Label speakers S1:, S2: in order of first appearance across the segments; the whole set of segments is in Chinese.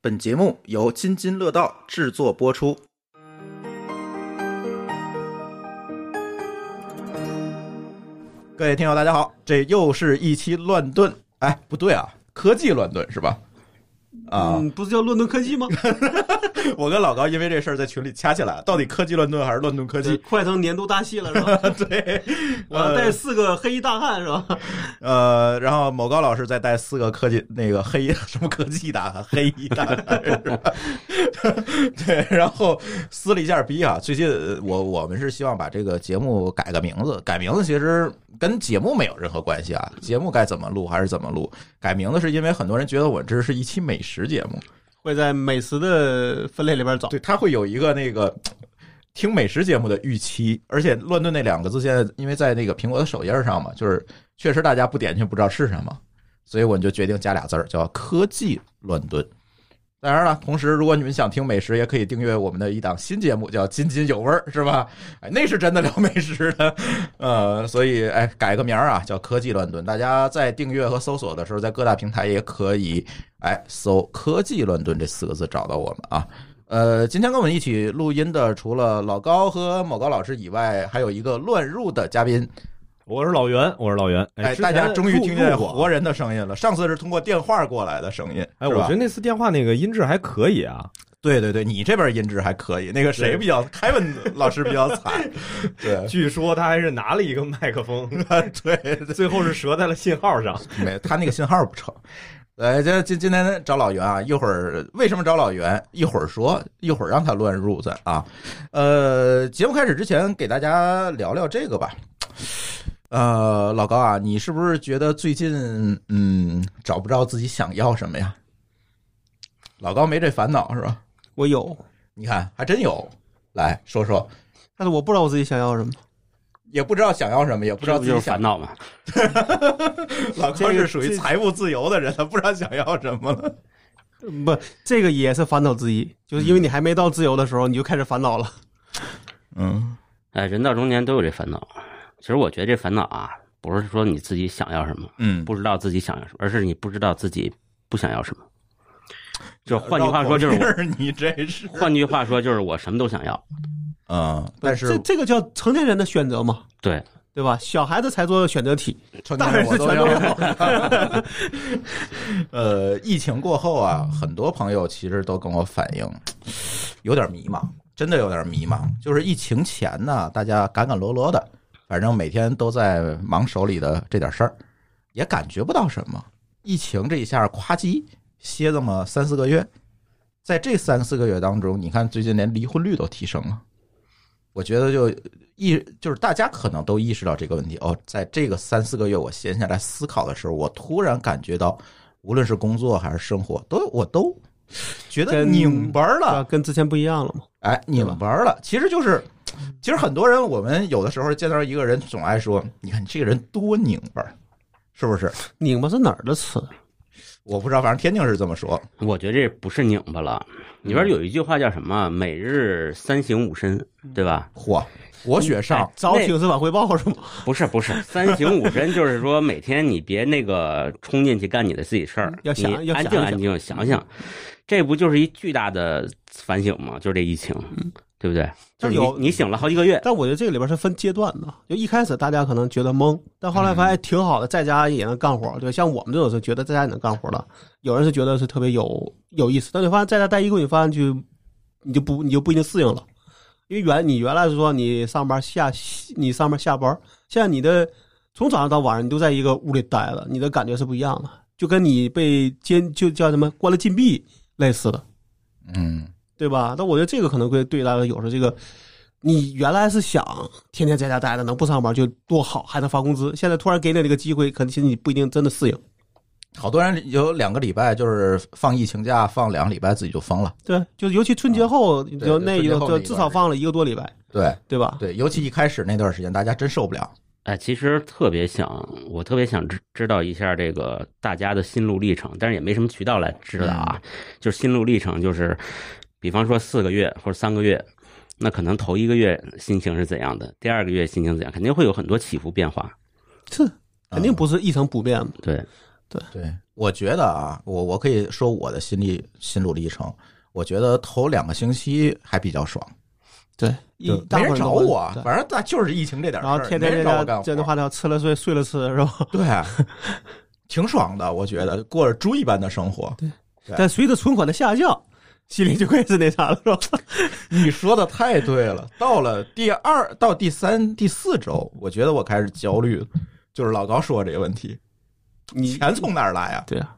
S1: 本节目由津津乐道制作播出。各位听友，大家好，这又是一期乱炖。哎，不对啊，科技乱炖是吧？啊、
S2: 嗯，不是叫乱炖科 技吗？
S1: 我跟老高因为这事儿在群里掐起来了，到底科技乱炖还是乱炖科
S2: 对
S1: 技？
S2: 快成年度大戏了是吧？
S1: 对，
S2: 我要带四个黑衣大汉是吧？
S1: 呃，然后某高老师再带四个科技那个黑 什么科技大汉黑衣大汉，是吧 对，然后撕了一下逼啊。最近呃我我们是希望把这个节目改个名字，改名字其实跟节目没有任何关系啊，节目该怎么录还是怎么录。改名字是因为很多人觉得我这是一期美食节目，
S2: 会在美食的分类里边找。
S1: 对，他会有一个那个。听美食节目的预期，而且“乱炖”那两个字现在因为在那个苹果的首页上嘛，就是确实大家不点进去不知道是什么，所以我们就决定加俩字儿，叫“科技乱炖”。当然了，同时如果你们想听美食，也可以订阅我们的一档新节目，叫《津津有味儿》，是吧？哎，那是真的聊美食的， 呃，所以哎，改个名儿啊，叫“科技乱炖”。大家在订阅和搜索的时候，在各大平台也可以哎搜“科技乱炖”这四个字找到我们啊。呃，今天跟我们一起录音的，除了老高和某高老师以外，还有一个乱入的嘉宾。
S3: 我是老袁，我是老袁。
S1: 哎，
S3: 之
S1: 大
S3: 前
S1: 家终于
S3: 录
S1: 听见
S3: 录过。
S1: 活人的声音了。上次是通过电话过来的声音，
S3: 哎，
S1: 是
S3: 我
S1: 吧
S3: 觉得那次电话那个音质还可以啊。
S1: 对对对，你这边音质还可以，那个谁
S3: 对
S1: 比较，凯文老师比较 惨。对
S3: 据说他还是拿了一个麦克 风，
S1: 对对，
S3: 最后是折在了信号上。
S1: 没他那个信号不成。呃，这今今天找老袁啊，一会儿为什么找老袁？一会儿说，一会儿让他乱入咱啊。呃，节目开始之前，给大家聊聊这个吧。呃，老高啊，你是不是觉得最近嗯找不着自己想要什么呀？老高没这烦恼是吧？
S2: 我有，
S1: 你看，还真有。来说说，
S2: 但是我不知道我自己想要什么。
S1: 也不知道想要什么，也不知道自己想。
S4: 恼嘛？
S1: 老高是属于财务自由的人了，不知道想要什么了。
S2: 嗯不，这个也是烦恼之一，就是因为你还没到自由的时候，你就开始烦恼了。
S1: 嗯
S4: 哎，人到中年都有这烦恼。啊其实我觉得这烦恼啊，不是说你自己想要什么，
S1: 嗯，
S4: 不知道自己想要什么，而是你不知道自己不想要什么。就换句话说，就是我，
S1: 是你这是
S4: 换句话说，就是我什么都想要。
S1: 嗯， 但是
S2: 这这个叫成年人的选择嘛，
S4: 对，
S2: 对吧？小孩子才做选择题，
S1: 成
S2: 大人
S1: 我
S2: 是
S1: 都
S2: 全都
S1: 要。
S2: 有。
S1: 呃，疫情过后啊，很多朋友其实都跟我反映，有点迷茫，真的有点迷茫。就是疫情前呢，大家赶赶罗罗的，反正每天都在忙手里的这点事儿，也感觉不到什么。疫情这一下夸叽歇这么三四个月，在这三四个月当中，你看最近连离婚率都提升了，我觉得就意就是大家可能都意识到这个问题哦，在这个三四个月我闲下来思考的时候，我突然感觉到，无论是工作还是生活，都我都觉得
S2: 跟
S1: 拧巴儿
S2: 对
S1: 了
S2: 吧，跟之前不一样了嘛。
S1: 哎，拧巴儿了。其实就是，其实很多人，我们有的时候见到一个人，总爱说，你看这个人多拧巴儿，是不是？
S2: 拧巴是哪儿的词？
S1: 我不知道，反正天津是这么说。
S4: 我觉得这不是拧巴了。里边有一句话叫什么？每日三省吾身，对吧？
S1: 嚯，我雪上，
S2: 早请示晚汇报是吗？
S4: 不 是不是，三省吾身就是说每天你别那个冲进去干你的自己事儿，
S2: 要想
S4: 你
S2: 要
S4: 安
S2: 想
S4: 静
S2: 一
S4: 安
S2: 想
S4: 静想想，这不就是一巨大的反省吗？就是这疫情，对不对？就
S2: 嗯但
S4: 是
S2: 有
S4: 你你醒了好几个月，
S2: 但我觉得这个里边是分阶段的，就一开始大家可能觉得懵，但后来发现哎挺好的，在家也能干活。对，像我们这种是觉得在家也能干活了，有人是觉得是特别有有意思，但你发现在家待一个月，你发现就你就不你就不一定适应了，因为原你原来是说你上班下你上班下班，现在你的从早上到晚上你都在一个屋里待着，你的感觉是不一样的，就跟你被监就叫什么关了禁闭类似的。
S1: 嗯，
S2: 对吧？那我觉得这个可能会对大家有时候这个，你原来是想天天在家待着，能不上班就多好，还能发工资。现在突然给你这个机会，可能其实你不一定真的适应。
S1: 好多人有两个礼拜就是放疫情假，放两个礼拜自己就疯了。
S2: 对，就是尤其春节后，就那一
S1: 啊春节
S2: 个，
S1: 后那一
S2: 就
S1: 段
S2: 至少放了一个多礼拜，
S1: 对
S2: 对吧？
S1: 对，尤其一开始那段时间，大家真受不了。
S4: 哎，其实特别想，我特别想知知道一下这个大家的心路历程，但是也没什么渠道来知道啊。
S2: 嗯
S4: 就是心路历程，就是比方说四个月或者三个月，那可能头一个月心情是怎样的，第二个月心情怎样，肯定会有很多起伏变化。
S1: 啊
S2: 这肯定不是一成不变的。
S4: 对，
S1: 对，我觉得啊，我我可以说我的心历心路历程。我觉得头两个星期还比较爽，
S2: 对，一
S1: 就
S2: 大
S1: 没人
S2: 伙儿
S1: 找
S2: 都
S1: 我
S2: 对，
S1: 反正那就是疫情这点事
S2: 然
S1: 儿，
S2: 后天
S1: 没
S2: 天
S1: 人找我
S2: 这
S1: 干
S2: 家
S1: 活
S2: 这句话叫吃了睡，睡了吃，是吧？
S1: 对，挺爽的，我觉得过着猪一般的生活。对
S2: 但随着存款的下降，心里就开始那啥了，是吧？
S1: 你说的太对了。到了第二到第三、第四周，我觉得我开始焦虑了，就是老高说这个问题，
S2: 你
S1: 钱从哪儿来啊？
S2: 对啊，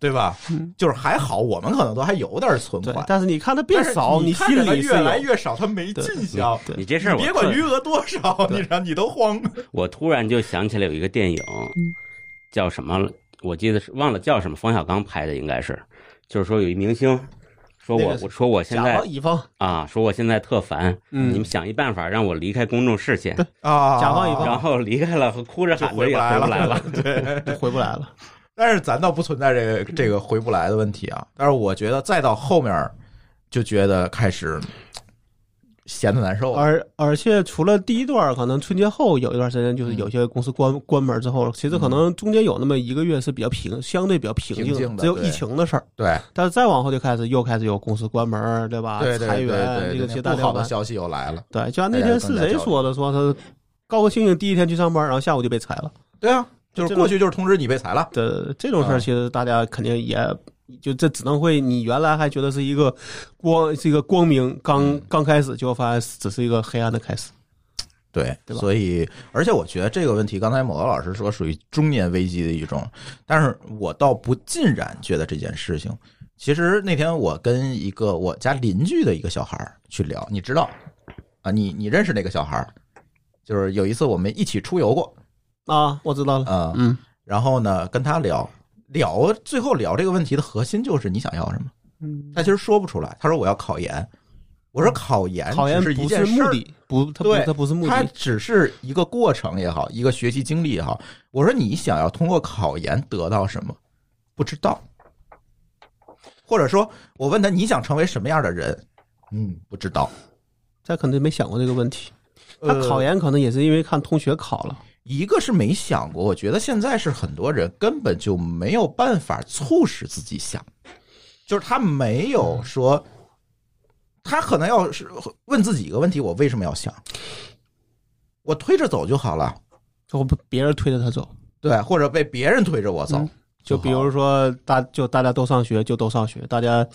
S1: 对吧？
S2: 嗯
S1: 就是还好，我们可能都还有点存
S2: 对
S1: 款，，
S2: 但是你看它变
S1: 但是
S2: 少，
S1: 你看
S2: 心
S1: 着它
S2: 里是
S1: 越
S2: 有
S1: 来越少，它没
S2: 对
S1: 进项。
S2: 对
S4: 你这事儿
S1: 你
S4: 我
S1: 别管
S4: 特
S1: 余额多少，你知道你都慌。
S4: 我突然就想起来有一个电影，叫什么了？我记得是忘了叫什么，冯小刚拍的应该是，就是说有一明星说
S1: 那
S4: 我
S1: 个
S4: 我说我现
S2: 甲
S4: 在
S2: 方乙方，
S4: 啊说我现在特烦，
S2: 嗯
S4: 你们想一办法让我离开公众视线，
S1: 啊
S2: 甲方乙 方
S4: 然后离开了哭着喊
S1: 就
S4: 着
S1: 回
S4: 也
S1: 不来
S4: 回
S1: 了
S4: 不来了。
S2: 就回不来了。
S1: 但是咱倒不存在这
S2: 嗯
S1: 个这个回不来的问题啊。但是我觉得再到后面儿，就觉得开始闲的难受了。
S2: 而而且除了第一段，可能春节后有一段时间，就是
S1: 嗯
S2: 有些公司关关门之后，其实可能中间有那么一个月是比较平，相对比较平
S1: 平
S2: 静
S1: 静
S2: 的，
S1: 的
S2: 只有
S1: 对
S2: 疫情的事儿。
S1: 对
S2: 但是再往后就开始又开始有公司关门，对吧？
S1: 对对
S2: 裁
S1: 对
S2: 员这
S1: 对
S2: 个
S1: 对，
S2: 接
S1: 不
S2: 大
S1: 好
S2: 量
S1: 的
S2: 的，
S1: 消息又来了。
S2: 对，就像那天是谁说的，说他高高兴兴第一天去上班，然后下午就被裁了。
S1: 对啊，就是
S2: 这
S1: 过
S2: 种
S1: 去就是通知你被裁了。
S2: 这这种事
S1: 啊
S2: 儿，其实大家肯定也就这只能会，你原来还觉得是一个光是一个光明，刚
S1: 嗯
S2: 刚开始，结果发现只是一个黑暗的开始。
S1: 对，
S2: 对吧
S1: 所以而且我觉得这个问题，刚才某个老师说属于中年危机的一种，但是我倒不尽然觉得这件事情。其实那天我跟一个我家邻居的一个小孩儿去聊，你知道啊，你你认识那个小孩儿，就是有一次我们一起出游过
S2: 啊，我知道了，
S1: 啊、
S2: 嗯。
S1: 然后呢跟他聊聊，最后聊这个问题的核心就是你想要什么，
S2: 嗯，
S1: 他其实说不出来，他说我要考研，我说考研
S2: 考研
S1: 哎只一
S2: 不
S1: 件
S2: 是
S1: 事
S2: 目
S1: 儿
S2: 的，不，它不
S1: 对
S2: 它不是目
S1: 它
S2: 的，
S1: 只是一个过程也好，一个学习经历也好。我说你想要通过考研得到什么？不知道。或者说，我问他你想成为什么样的人？嗯，不知道。
S2: 他可能没想过这个问题。他
S1: 呃
S2: 考研可能也是因为看同学考了，
S1: 一个是没想过，我觉得现在是很多人根本就没有办法促使自己想，就是他没有说，他可能要是问自己一个问题：我为什么要想？我推着走就好了，
S2: 就不别人推着他走。
S1: 对，或者被别人推着我走
S2: 嗯。就
S1: 好
S2: 比如说大，就大家都上学就都上学，大家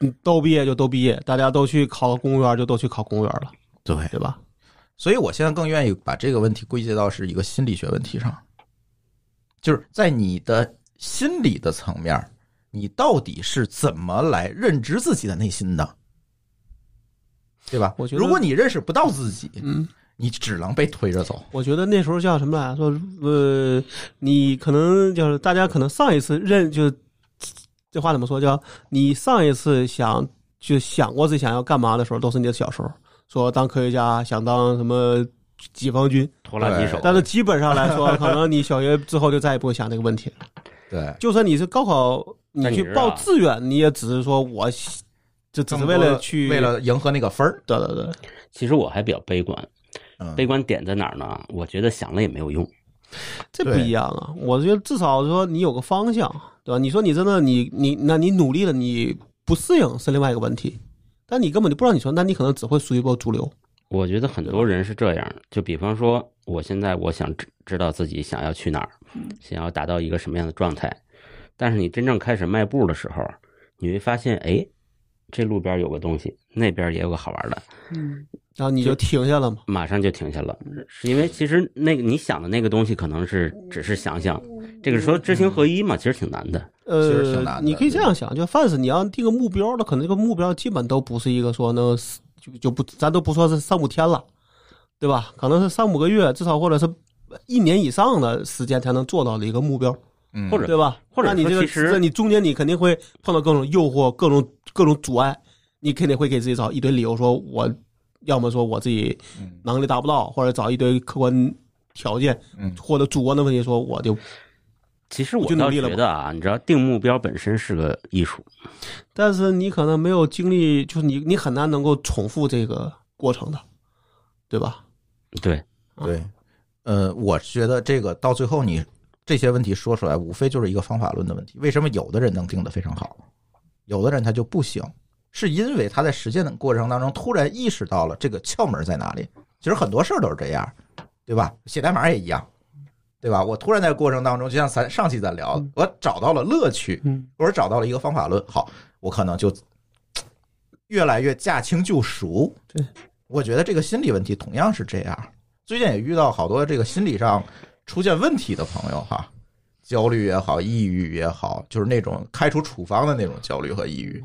S2: 嗯都毕业就都毕业，大家都去考公务员就都去考公务员了，
S1: 对，
S2: 对吧？
S1: 所以我现在更愿意把这个问题归结到是一个心理学问题上，就是在你的心理的层面儿，你到底是怎么来认知自己的内心的，对吧？
S2: 我觉得
S1: 如果你认识不到自己，
S2: 嗯，
S1: 你只能被推着走。
S2: 我觉得那时候叫什么来着？说呃，你可能就是大家可能上一次认就是这话怎么说？叫你上一次想就想过自己想要干嘛的时候，都是你的小时候，说当科学家，想当什么解放军。
S4: 拖拉机手，
S2: 但是基本上来说，可能你小学之后就再也不会想这个 问题了。
S1: 对，
S2: 就算你是高考，
S4: 但
S2: 你
S4: 你
S2: 去
S4: 知
S1: 啊
S4: 道
S2: 报志愿，你也只是说我就只是为了去
S1: 为了迎合那个分儿，
S2: 对对对，
S4: 其实我还比较悲观，
S1: 嗯
S4: 悲观点在哪儿呢？我觉得想了也没有用。
S2: 这不
S1: 对
S2: 一样啊！我觉得至少说你有个方向，对吧？你说你真的你你那你努力了，你不适应是另外一个问题，但你根本就不知道你说，那你可能只会随波逐流。
S4: 我觉得很多人是这样，就比方说，我现在我想知知道自己想要去哪儿，想要达到一个什么样的状态，但是你真正开始迈步的时候，你会发现，哎，这路边有个东西，那边也有个好玩的，
S2: 嗯，然后你就停下了嘛。
S4: 马上就停下了，是因为其实那个你想的那个东西可能是只是想想，这个时候知行合一嘛，其实挺难的。
S1: 其实挺
S2: 呃，
S1: 难的
S2: 你可以这样想，就凡是你要定个目标的，可能这个目标基本都不是一个说能就就不，咱都不说是三五天了，对吧？可能是三五个月，至少或者是一年以上的时间才能做到的一个目标，
S1: 嗯
S4: 或者
S2: 对吧？
S4: 或者
S2: 那你
S4: 说
S2: 这个
S4: 其实
S2: 这你中间你肯定会碰到各种诱惑、各种各种阻碍，你肯定会给自己找一堆理由，说我要么说我自己
S1: 嗯
S2: 能力达不到，或者找一堆客观条件
S1: 嗯
S2: 或者主观的问题，说我就
S4: 其实我
S2: 就努
S4: 倒
S2: 力了
S4: 觉得啊，你知道，定目标本身是个艺术，
S2: 但是你可能没有经历，就是你你很难能够重复这个过程的，对吧？
S4: 对，
S2: 啊
S1: 对，呃，我觉得这个到最后你这些问题说出来，无非就是一个方法论的问题。为什么有的人能定得非常好，有的人他就不行？是因为他在实践的过程当中突然意识到了这个窍门在哪里。其实很多事儿都是这样，对吧？写代码也一样，对吧？我突然在过程当中，就像咱上期咱聊的
S2: 嗯，
S1: 我找到了乐趣，
S2: 嗯，
S1: 或者找到了一个方法论，好，我可能就越来越驾轻就熟。
S2: 对，
S1: 我觉得这个心理问题同样是这样。最近也遇到好多这个心理上出现问题的朋友哈，焦虑也好，抑郁也好，就是那种开出处方的那种焦虑和抑郁，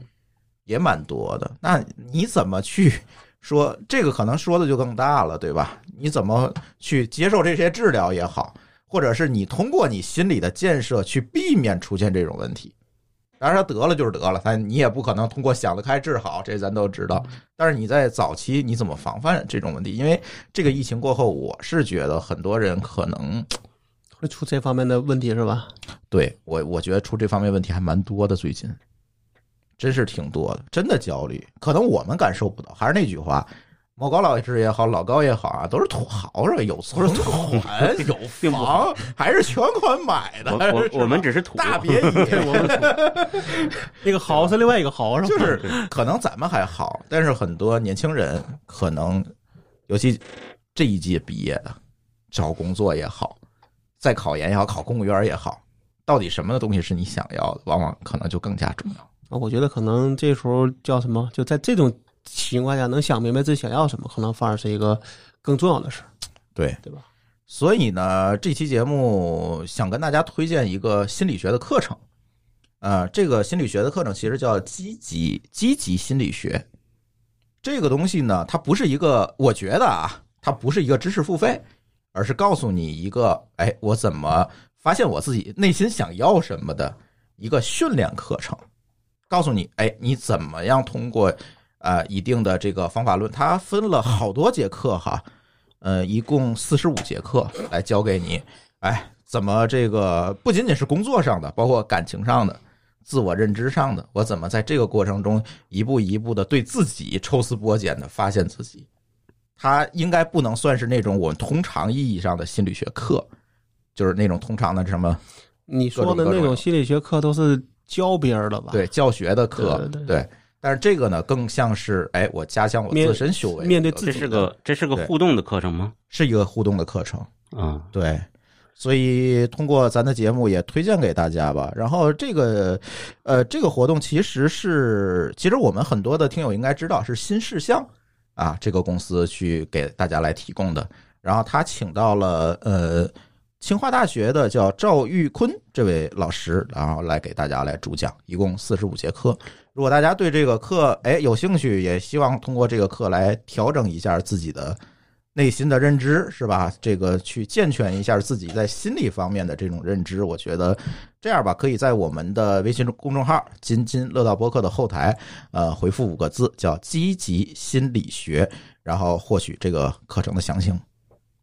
S1: 也蛮多的。那你怎么去说这个？可能说的就更大了，对吧？你怎么去接受这些治疗也好，或者是你通过你心理的建设去避免出现这种问题？当然，他得了就是得了，但你也不可能通过想得开治好，这咱都知道。但是你在早期你怎么防范这种问题？因为这个疫情过后，我是觉得很多人可能
S2: 会出这方面的问题是吧？
S1: 对我，我觉得出这方面问题还蛮多的，最近真是挺多的，真的焦虑。可能我们感受不到，还是那句话，莫高老师也好，老高也好啊，都是土豪是吧有 存 款，有
S4: 并不
S1: 房，还是全款买的。
S4: 我
S1: 是吧
S4: 我我们只是土，
S1: 大别野，
S2: 我们那个豪是另外一个豪是吧？
S1: 就是可能咱们还好，但是很多年轻人可能，尤其这一届毕业的，找工作也好，再考研也好，考公务员也好，到底什么的东西是你想要的，往往可能就更加重要。
S2: 啊，我觉得可能这时候叫什么，就在这种情况下能想明白自己想要什么，可能反而是一个更重要的事儿。
S1: 对，
S2: 对吧？
S1: 所以呢，这期节目想跟大家推荐一个心理学的课程，呃，这个心理学的课程其实叫积极积极心理学。这个东西呢，它不是一个，我觉得啊，它不是一个知识付费，而是告诉你一个，哎，我怎么发现我自己内心想要什么的一个训练课程，告诉你，哎，你怎么样通过呃一定的这个方法论，它分了好多节课哈，呃，一共四十五节课来教给你，哎，怎么这个不仅仅是工作上的，包括感情上的、自我认知上的，我怎么在这个过程中一步一步的对自己抽丝剥茧的发现自己。它应该不能算是那种我们通常意义上的心理学课，就是那种通常的什么
S2: 你说的那种心理学课都是教别人的吧？，
S1: 对教学的课，
S2: 对对对
S1: 但是这个呢，更像是哎，我加强我
S2: 面
S1: 自身修为的一个课程，
S2: 面对自
S4: 这是个这是个
S1: 对嗯
S4: 互动的课程吗？
S1: 是一个互动的课程。
S4: 啊，
S1: 对，所以通过咱的节目也推荐给大家吧。然后这个，呃，这个活动其实是，其实我们很多的听友应该知道是新事项啊，这个公司去给大家来提供的。然后他请到了呃清华大学的叫赵玉坤这位老师，然后来给大家来主讲，一共四十五节课。如果大家对这个课哎有兴趣，也希望通过这个课来调整一下自己的内心的认知，是吧？这个去健全一下自己在心理方面的这种认知，我觉得这样吧，可以在我们的微信公众号“津津乐道播客”的后台，呃，回复五个字叫“积极心理学”，然后获取这个课程的详情。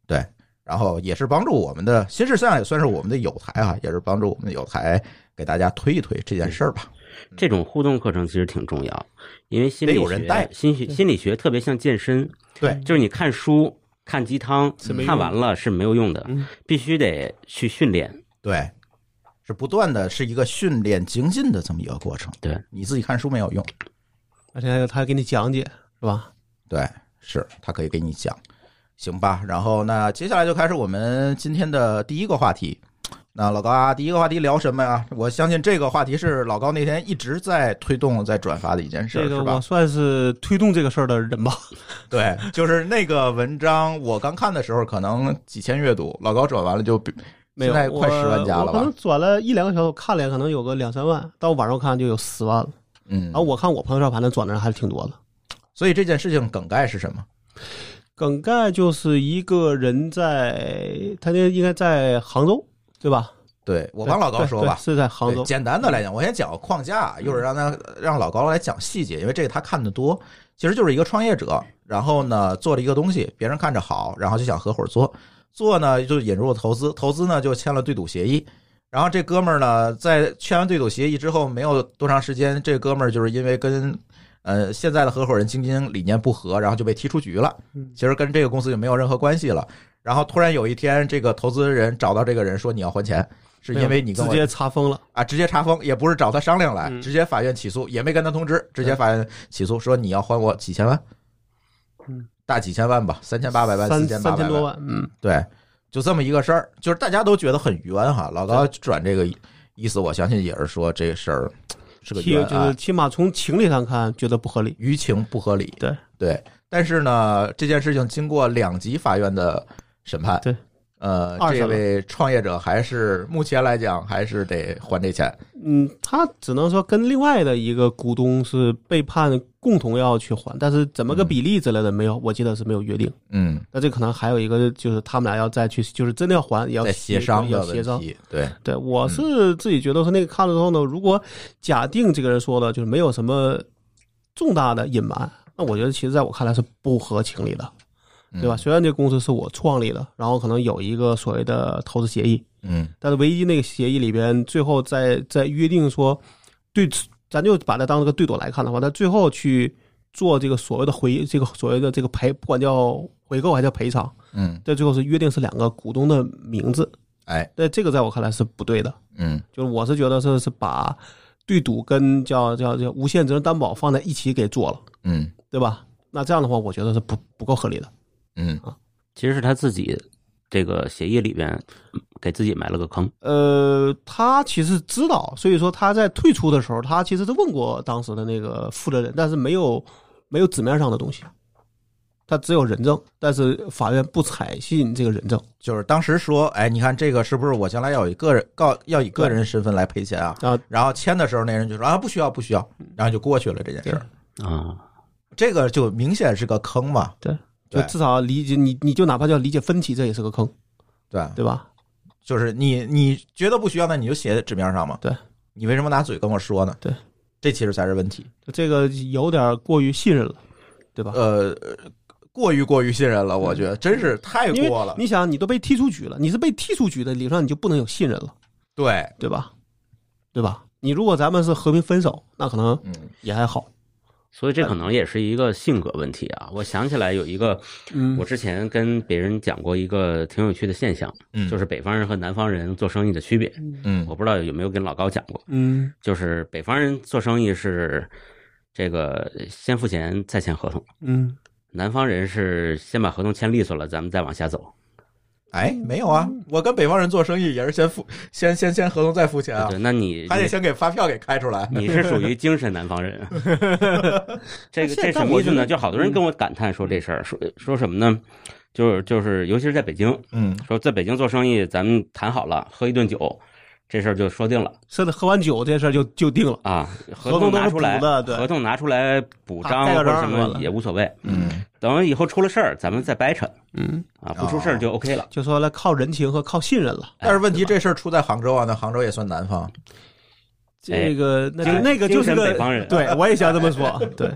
S1: 对，然后也是帮助我们的新事项，也算是我们的友台啊，也是帮助我们的友台给大家推一推这件事儿吧。
S4: 这种互动课程其实挺重要，因为心理
S1: 得
S4: 学
S1: 有人带
S4: 心学心理学特别像健身，
S1: 对
S4: 就是你看书、看鸡汤
S2: 是没，用
S4: 看完了是没有用的
S2: 嗯，
S4: 必须得去训练。
S1: 对，是不断的是一个训练精进的这么一个过程。
S4: 对，
S1: 你自己看书没有用。
S2: 而且还有他还给你讲解是吧？
S1: 对，是他可以给你讲，行吧？然后那接下来就开始我们今天的第一个话题。那老高啊，第一个话题聊什么呀？我相信这个话题是老高那天一直在推动、在转发的一件事，
S2: 这个
S1: 是
S2: 我
S1: 吧？
S2: 算是推动这个事儿的人吧。
S1: 对，就是那个文章，我刚看的时候可能几千阅读，老高转完了就比
S2: 没有，
S1: 现在快10万加了吧
S2: 我我可能转了一两个小时，我看了可能有个两三万，到晚上我看就有十万了。
S1: 嗯
S2: 然后，啊我看我朋友圈反正转的人还是挺多的。
S1: 所以这件事情梗概是什么？
S2: 梗概就是一个人在，他那应该在杭州，对吧？
S1: 对我帮老高说吧
S2: 对，对是在杭
S1: 对
S2: 州。
S1: 简单的来讲，我先讲个框架，啊一会儿让他让老高来讲细节，因为这个他看的多。其实就是一个创业者，然后呢做了一个东西，别人看着好，然后就想合伙做，做呢就引入了投资，投资呢就签了对赌协议。然后这哥们儿呢，在签完对赌协议之后，没有多长时间，这哥们儿就是因为跟呃现在的合伙人经营理念不合，然后就被踢出局了
S2: 嗯。
S1: 其实跟这个公司就没有任何关系了。然后突然有一天，这个投资人找到这个人说你要还钱，是因为你跟
S2: 直
S1: 我
S2: 接查封了，
S1: 啊直接查封，也不是找他商量来，
S2: 嗯
S1: 直接法院起诉，也没跟他通知，直接法院起诉说你要还我几千万
S2: 嗯，
S1: 大几千万吧，三千八百万，四
S2: 三
S1: 千八
S2: 三
S1: 百
S2: 千
S1: 万
S2: 多，万，嗯，
S1: 对，就这么一个事儿，就是大家都觉得很冤哈。老高转这个意思，我相信也是说这事儿是个啊
S2: 起
S1: 冤
S2: 就是
S1: 案，
S2: 起码从情理上看觉得不合理，
S1: 舆情不合理。
S2: 对
S1: 对，但是呢，这件事情经过两级法院的审判，
S2: 对，
S1: 呃，
S2: 二审
S1: 这
S2: 了
S1: 位创业者还是目前来讲还是得还这钱。
S2: 嗯，他只能说跟另外的一个股东是被判共同要去还，但是怎么个比例之类的没有，我记得是没有约定。
S1: 嗯，
S2: 那这可能还有一个就是他们俩要再去，就是真的要还，也要
S1: 在协商
S2: 要
S1: 的
S2: 协
S1: 问
S2: 商。
S1: 题，对，
S2: 对，我是自己觉得说那个看了之后呢，如果假定这个人说的就是没有什么重大的隐瞒，那我觉得其实在我看来是不合情理的，
S1: 嗯
S2: 对吧？？虽然这个公司是我创立的，然后可能有一个所谓的投资协议，
S1: 嗯
S2: 但是唯一那个协议里边，最后在在约定说对，咱就把它当这个对赌来看的话，他最后去做这个所谓的回这个所谓的这个赔，不管叫回购还叫赔偿，
S1: 嗯，
S2: 在最后是约定是两个股东的名字，
S1: 哎，
S2: 那这个在我看来是不对的，
S1: 嗯
S2: 就是我是觉得是是把对赌跟叫叫叫无限责任担保放在一起给做了，
S1: 嗯
S2: 对吧？那这样的话，我觉得是不不够合理的。
S1: 嗯，
S4: 其实是他自己这个协议里边给自己埋了个坑。
S2: 呃，他其实知道，所以说他在退出的时候，他其实是问过当时的那个负责人，但是没有没有纸面上的东西，他只有人证，但是法院不采信这个人证
S1: 就是当时说，哎，你看这个是不是我将来要以个人告要以个人身份来赔钱啊？
S2: 啊。
S1: 然后签的时候，那人就说啊，不需要，不需要，然后就过去了这件事儿。
S4: 啊，
S1: 这个就明显是个坑嘛，
S2: 就
S1: 对
S2: 至少理解你，你就哪怕叫理解分歧，这也是个坑，
S1: 对吧，
S2: 对吧？
S1: 就是你你觉得不需要，那你就写在纸面上嘛。
S2: 对，
S1: 你为什么拿嘴跟我说呢？
S2: 对，
S1: 这其实才是问题。
S2: 这个有点过于信任了，对吧？
S1: 呃，过于过于信任了，我觉得真是太
S2: 因为
S1: 呃过了。
S2: 你想，你都被踢出局了，你是被踢出局的，理论上你就不能有信任了，
S1: 对，
S2: 对吧？对吧？你如果咱们是和平分手，那可能
S1: 嗯
S2: 也还好。
S4: 所以
S1: 呃
S4: 这可能也是一个性格问题啊。我想起来有一个，
S2: 嗯
S4: 我之前跟别人讲过一个挺有趣的现象，
S1: 嗯，
S4: 就是北方人和南方人做生意的区别。
S1: 嗯
S4: 我不知道有没有跟老高讲过，
S2: 嗯
S4: 就是北方人做生意是这个先付钱再签合同，
S2: 嗯，
S4: 南方人是先把合同签利索了，咱们再往下走。
S1: 哎，没有啊，我跟北方人做生意也是先付先先先合同再付钱啊
S4: 对，，那你
S1: 还得先给发票给开出来。
S4: 你是属于精神南方人。啊 这个这什么意思呢？就好
S2: 嗯
S4: 多人跟我感叹说这事儿，说说什么呢？就是就是，尤其是在北京，
S1: 嗯
S4: 说在北京做生意，咱们谈好了，喝一顿酒，这事儿就说定了
S2: 甚至喝完酒这事儿就就定了。
S4: 啊。合
S2: 合
S4: 同
S2: 同都是
S4: 拿出来，
S2: 补的对
S4: 合同拿出来补
S2: 啊
S4: 章
S2: 盖个章
S4: 或者什
S2: 完
S4: 么
S2: 了
S4: 也无所谓。
S1: 嗯
S4: 等以后出了事儿，咱们再掰扯
S2: 嗯，
S4: 啊，不出事儿就 OK 了。哎
S2: 就说了靠人情和靠信任了。
S1: 但是问题这事儿出在杭州啊，那杭州也算南方。
S2: 这个那
S4: 哎
S2: 就那个就是
S4: 精神
S2: 个
S4: 北方人啊
S2: 对我也想这么 说。对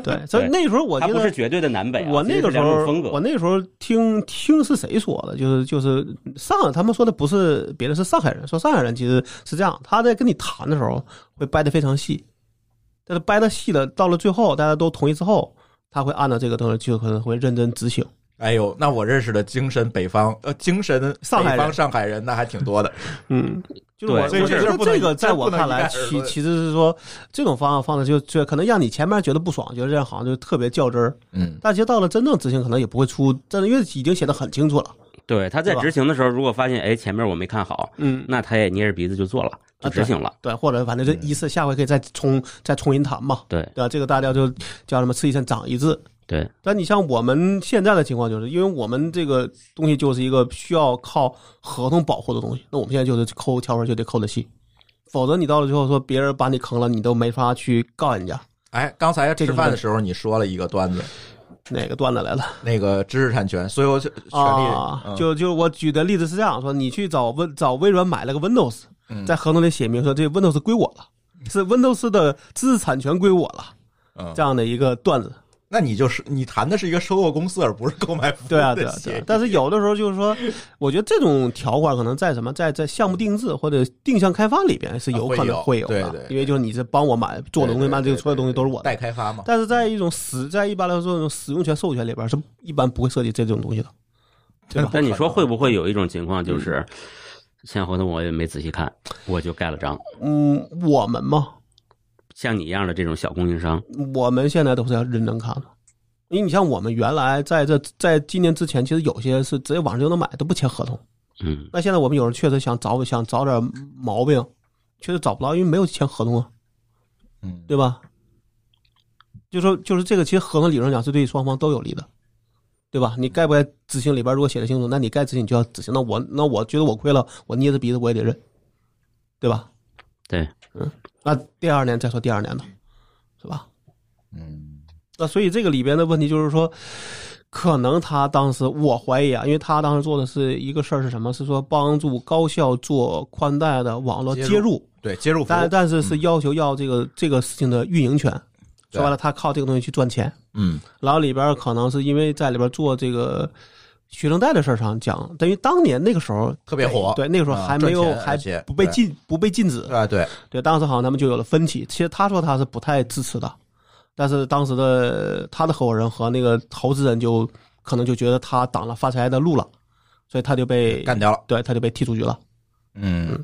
S2: 对，所以那时候我
S4: 它
S2: 记
S4: 不
S2: 得
S4: 是绝对的南北啊，
S2: 我那个时
S4: 这是两
S2: 候
S4: 种风
S2: 我
S4: 格，
S2: 那时候听听是谁说的，就是就是上他们说的不是别的，是上海人说上海人其实是这样，他在跟你谈的时候会掰得非常细，但是掰得细了，到了最后大家都同意之后，他会按照这个东西就可能会认真执行。
S1: 哎呦，那我认识的精神北方呃精神
S2: 上海
S1: 北
S2: 人
S1: 方上海人那还挺多的。
S2: 嗯，就是我，我
S4: 对
S1: 所
S2: 觉
S1: 以这事
S2: 得
S1: 不能
S2: 这个在我看来，
S1: 这不能一概而
S2: 其
S1: 论
S2: 其实是说这种方案放的就就可能让你前面觉得不爽，觉得这样好像就特别较真儿，
S1: 嗯
S2: 但其实到了真正执行，可能也不会出，真的因为已经写的很清楚了。
S4: 对，他在
S2: 对吧
S4: 执行的时候，如果发现哎前面我没看好，
S2: 嗯，
S4: 那他也捏着鼻子就做了，就
S2: 啊
S4: 执行了。
S2: 对，或者反正就一次，下回可以再重再重新谈嘛，
S4: 对
S2: 对吧？这个大家就叫什么吃一堑长一智。
S4: 对，
S2: 但你像我们现在的情况，就是因为我们这个东西就是一个需要靠合同保护的东西，那我们现在就是抠条文就得抠的细，否则你到了最后说别人把你坑了，你都没法去告人家。
S1: 哎，刚才
S2: 这
S1: 吃
S2: 个
S1: 饭的时候你说了一个段子，
S2: 哪个段子来了
S1: 那个知识产权所有权权利，
S2: 啊
S1: 嗯？
S2: 就就我举的例子是这样说：你去找微找微软买了个 Windows，
S1: 嗯
S2: 在合同里写明说这 Windows 归我了，是 Windows 的知识产权归我了，
S1: 嗯
S2: 这，样的一个段子。
S1: 那你就是你谈的是一个收购公司，而不是购买 服务
S2: 对啊，
S1: 的
S2: 对啊，对
S1: 协
S2: 啊
S1: 议。
S2: 但是有的时候就 是说，我觉得这种条款可能在什么，在在项目定制或者定向开发里边是有
S1: 啊会
S2: 可
S1: 有
S2: 能会有
S1: 对
S2: 的，
S1: 对
S2: 因为就是你是帮我买做的东西嘛，
S1: 对对对
S2: 这个所有东西都是我的。
S1: 代开发嘛。
S2: 但是在一种使在一般来说这种使用权授权里边是一般不会涉及这种东西的，啊对吧？
S4: 那你说会不会有一种情
S2: 嗯
S4: 况，就是像合同我也没仔细看，我就盖了章？
S2: 嗯，我们嘛，
S4: 像你一样的这种小供应商，
S2: 我们现在都是要认真看的。因为你像我们原来在这在今年之前，其实有些是直接网上就能买，都不签合同。
S4: 嗯，
S2: 那现在我们有人确实想找想找点毛病，确实找不到，因为没有签合同啊，
S1: 嗯，
S2: 对吧？就说就是这个，其实合同理论上讲是对双方都有利的，对吧？你该不该执行里边如果写的清楚，那你该执行你就要执行。那我那我觉得我亏了，我捏着鼻子我也得认，对吧？嗯
S4: 对，
S2: 那第二年再说第二年的，是吧？
S1: 嗯，
S2: 那所以这个里边的问题就是说，可能他当时我怀疑啊，因为他当时做的是一个事儿是什么？是说帮助高校做宽带的网络
S1: 接入
S2: 接入，
S1: 对，接入服
S2: 但
S1: 务，
S2: 但是是要求要这个这个事情的运营权。
S1: 对
S2: 说白了，他靠这个东西去赚钱，
S1: 嗯
S2: 然后里边可能是因为在里边做这个学生贷的事儿上讲，等于当年那个时候
S1: 特别火
S2: 对，那个时候
S1: 啊
S2: 还没有
S1: 赚钱
S2: 还
S1: 而且
S2: 不被
S1: 对
S2: 禁不被禁止，
S1: 啊，对，
S2: 对，当时好像他们就有了分歧。其实他说他是不太支持的，但是当时的他的合伙人和那个投资人就可能就觉得他挡了发财的路了，所以他就被
S1: 干掉了。
S2: 对，他就被踢出局了。
S1: 嗯，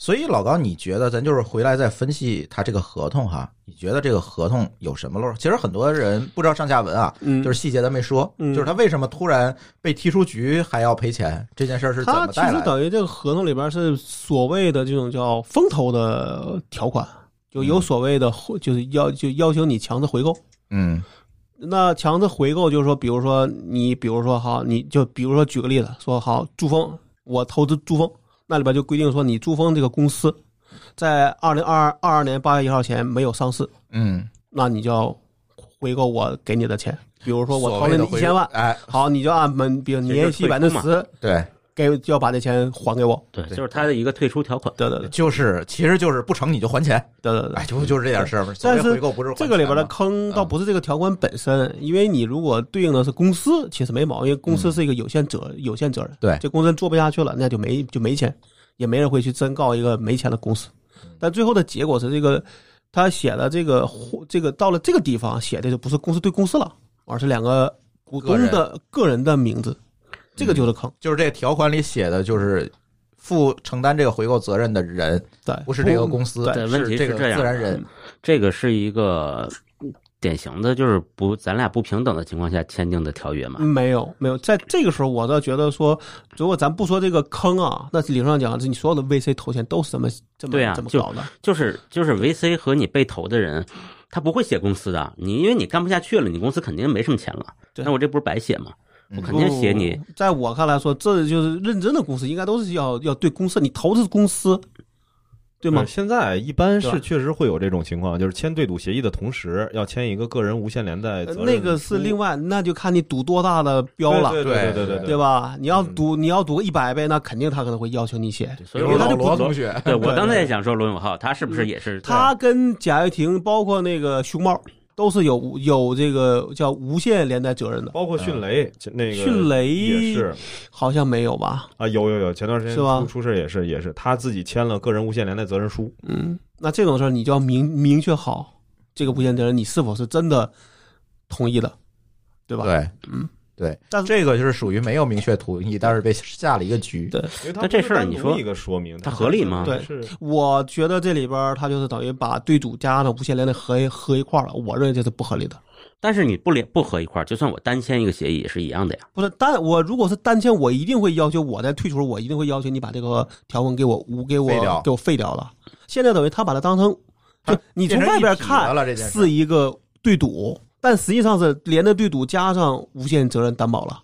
S1: 所以老高，你觉得咱就是回来再分析他这个合同哈？你觉得这个合同有什么漏？其实很多人不知道上下文啊，
S2: 嗯
S1: 就是细节咱没说，
S2: 嗯
S1: 就是他为什么突然被踢出局还要赔钱，这件事儿是怎么
S2: 他其
S1: 带
S2: 实
S1: 来的？
S2: 等于这个合同里边是所谓的这种叫风投的条款，就有所谓的就是要就要求你强制回购。
S1: 嗯
S2: 那强制回购就是说，比如说你，比如说好，你就比如说举个例子，说好珠峰，我投资珠峰，那里边就规定说，你珠峰这个公司在二零二二二年八月一号前没有上市，
S1: 嗯，
S2: 那你就要回购我给你的钱。比如说我
S1: 所
S2: 投
S1: 谓
S2: 了
S1: 的
S2: 你一千万
S1: 回，哎，
S2: 好，你就按本，比如
S4: 就是
S2: 年息百
S4: 退
S2: 分
S4: 出
S2: 之
S4: 嘛
S2: 十
S1: 对，
S2: 给，就要把这钱还给我。
S4: 对，
S1: 对
S4: 就是他的一个退出条款。
S2: 对对对
S1: 就是其实就是不成你就还钱，
S2: 对对对
S1: 哎，。就就是这点事儿嘛。所
S2: 但
S1: 谓
S2: 是
S1: 回购不是还
S2: 这个里边
S1: 钱
S2: 的
S1: 吗嗯
S2: 坑倒不是这个条款本身，因为你如果对应的是公司，其实没毛病。公司是一个有限责有限责任，
S1: 嗯对
S2: 这公司做不下去了，那就没就没钱，也没人会去真告一个没钱的公司。
S1: 嗯
S2: 但最后的结果是，这个他写的这个这个到了这个地方写的就不是公司对公司了，而是两个股东的个人的名字，这个就是坑。
S1: 就是这个条款里写的就是。负承担这个回购责任的人
S2: 对，
S1: 不是这个公司，
S2: 对
S4: 问题
S1: 这
S4: 是
S1: 个
S4: 这样
S1: 自然人。
S4: 这个是一个典型的，就是不咱俩不平等的情况下签订的条约嘛。
S2: 没有没有，在这个时候，我倒觉得说，如果咱不说这个坑啊，那理论上讲，这你所有的 VC 投钱都是这么这么
S4: 对啊
S2: 这么
S4: 就
S2: 搞的。
S4: 就是就是 VC 和你被投的人，他不会写公司的，你因为你干不下去了，你公司肯定没什么钱了。
S2: 对
S4: 那我这不是白写吗？我肯
S2: 不
S4: 定写你，
S2: 在我看来说，这就是认真的公司，应该都是要要对公司，你投资公司，对吗
S3: 呃？现在一般
S2: 对
S3: 是
S2: 吧
S3: 确实会有这种情况，就是签对赌协议的同时，要签一个个人无限连带
S2: 呃
S3: 责任。
S2: 那个是另外，那就看你赌多大的标了，
S3: 对嗯对对对
S1: 对
S2: 对吧？你要赌你要赌一百倍，那肯定他可能会要求你写。
S4: 所以
S1: 比如
S4: 我
S1: 老
S4: 就
S1: 罗
S4: 不
S1: 同学， 嗯
S4: 对我刚才也想说罗永浩，他是不是也是
S2: 他跟贾跃亭，包括那个熊猫，都是有有这个叫无限连带责任的。
S3: 包括迅雷，那个
S2: 迅雷
S3: 也是
S2: 好像没有吧？
S3: 啊，有有有，前段时间
S2: 是吧
S3: 出出事也是也是，他自己签了个人无限连带责任书，
S2: 嗯，那这种事儿你就要明明确好这个不限责任，你是否是真的同意的，对吧？
S1: 对，
S2: 嗯，
S1: 对，
S2: 但是
S1: 这个就是属于没有明确同意，但是被下了一个局。
S2: 对
S3: 因为他
S4: 那这
S3: 不是
S4: 事儿
S3: 单
S4: 你
S3: 独
S4: 说
S3: 一个说明，
S4: 它
S3: 它
S4: 合理吗
S2: 对
S3: 是
S2: 我觉得这里边儿他就是等于把对赌加上无限连的合一合一块儿了，我认为这是不合理的。
S4: 但是你不连不合一块儿，就算我单签一个协议也是一样的呀。
S2: 不是单我如果是单签，我一定会要求我在退出时候，我一定会要求你把这个条文给我无给
S1: 废掉啊
S2: 我给我废掉了。现在等于他把它当成，就你从外边看
S1: 了这件事
S2: 是一个对赌，但实际上是连着对赌加上无限责任担保了，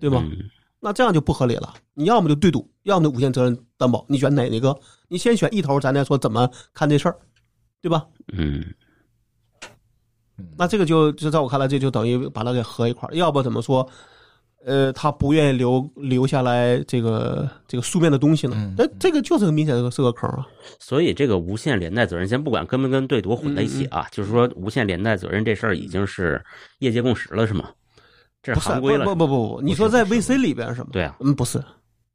S2: 对吗？
S4: 嗯
S2: 那这样就不合理了。你要么就对赌，要么就无限责任担保，你选哪一个？你先选一头，咱再说怎么看这事儿，对吧？
S4: 嗯，
S2: 那这个就就在我看来，这就等于把它给合一块儿，要不怎么说？呃，他不愿意留留下来这个这个书面的东西呢
S1: 嗯？
S2: 那、这个就是个明显的是个坑啊！
S4: 所以这个无限连带责任，先不管跟没跟对赌混在一
S1: 嗯
S4: 起啊，就是说无限连带责任这事儿已经是业界共识了，是吗？这
S2: 不
S4: 是
S2: 是，
S4: 行规了
S2: 不不不不，你说在 VC 里边是吗？
S4: 对啊，
S2: 嗯，不是，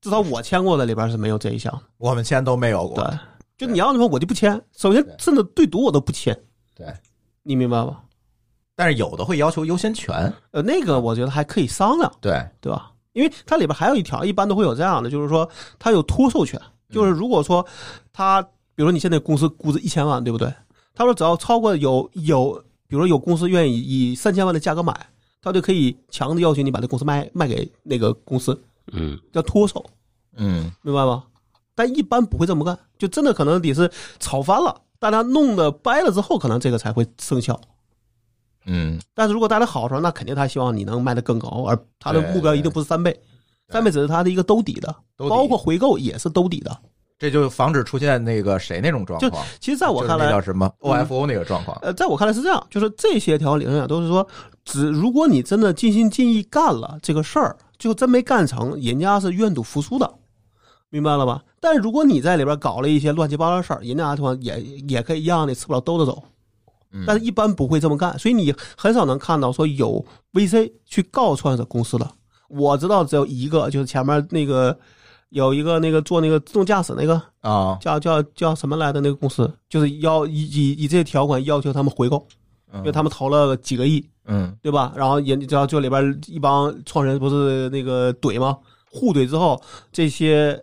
S2: 至少我签过的里边是没有这一项的。
S1: 我们签都没有过。
S2: 对，就你要那么我就不签，首先
S1: 对
S2: 甚至对赌我都不签，
S1: 对，
S2: 你明白吧？
S1: 但是有的会要求优先权，
S2: 呃，那个我觉得还可以商量，
S1: 对，
S2: 对吧？因为它里边还有一条，一般都会有这样的，就是说它有托售权，就是如果说他，比如说你现在公司估值一千万，对不对？他说只要超过有有，比如说有公司愿意以三千万的价格买，他就可以强制要求你把这公司卖卖给那个公司，
S4: 嗯，
S2: 叫脱手，
S1: 嗯，
S2: 明白吗？但一般不会这么干，就真的可能得是吵翻了，大家弄得掰了之后，可能这个才会生效。
S1: 嗯，
S2: 但是如果大家好的时候，那肯定他希望你能卖得更高，而他的目标一定不是三倍，三倍只是他的一个兜底的，
S1: 兜底
S2: 包括回购也是兜底的。
S1: 这就防止出现那个谁那种状况。
S2: 其实，在我看
S1: 就是那
S2: 来
S1: 叫，什么 OFO 那个状况，
S2: 呃，在我看来是这样，就是这些条理论啊上都是说，只如果你真的尽心尽意干了这个事儿，最后真没干成，人家是愿赌服输的，明白了吧？但如果你在里边搞了一些乱七八糟的事儿，人家地方也也可以让你吃不了兜着走，
S1: 嗯
S2: 但是一般不会这么干，所以你很少能看到说有 VC 去告创业者公司的。我知道只有一个，就是前面那个有一个那个做那个自动驾驶那个
S1: 啊，
S2: 叫叫叫什么来的那个公司，就是要以以以这些条款要求他们回购，因为他们投了几个亿，
S1: 嗯
S2: 对吧？然后也你知道这里边一帮创始人不是那个怼吗？互怼之后，这些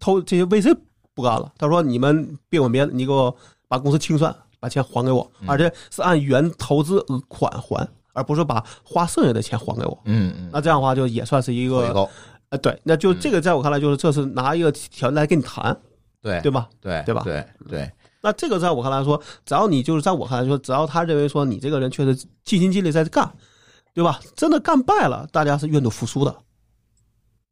S2: 偷这些 VC 不干了，他说你们别管别的，你给我把公司清算，把钱还给我，
S1: 嗯
S2: 而且是按原投资额款还，而不是把花剩下的钱还给我。
S1: 嗯嗯，
S2: 那这样的话，就也算是一
S1: 回
S2: 个
S1: 购，
S2: 呃，对，那就
S1: 嗯
S2: 这个，在我看来，就是这是拿一个条件来跟你谈，
S1: 对
S2: 对吧？
S1: 对
S2: 对吧
S1: 对对，
S2: 那这个在我看来说，只要你就是在我看来说，只要他认为说你这个人确实尽心尽力在干，对吧？真的干败了，大家是愿赌服输的，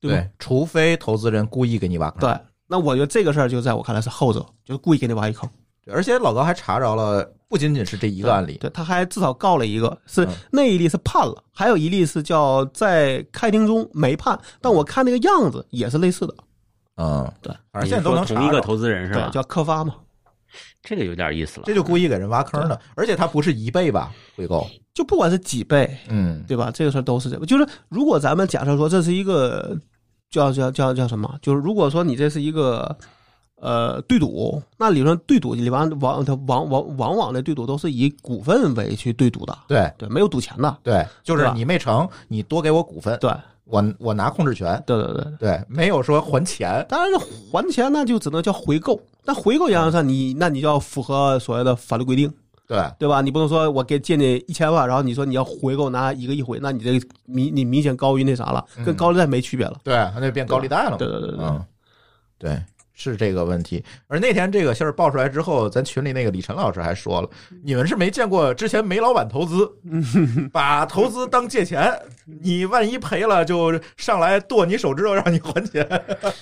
S2: 对吧？
S1: 对，除非投资人故意给你挖坑。
S2: 对那我觉得这个事儿就在我看来是后者，就是故意给你挖一坑。
S1: 对，而且老高还查着了，不仅仅是这一个案例，
S2: 对，他还至少告了一个，是
S1: 嗯
S2: 那一例是判了，还有一例是叫在开庭中没判，但我看那个样子也是类似的，
S1: 嗯，
S2: 对，
S1: 反
S4: 你
S1: 正
S4: 是
S1: 现在都
S4: 说
S1: 能
S4: 同一个
S1: 查着，
S4: 投资人是
S2: 对，
S4: 吧？
S2: 叫科发嘛，
S4: 这个有点意思了
S1: 这。就故意给人挖坑的，而且他不是一倍吧回购，
S2: 就不管是几倍，
S1: 嗯，
S2: 对吧？这个事儿都是这样。就是如果咱们假设说这是一个叫叫叫叫什么，就是如果说你这是一个呃对赌，那理论上对赌里边往它往往往往的对赌都是以股份为去对赌的，
S1: 对
S2: 对，没有赌钱的，
S1: 对，就
S2: 对
S1: 是
S2: 吧
S1: 你没成，你多给我股份，
S2: 对
S1: 我我拿控制权，
S2: 对对对。
S1: 对，没有说还钱，
S2: 当然是还钱，那就只能叫回购。但回购原则上你那你就要符合所谓的法律规定，
S1: 对
S2: 对吧？你不能说我给借你一千万，然后你说你要回购拿一个亿回，那你这个明你明显高于那啥了，
S1: 嗯
S2: 跟高利贷没区别了。
S1: 对，那就变高利贷了嘛，
S2: 对对对对对。
S1: 嗯，对，是这个问题。而那天这个信儿爆出来之后，咱群里那个李晨老师还说了，你们是没见过之前煤老板投资， 把投资当借钱，你万一赔了就上来剁你手指头让你还钱。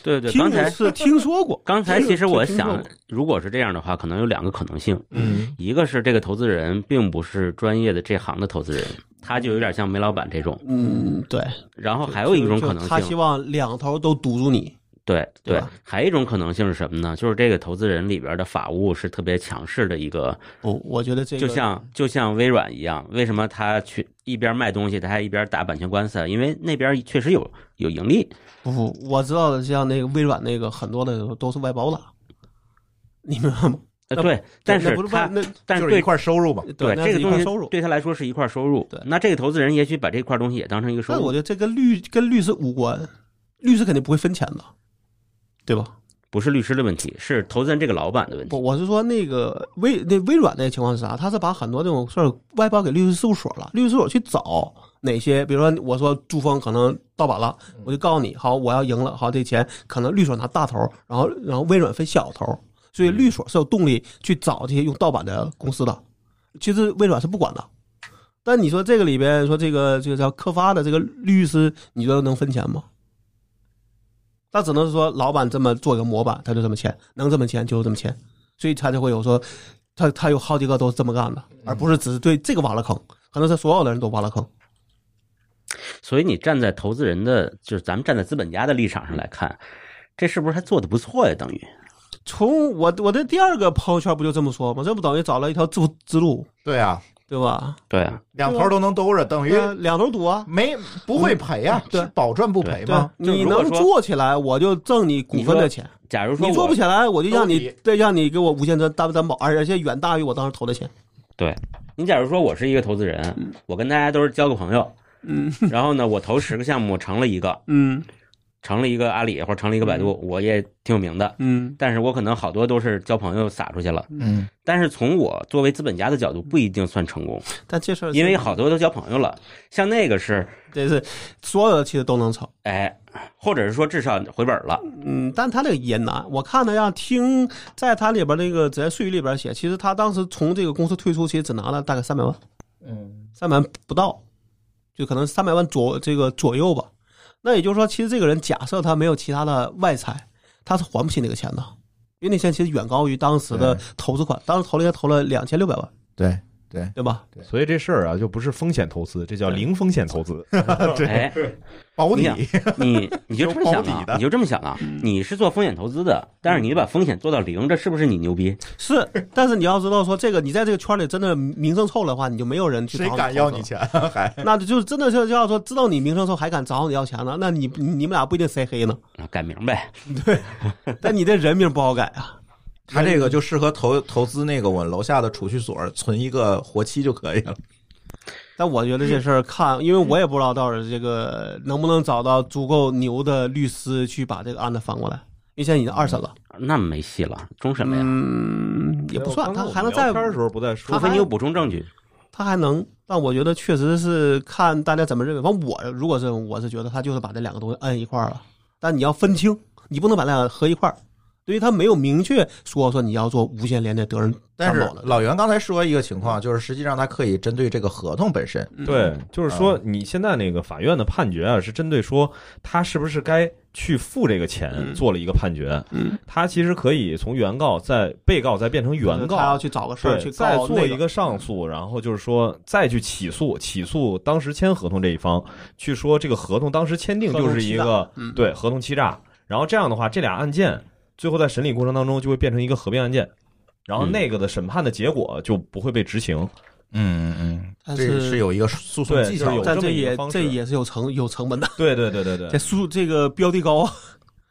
S4: 对对，
S2: 听
S4: 刚
S2: 着
S4: 才
S2: 是听说过，
S4: 刚才其实我
S2: 听说
S4: 想
S2: 过，
S4: 如果是这样的话，可能有两个可能性。
S1: 嗯
S4: 一个是这个投资人并不是专业的这行的投资人，他就有点像煤老板这种。
S2: 嗯，对，
S4: 然后还有一种可能
S2: 就他希
S4: 性，
S2: 望两头都堵住你，
S4: 对
S2: 对
S4: 对
S2: 吧，
S4: 还有一种可能性是什么呢？就是这个投资人里边的法务是特别强势的一个，
S2: 不，我觉得这个
S4: 就像就像微软一样，为什么他去一边卖东西，他还一边打版权官司？因为那边确实有有盈利，
S2: 不不，我知道的，像那个微软那个很多的都是外包的，你明白吗？
S4: 呃
S2: 那
S4: 对，但
S2: 那
S4: 是
S2: 不是外
S4: 他
S2: 那
S4: 但
S1: 就是
S4: 对
S1: 一块收入嘛。
S4: 对
S2: 那是
S4: 这个
S2: 一
S4: 东
S2: 块
S4: 西
S2: 收入。
S4: 对他来说是一块收入
S2: 对。
S4: 那这个投资人也许把这块东西也当成一个收
S2: 但我
S4: 入，
S2: 觉得这跟律跟律师无关，律师肯定不会分钱的，对吧？
S4: 不是律师的问题，是投资人这个老板的问
S2: 不，
S4: 题。
S2: 我是说那个微那微软那个情况是啥？他是把很多这种事儿外包给律师事务所了，律师事务所去找哪些，比如说我说朱峰可能盗版了，我就告诉你，好，我要赢了，好，这钱可能律所拿大头，然后然后微软分小头，所以律所是有动力去找这些用盗版的公司的，其实微软是不管的。但你说这个里边说这个这个叫科发的这个律师，你说能分钱吗？他只能是说老板这么做一个模板，他就这么签，能这么签就这么签。所以他就会有说，他他有好几个都是这么干的，
S4: 嗯
S2: 而不是只是对这个挖了坑，可能是所有的人都挖了坑。
S4: 所以你站在投资人的，就是咱们站在资本家的立场上来看，这是不是还做的不错呀？等于
S2: 从我我的第二个朋友圈不就这么说吗？这不等于找了一条自之路，
S1: 对啊，
S2: 对吧？
S4: 对啊，
S1: 两头都能兜着，等于
S2: 对啊，两头堵啊。
S1: 没不会赔呀、
S2: 对
S1: 是保赚不赔
S2: 对
S1: 吗？，
S4: 就
S2: 你
S4: 如果
S2: 能
S4: 说
S2: 做起来，我就挣你股份的钱；
S4: 假如说
S2: 你做
S4: 我
S2: 不起来，我就让
S1: 兜
S2: 你
S1: 底
S2: 对让你给我无限担担保，而且远大于我当时投的钱。
S4: 你假如说我是一个投资人，我跟大家都是交个朋友，
S2: 嗯
S4: 然后呢，我投十个项目成了一个，
S2: 嗯
S4: 成了一个阿里或者成了一个百度，我也挺有名的，
S2: 嗯
S4: 但是我可能好多都是交朋友撒出去了。
S1: 嗯，
S4: 但是从我作为资本家的角度，不一定算成功，
S2: 但这事儿
S4: 因为好多都交朋友了。像那个是，
S2: 这是所有的其实都能成。
S4: 哎，或者是说至少回本了，
S2: 嗯，但他这个也难。我看他呀，听在他里边那个只言碎语里边写，其实他当时从这个公司退出，其实只拿了大概三百万，
S1: 嗯，
S2: 三百万不到，就可能三百万左这个左右吧。那也就是说，其实这个人假设他没有其他的外财，他是还不起那个钱的，因为那钱其实远高于当时的
S1: 对
S2: 投资款，当时投了应该投了两千六百万，
S1: 对对，
S2: 对吧？
S3: 所以这事儿啊，就不是风险投资，这叫零风险投资。
S4: 哎，
S1: 保 底，
S4: 你你就这么想
S1: 有保底
S4: 啊
S1: 的？
S4: 你就这么想啊？你是做风险投资的，但是你把风险做到零，这是不是你牛逼？
S2: 是，但是你要知道说，这个你在这个圈里真的名声臭了的话，你就没有人去
S1: 谁
S2: 找
S1: 敢
S2: 投
S1: 要
S2: 资
S1: 你
S2: 了
S1: 钱？ 还
S2: 那就真的是要说知道你名声臭还敢找你要钱呢，那你你你们俩不一定谁黑呢，
S4: 啊改名呗，
S2: 但你这人名不好改啊。
S1: 他这个就适合投投资那个我楼下的储蓄所，存一个活期就可以了。
S2: 但我觉得这事儿看，因为我也不知道到底这个能不能找到足够牛的律师去把这个案子翻过来，因为现在已经二审了，
S4: 那没戏了，终审了呀。
S2: 嗯， 也不
S3: 哎
S2: 算，他还能再
S3: 天的时候不再说
S4: 除非你有补充证据，
S2: 他还能，但我觉得确实是看大家怎么认为。反正我如果是我是觉得他就是把这两个东西摁一块儿了，但你要分清，你不能把俩合一块儿。对于他没有明确说说你要做无限连带责任
S1: 但
S2: 担
S1: 是
S2: 保的，
S1: 老袁刚才说一个情况，就是实际上他可以针对这个合同本身，
S3: 对，就是说你现在那个法院的判决啊，是针对说他是不是该去付这个钱做了一个判决。
S2: 嗯，
S3: 他其实可以从原告再被告再变成原
S2: 他要
S3: 告，
S2: 去找个事儿
S3: 对，
S2: 去
S3: 再
S2: 告
S3: 做
S2: 那
S3: 一个嗯上诉，然后就是说再去起诉，起诉当时签合同这一方，去说这个合同当时签订就是一个
S2: 嗯
S3: 对合同欺诈，然后这样的话，这俩案件最后在审理过程当中就会变成一个合并案件。然后
S4: 嗯
S3: 那个的审判的结果就不会被 执行，
S1: 嗯嗯
S2: 但
S1: 这
S2: 是
S1: 是有一个诉讼
S3: 对
S1: 技
S3: 就是
S1: 巧
S3: 有
S1: 的，
S2: 但
S3: 这
S2: 这
S3: 么一个
S2: 也
S3: 方式
S2: 这也是有成有成本的，
S3: 对对对对对
S2: 这，速这个标的高啊，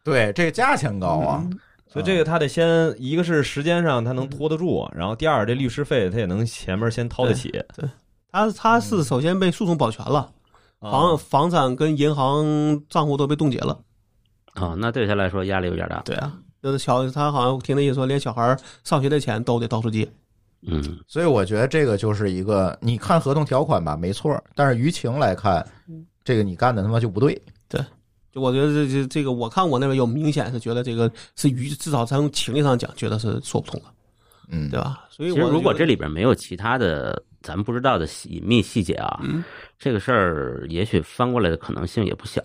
S1: 对，这个价钱高
S2: 嗯
S1: 啊，
S3: 所以这个他得先，一个是时间上他能拖得住，然后第二这律师费他也能前面先掏得起。
S2: 他他是首先被诉讼保全了，
S3: 嗯啊
S2: 房房产跟银行账户都被冻结了。
S4: 啊，那对他来说压力有点大。
S2: 对啊，就是小他好像听那意思说，连小孩儿上学的钱都得到处借。
S4: 嗯，
S1: 所以我觉得这个就是一个，你看合同条款吧，没错，但是舆情来看，这个你干的他妈就不对。
S2: 就我觉得这这这个，我看我那边有明显是觉得这个是于至少从情理上讲，觉得是说不通的，
S1: 嗯，
S2: 对吧？所以
S4: 其
S2: 我
S4: 实如果
S2: 觉
S4: 这
S2: 得
S4: 里边没有其他的咱们不知道的细隐秘细节
S2: 嗯
S4: 啊，这个事儿也许翻过来的可能性也不小。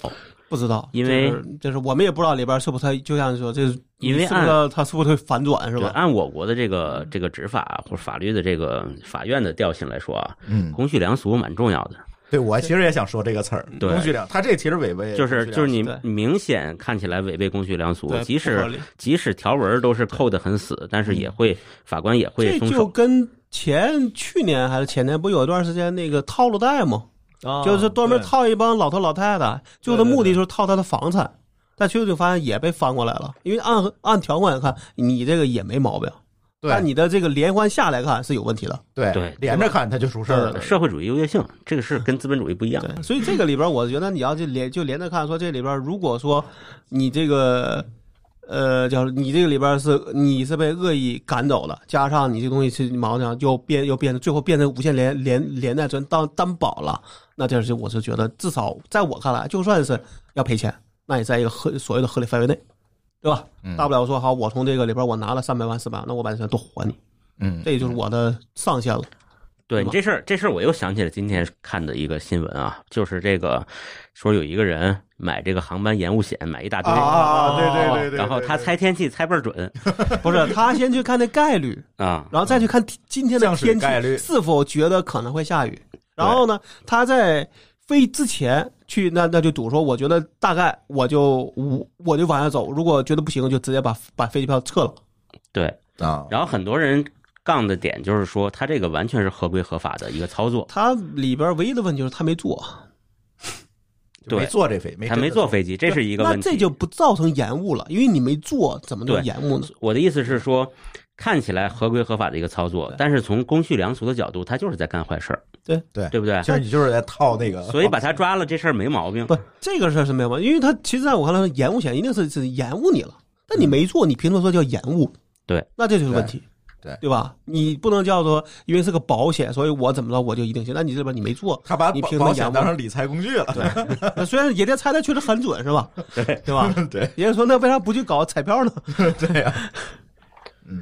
S2: 不知道，
S4: 因为
S2: 就是就是我们也不知道里边是不是他就像说这是
S4: 因为
S2: 你是不知道他是不是会反转是
S4: 对
S2: 吧？
S4: 按我国的这个这个执法或者法律的这个法院的调性来说啊，
S1: 嗯，
S4: 公序良俗蛮重要的。
S1: 对我其实也想说这个词儿，
S4: 对
S1: 公序良，他这其实违背
S4: 就是
S1: 公序良
S4: 就是你
S2: 对
S4: 明显看起来违背公序良俗，
S2: 对
S4: 即
S2: 不合理
S4: 使即使条文都是扣得很死，但是也会法官也会
S2: 这
S4: 松
S2: 就
S4: 手。
S2: 跟前去年还是前年不有一段时间那个套路贷吗？
S3: 啊
S2: 就是专门
S3: 对
S2: 套一帮老头老太太，最后的目的就是套他的房产。但最后就发现也被翻过来了，因为按按条款看，你这个也没毛病，但
S1: 对
S2: 你的这个连环下来看是有问题的。
S1: 对
S4: 对
S1: 连着看他就出事儿了。
S4: 社会主义优越性，这个是跟资本主义不一样。
S2: 对，所以这个里边，我觉得你要就连就连着看，说这里边如果说你这个呃叫你这个里边是你是被恶意赶走了，加上你这东西是毛上又变又变，最后变成无限连连连带责任当担保了，那这是我是觉得至少在我看来，就算是要赔钱，那也在一个合所谓的合理范围内。对吧？
S1: 嗯
S2: 大不了说好，我从这个里边我拿了三百万、四百万，那我把这钱都还你，
S1: 嗯，
S2: 这就是我的上限了。
S4: 对
S2: 对吧
S4: 你这事儿，这事儿我又想起了今天看的一个新闻啊，就是这个说有一个人买这个航班延误险，买一大堆，
S1: 啊啊啊！对对对对对，
S4: 然后他
S1: 对
S4: 猜天气猜倍儿准
S2: 不是，他先去看那概率，
S4: 啊，
S2: 然后再去看天今天的
S1: 降水
S2: 天
S1: 概
S2: 气
S1: 率
S2: 是否觉得可能会下雨。然后呢，他在飞之前去，那那就赌说，我觉得大概我就我我就往下走，如果觉得不行，就直接把把飞机票撤了。
S4: 对。
S1: 啊，
S4: 然后很多人杠的点就是说，他这个完全是合规合法的一个操作，
S2: 他里边唯一的问题就是他没做，
S1: 就没
S4: 对
S1: 坐这飞，没
S4: 他
S1: 真的
S4: 没坐飞机，这是一个
S2: 那
S4: 问题。
S2: 这就不造成延误了，因为你没做，怎么能
S4: 对
S2: 延误呢？
S4: 我的意思是说，看起来合规合法的一个操作
S2: 对，
S4: 但是从公序良俗的角度，他就是在干坏事儿，
S2: 对
S1: 对
S4: 对不对
S1: 其？实你就是在套那个，
S4: 所以把他抓了，这事儿没毛病。
S2: 不，这个事儿是没有问题，因为他其实在我看来，延误险一定是是延误你了，但你没做，你凭什么说叫延误？
S4: 对，
S2: 那这就是问题，
S1: 对对
S2: 对吧？你不能叫做因为是个保险，所以我怎么着我就一定行，那你这边你 没做，
S1: 他把
S2: 你
S1: 保
S2: 凭什
S1: 保
S2: 么
S1: 险
S2: 养
S1: 当
S2: 我？
S1: 成理财工具了，
S2: 那虽然爷爷猜的确实很准，是吧？对对吧？
S1: 对
S2: 爷爷说那为啥不去搞彩票呢？
S1: 对呀、嗯。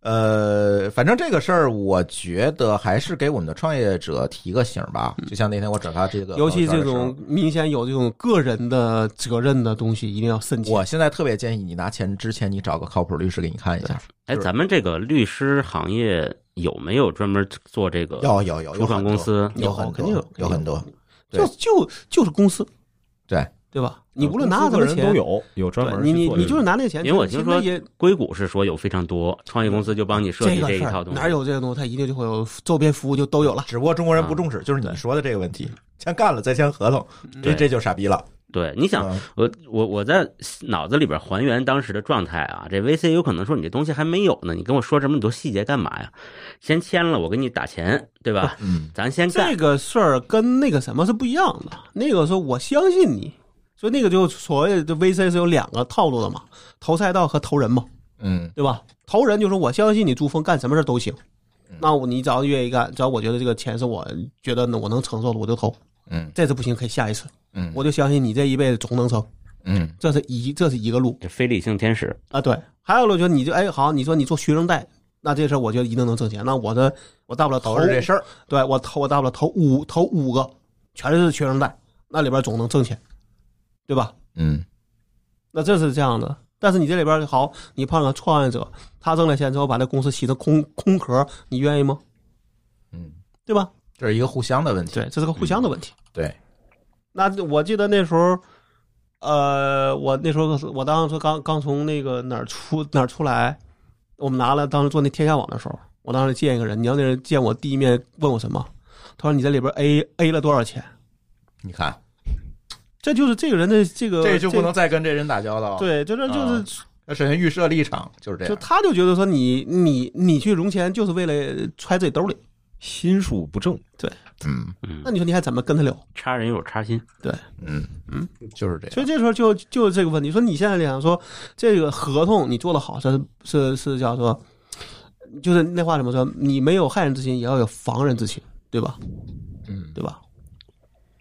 S1: 呃，反正这个事儿，我觉得还是给我们的创业者提个醒儿吧。
S4: 嗯
S1: 就像那天我转发这个，
S2: 尤其这种，明显有这种个人的责任的东西，一定要慎其。
S1: 我现在特别建议你拿钱之前，你找个靠谱律师给你看一下。
S4: 哎，
S1: 是
S4: 咱们这个律师行业有没有专门做这个
S1: 有有有，
S4: 初
S1: 有
S4: 创
S1: 很
S4: 公
S1: 多
S4: 司？
S1: 有很
S2: 肯定
S1: 多，有很多，对
S2: 就就就是公司，
S1: 对
S2: 对吧？你无论拿什
S3: 个
S2: 么
S3: 人
S2: 钱，
S3: 都有有专门
S2: 对你你
S3: 去做
S2: 你
S3: 这个
S2: 就是拿那个钱，
S4: 因为我
S2: 其实
S4: 听说
S2: 也
S4: 硅谷是说有非常多创业公司就帮你设计
S2: 这个
S4: 一
S2: 事
S4: 套
S2: 儿
S4: 东西，
S2: 哪有这个东西，它一定就会有周边服务就都有了。
S1: 只不过中国人不重视，就是你说的这个问题，先干了再签合同，这
S4: 对
S1: 这就傻逼了。
S4: 对，你想，
S1: 嗯
S4: 我我我在脑子里边还原当时的状态啊，这 VC 有可能说你这东西还没有呢，你跟我说这么多细节干嘛呀？先签了，我给你打钱，对吧？
S1: 嗯，
S4: 咱先
S2: 这
S4: 干。
S2: 个事儿跟那个什么是不一样的，那个说我相信你，所以那个就所谓的 VC 是有两个套路的嘛，投赛道和投人嘛，
S1: 嗯，
S2: 对吧？投人就是我相信你，朱峰干什么事儿都行。
S1: 嗯
S2: 那我你只要愿意干，只要我觉得这个钱是我觉得我能承受的，我就投。
S1: 嗯
S2: 这次不行可以下一次，
S1: 嗯
S2: 我就相信你这一辈子总能成。
S1: 嗯
S2: 这是一这是一个路，
S4: 这非理性天使，
S2: 啊，对，还有了，就是你就哎好，你说你做学生贷，那这事儿我觉得一定能挣钱。那我的我大不了投
S1: 投是这事儿，
S2: 对我投我大不了投五投五个，全是学生贷，那里边总能挣钱，对吧？
S1: 嗯
S2: 那这是这样的。但是你这里边好，你碰上创业者，他挣了钱之后把那公司洗成空空壳，你愿意吗？
S1: 嗯，
S2: 对吧？
S1: 这是一个互相的问题。
S2: 对，这是个互相的问题。
S1: 嗯对，
S2: 那我记得那时候，呃，我那时候我当时刚刚从那个哪儿出哪儿出来，我们拿了当时做那天下网的时候，我当时见一个人，你知道那人见我第一面问我什么？他说你在里边 A A 了多少钱？
S1: 你看，
S2: 这就是这个人的这个
S1: 呃这就不能啊再跟这人打交道。，
S2: 对，就是就是、
S1: 他首先预设立场就是这
S2: 就
S1: 样。
S2: 他就觉得说你你你去融钱就是为了揣自己兜里，
S3: 心术不正，
S1: 嗯
S4: 嗯
S2: 那，你说你还怎么跟他聊？
S4: 差人有差心，
S1: 嗯
S2: 嗯，
S1: 就是这样。
S2: 所以这时候就就是这个问题，说你现在想说这个合同你做的好，这是是是叫做，就是那话怎么说？你没有害人之心，也要有防人之心，对吧？
S1: 嗯，
S2: 对吧？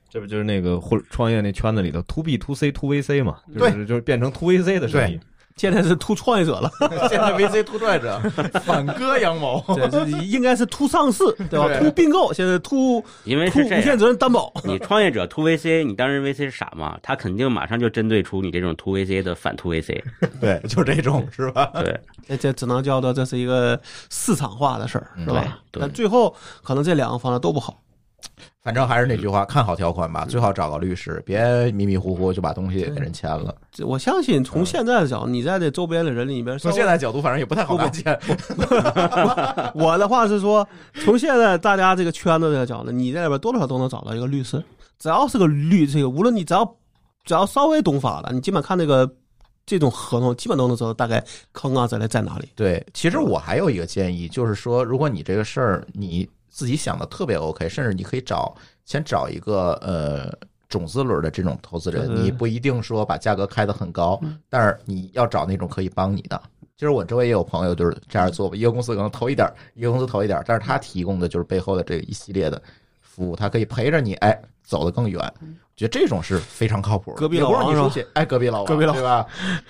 S3: 这不就是那个互创业那圈子里的 to B to C to VC 嘛？就是就是变成 to VC 的生意。
S2: 现在是突创业者了，
S1: 现在 VC 突拽 者反割羊毛。
S2: 对，这应该是突上市，对吧？
S1: 对
S2: 突并购，现在突
S4: 因为
S2: 突
S4: 是这
S2: 无限
S4: 样。
S2: 责任担保，
S4: 你创业者突 VC，你当然 VC 是傻吗？他肯定马上就针对出你这种突 VC 的反 突 VC。
S1: 对，就这种是吧？
S4: 对，
S2: 这这只能叫做这是一个市场化的事儿，是吧？
S4: 对对
S2: 但最后可能这两个方案都不好，
S1: 反正还是那句话，看好条款吧，最好找个律师，别迷迷糊糊就把东西给人签了。
S2: 这我相信从现在的角度，你在这周边的人里边，
S1: 从现在角度，反正也不太好拿钱。
S2: 我的话是说，从现在大家这个圈子这个角度，你在里边多多少少都能找到一个律师，只要是个律，这个无论你只要只要稍微懂法了，你基本看那个这种合同，基本都能知道大概坑啊之类在哪里。
S1: 对，其实我还有一个建议，就是说，如果你这个事儿你自己想的特别 OK，甚至你可以找先找一个呃种子轮的这种投资人，
S2: 对对对嗯
S1: 你不一定说把价格开得很高，但是你要找那种可以帮你的。其实我周围也有朋友就是这样做吧，一个公司可能投一点儿，一个公司投一点儿，但是他提供的就是背后的这一系列的服务，他可以陪着你，哎，走得更远。我觉得这种是非常靠谱的，
S2: 嗯隔壁
S1: 也
S2: 老
S1: 不是
S2: 王
S1: 你
S2: 是
S1: 出
S2: 吧
S1: 去，哎，隔壁老王，
S2: 隔壁老
S1: 对吧？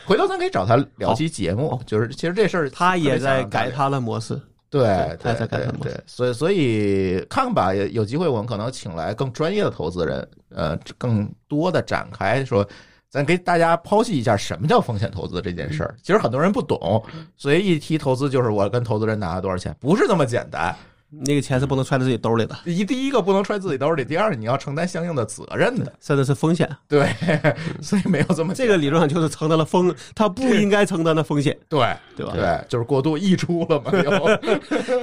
S1: 回头咱可以找他聊期节目，就是其实这事儿
S2: 他也在
S1: 特别想让
S2: 改
S1: 聊，
S2: 他的模式，
S1: 对，
S2: 他也在改
S1: 对
S2: 他的模式
S1: 对，所以所以看看吧，也有机会我们可能请来更专业的投资人，呃，更多的展开说。咱给大家剖析一下什么叫风险投资这件事
S2: 嗯
S1: 儿。其实很多人不懂，所以一提投资就是我跟投资人拿了多少钱，不是这么简单。
S2: 那个钱是不能揣在自己兜里的，
S1: 一第一个不能揣自己兜里，第二你要承担相应的责任的。
S2: 甚至是风险。
S1: 对，
S2: 嗯
S1: 所以没有这么
S2: 这
S1: 简
S2: 个理论上就是承担了风，他不应该承担的风 险，
S1: 对
S2: 对吧？
S1: 对，就是过度溢出了嘛，又。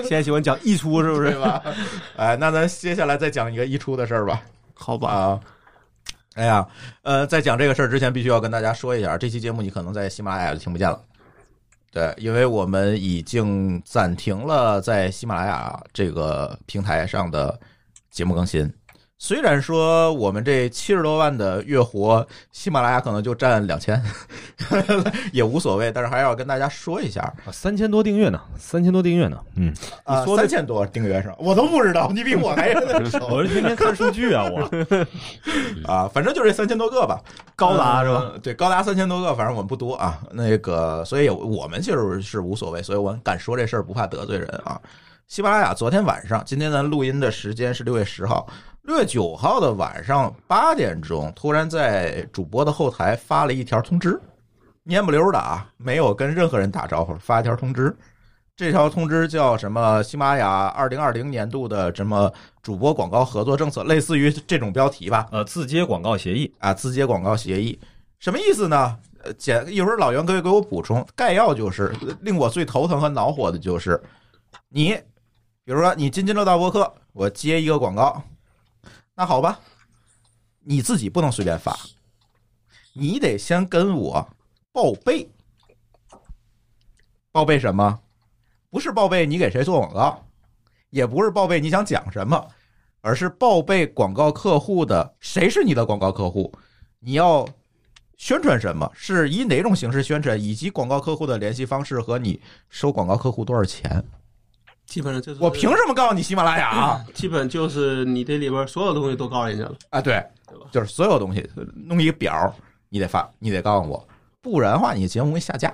S2: 现在喜欢讲溢出，是不
S1: 对
S2: 是？
S1: 吧？ 哎，那咱接下来再讲一个溢出的事儿吧。
S2: 好吧，
S1: 啊，哎呀，呃，在讲这个事儿之前，必须要跟大家说一下，这期节目你可能在喜马拉雅就听不见了。对，因为我们已经暂停了在喜马拉雅这个平台上的节目更新。虽然说我们这七十多万的月活，喜马拉雅可能就占两千， 也无所谓，但是还要跟大家说一下，
S3: 啊三千多订阅呢，三千多订阅呢，嗯，
S1: 你啊说三千多订阅是吧？我都不知道，你比我还
S3: 我是天天看数据啊，我
S1: 啊，反正就这三千多个吧，
S2: 高达是吧？
S1: 嗯对，高达三千多个，反正我们不多啊。那个，所以我们其实是无所谓，所以我敢说这事儿不怕得罪人啊。喜马拉雅昨天晚上，今天咱录音的时间是六月十号，六月九号的晚上八点钟，突然在主播的后台发了一条通知，蔫不溜的啊，没有跟任何人打招呼，发一条通知。这条通知叫什么？喜马拉雅二零二零年度的什么主播广告合作政策，类似于这种标题吧。
S3: 呃自接广告协议，
S1: 啊自接广告协议，什么意思呢？呃，简一会儿老袁哥给我补充概要，就是令我最头疼和恼火的就是你，比如说你津津乐道播客，我接一个广告，那好吧，你自己不能随便发，你得先跟我报备，报备什么？不是报备你给谁做广告，也不是报备你想讲什么，而是报备广告客户的谁是你的广告客户，你要宣传什么，是以哪种形式宣传，以及广告客户的联系方式和你收广告客户多少钱。
S2: 基本上就是
S1: 我凭什么告诉你喜马拉雅 啊？
S2: 基本就是你这里边所有东西都告诉人家了，
S1: 啊，对
S2: 对吧，
S1: 就是所有东西弄一个表儿，你得发，你得告诉我，不然的话你的节目会下架。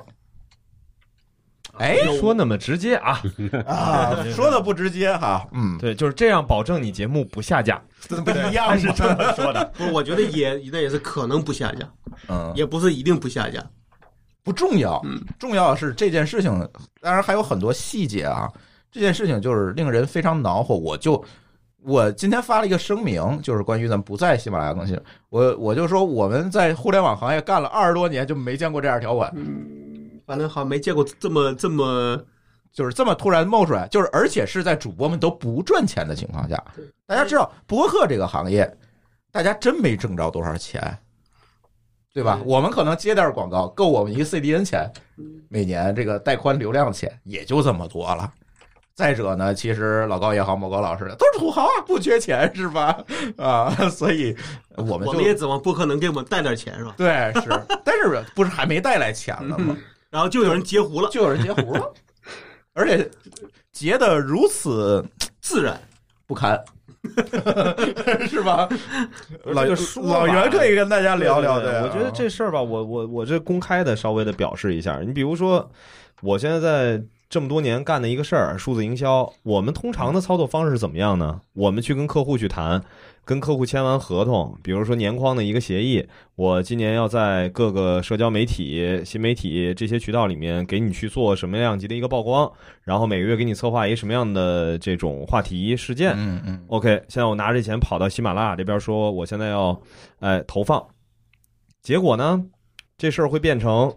S1: 哎
S3: 说那么直接啊，
S1: 啊，说的不直接哈，嗯，
S3: 对，就是这样，保证你节目不下架，
S1: 不一样是
S3: 这么说的。
S2: 不是？我觉得也那也是可能不下架，
S1: 嗯，
S2: 也不是一定不下架。
S1: 不重要
S2: 嗯，
S1: 重要的是这件事情，当然还有很多细节啊。这件事情就是令人非常恼火，我就我今天发了一个声明，就是关于咱们不在喜马拉雅更新，我我就说我们在互联网行业干了二十多年，就没见过这样条款，
S2: 反正好像没见过这么这么，
S1: 就是这么突然冒出来，就是而且是在主播们都不赚钱的情况下，大家知道播客这个行业，大家真没挣着多少钱，对吧？我们可能接点广告够我们一个 CDN 钱，
S2: 嗯
S1: 每年这个带宽流量钱也就这么多了。再者呢，其实老高也好，某高老师都是土豪啊，不缺钱是吧？啊，所以我们就
S2: 我们也指望播客能给我们带点钱是吧？
S1: 对是，但是不是还没带来钱呢 吗？
S2: 然后就有人截胡了，
S1: 就有人截胡了，而且截的如此
S2: 自然
S1: 不堪，是吧？ 老
S3: 就说吧
S1: 老袁可以跟大家聊聊啊
S3: 对
S1: 的。
S3: 我觉得这事儿吧，我我我这公开的稍微的表示一下，你比如说，我现在在这么多年干的一个事儿，数字营销，我们通常的操作方式是怎么样呢？我们去跟客户去谈，跟客户签完合同，比如说年框的一个协议，我今年要在各个社交媒体、新媒体这些渠道里面给你去做什么样级的一个曝光，然后每个月给你策划一个什么样的这种话题事件，
S1: 嗯嗯
S3: OK，现在我拿着钱跑到喜马拉雅这边说，我现在要哎投放，结果呢，这事儿会变成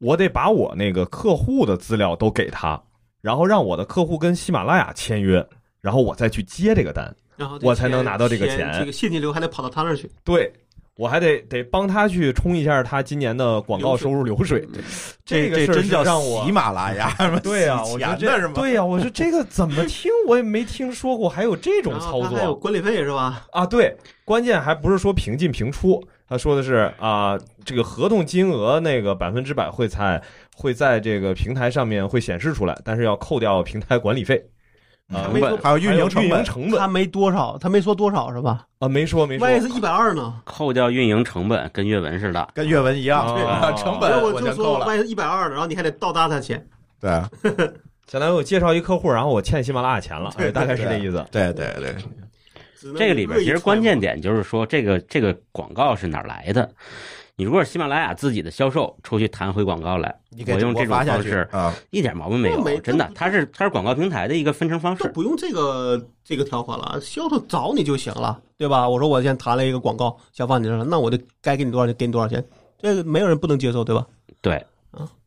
S3: 我得把我那个客户的资料都给他，然后让我的客户跟喜马拉雅签约，然后我再去接这个单。
S2: 然后
S3: 我才能拿到这
S2: 这
S3: 个
S2: 钱
S3: 钱
S2: 这个现金流还得跑到他那儿去。
S3: 对。我还得得帮他去冲一下他今年的广告收入流水，
S2: 嗯
S1: 这
S3: 个事儿
S1: 真
S3: 是
S1: 叫
S3: 让我
S1: 喜马拉雅什么
S3: 对呀、啊，
S1: 洗
S3: 我
S1: 钱
S3: 觉得
S1: 的
S3: 这
S1: 是吗？
S3: 对呀、我说这个怎么听我也没听说过，还有这种
S2: 然
S3: 操
S2: 后
S3: 作，
S2: 他还有管理费是吧？
S3: 啊，对，关键还不是说平进平出，他说的是啊，这个合同金额那个百分之百会在会在这个平台上面会显示出来，但是要扣掉平台管理费啊，
S2: 没说
S1: 嗯
S3: 万
S1: 还有运营成
S3: 还有运
S1: 本
S3: 营，成本
S2: 他没多少，他没说多少是吧？
S3: 啊，没说没说
S2: 万一是一百二呢？
S4: 扣掉运营成本，跟阅文似的。
S1: 跟阅文一样，啊
S3: 哦
S1: 对吧成本
S2: 那我就
S1: 全够
S2: 说，
S1: 了。
S2: 万一一百二呢，然后你还得倒搭他钱，
S1: 对
S3: 相当于我介绍一客户，然后我欠喜马拉雅钱了， 哎
S1: 对
S3: 大概是这意思。
S1: 对对对，
S2: 只能
S4: 这个里边其实关
S2: 锐
S4: 键
S2: 意揣摩
S4: 点就是说，这个这个广告是哪儿来的？你如果是喜马拉雅自己的销售出去谈回广告来，
S1: 你给
S4: 我用
S1: 主播
S4: 这种
S1: 发下
S4: 方
S1: 去
S4: 式
S1: 啊，
S4: 一点毛病没
S2: 那没
S4: 有，真的
S2: 那，
S4: 它是它是广告平台的一个分成方
S2: 都
S4: 式。
S2: 不用这个这个条款了，销售找你就行了，对吧？我说我先谈了一个广告，想放你这儿了，那我就该给你多少钱给你多少钱，这个没有人不能接受，对吧？
S4: 对，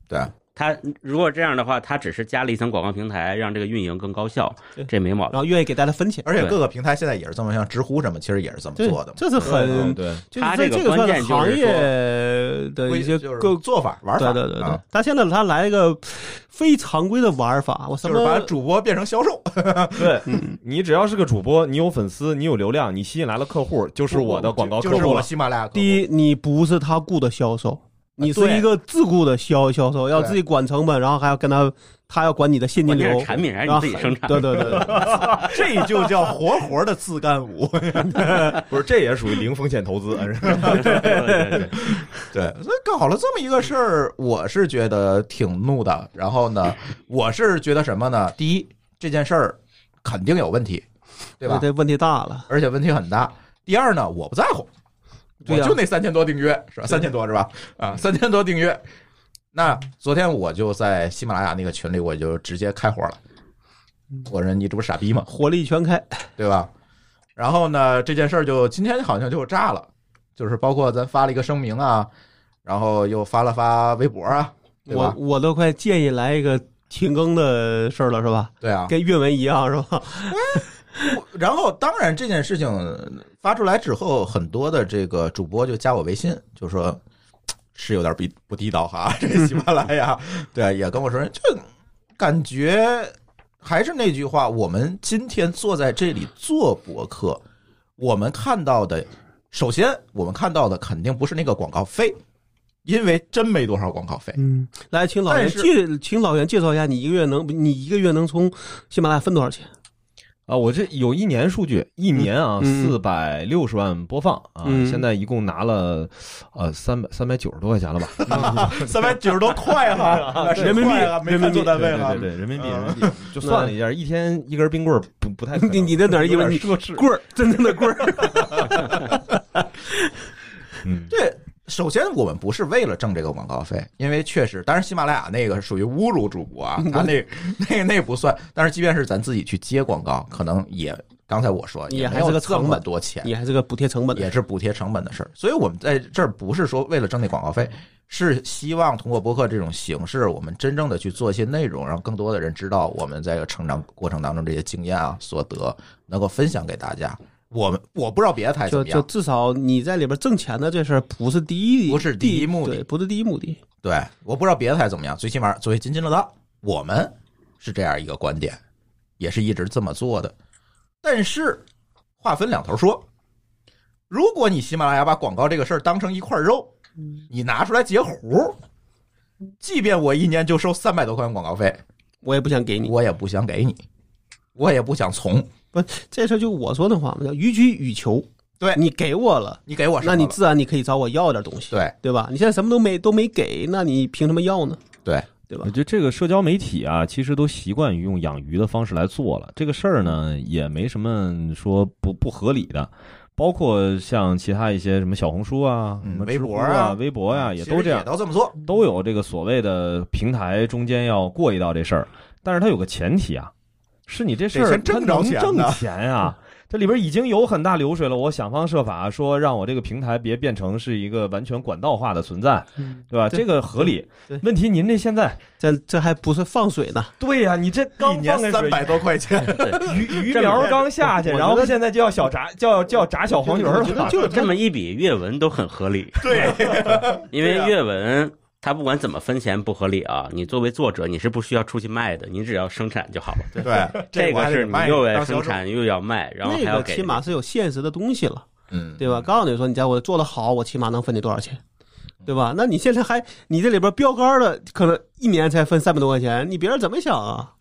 S1: 对，
S4: 他如果这样的话，他只是加了一层广告平台，让这个运营更高效
S3: 对，
S4: 这没毛病。
S2: 然后愿意给大家分钱，
S1: 而且各个平台现在也是这么，像知乎什么，其实也是这么
S2: 对
S1: 做的嘛。
S2: 这是
S3: 嗯
S2: 很，
S3: 对，
S2: 就是
S4: 他
S2: 在
S4: 这个
S2: 这个算
S4: 关键
S2: 是
S4: 就是
S2: 行业的
S1: 规
S2: 一些
S1: 就是
S2: 各
S1: 做法玩法，
S2: 对对对对
S1: 啊，
S2: 他现在他来一个非常规的玩法，我什
S1: 就是把
S2: 么
S1: 主播变成销售，
S3: 对
S1: 嗯
S3: 你只要是个主播，你有粉丝，你有流量，你吸引来了客户，就是我的广告
S1: 就
S3: 客
S1: 就是
S3: 户
S1: 我
S3: 了。
S1: 喜马拉雅客户
S2: 第一，你不是他雇的销售，你是
S1: 对
S2: 一个自雇的销销售，要
S1: 对
S2: 自己管成本，然后还要跟他，他要管你的现金
S4: 关键
S2: 流
S4: 是，产品还
S2: 然
S4: 是你
S2: 后
S4: 自己生产
S2: 对对对对，
S1: 这就叫活活的自干五。
S3: 不是，这也属于零风险投资。哎
S4: 的。
S1: 对，所以搞了这么一个事儿，我是觉得挺怒的。然后 呢，我是觉得什么呢？第一，这件事儿肯定有问题，对吧？
S2: 这问题大了。
S1: 而且问题很大。第二呢，我不在乎，
S2: 对
S1: 我
S2: 呀
S1: 就那三千多订阅是吧？三千多是吧？啊，三千多订阅。那昨天我就在喜马拉雅那个群里，我就直接开火了。
S2: 嗯
S1: 我说你这不是傻逼吗？
S2: 火力全开，
S1: 对吧？然后呢，这件事儿就今天好像就炸了，就是包括咱发了一个声明啊，然后又发了发微博啊，对
S2: 我
S1: 吧？
S2: 我都快建议来一个停更的事儿了，是吧？
S1: 对啊，
S2: 跟阅文一样，是吧？
S1: 然后当然这件事情发出来之后，很多的这个主播就加我微信，就说是有点不不地道哈，这喜马拉 雅对也跟我说，就感觉还是那句话，我们今天坐在这里做博客，我们看到的，首先我们看到的肯定不是那个广告费，因为真没多少广告 费。
S2: 嗯，来，请老
S1: 但
S2: 袁
S1: 是
S2: 介，请老袁介绍一下，你一个月能，你一个月能从喜马拉雅分多少钱？
S3: 啊，我这有一年数据，一年啊
S2: 嗯
S3: 四百六十万播放啊，
S2: 嗯
S3: 现在一共拿了呃三百三百九十多块钱了吧？
S1: 三百九十多块 哈，那是
S2: 人民币
S1: 块啊没看做单位
S3: 对
S1: 哈
S3: 对。对，人民币，
S1: 啊
S3: 人民币，就算了一下，一天一根冰棍儿不不
S1: 哎
S3: 太可能
S2: 你你在哪儿？因
S3: 有点
S2: 为
S3: 奢侈，
S2: 棍儿，真正的棍 儿。
S3: 嗯，
S1: 对，首先我们不是为了挣这个广告费，因为确实，当然喜马拉雅那个属于侮辱主播 啊，他那 那那不算。但是即便是咱自己去接广告，可能也刚才我说
S2: 也
S1: 没
S2: 还是
S1: 有
S2: 个
S1: 这
S2: 成
S1: 么
S2: 本
S1: 多钱，
S2: 你还是个补贴成本的
S1: 也是补贴成本的事儿。所以我们在这儿不是说为了挣那广告费，是希望通过播客这种形式，我们真正的去做一些内容，让更多的人知道我们在成长过程当中这些经验啊、所得，能够分享给大家。我们我不知道别的台怎
S2: 就
S1: 么
S2: 就
S1: 样，
S2: 至少你在里边挣钱的这事儿不是第一，
S1: 不是第一目的
S2: 对不是第一目的。
S1: 对，我不知道别的台怎么样，最起码作为津津乐道，我们是这样一个观点，也是一直这么做的。但是话分两头说，如果你喜马拉雅把广告这个事儿当成一块肉，
S3: 嗯
S1: 你拿出来截胡，即便我一年就收三百多块钱广告费，
S2: 我也不想给你，
S1: 我也不想给你，我也不想从。
S2: 这事儿就我说的话嘛，叫予取予求。
S1: 对
S2: 你给我了，
S1: 你给我什么了？
S2: 那你自然你可以找我要点东西，
S1: 对
S2: 对吧？你现在什么都没都没给，那你凭什么要呢？
S1: 对
S2: 对吧
S3: 我？觉得这个社交媒体啊，其实都习惯于用养鱼的方式来做了。这个事儿呢，也没什么说不不合理的。包括像其他一些什么小红书啊、
S1: 嗯
S3: 什么
S1: 微
S3: 知乎
S1: 博啊
S3: 啊、微博呀、也
S1: 其实
S3: 都这样
S1: 也，都这么做。
S3: 都有这个所谓的平台中间要过一道这事儿，但是它有个前提啊，是你这事
S1: 得
S3: 儿
S1: 先
S3: 它
S1: 挣着
S3: 能
S1: 钱
S3: 挣
S1: 呢
S3: 钱啊。 这里边已经有很大流水了，我想方设法说让我这个平台别变成是一个完全管道化的存在，
S2: 嗯
S3: 对吧？
S2: 对
S3: 这个合理
S2: 对。
S3: 问题您这现在，
S2: 这这还不是放水呢，
S3: 对呀、你这
S1: 一
S3: 刚
S1: 年
S3: 放开
S1: 三
S3: 水，
S1: 百多块 钱，
S3: 鱼鱼苗刚下去，
S2: 我觉得
S3: 然后现在就要小炸，就要就要炸小黄鱼
S2: 我觉得
S3: 了。
S2: 就
S4: 这么一比，阅文都很合 理，
S1: 对，
S4: 因
S1: 啊
S4: 为阅文它不管怎么分钱不合理啊，你作为作者你是不需要出去卖的，你只要生产就好了。
S1: 对，
S4: 这
S1: 我
S4: 个
S1: 还得
S4: 是你
S1: 卖
S4: 又要
S1: 当销售
S4: 生产又要卖，然后还
S2: 那
S4: 要
S2: 个
S4: 给
S2: 起码是有现实的东西了，
S1: 嗯，
S2: 对吧？告诉你说，你在我做的好，我起码能分你多少钱，对吧？那你现在还你这里边标杆的，可能一年才分三百多块钱，你别人怎么想啊？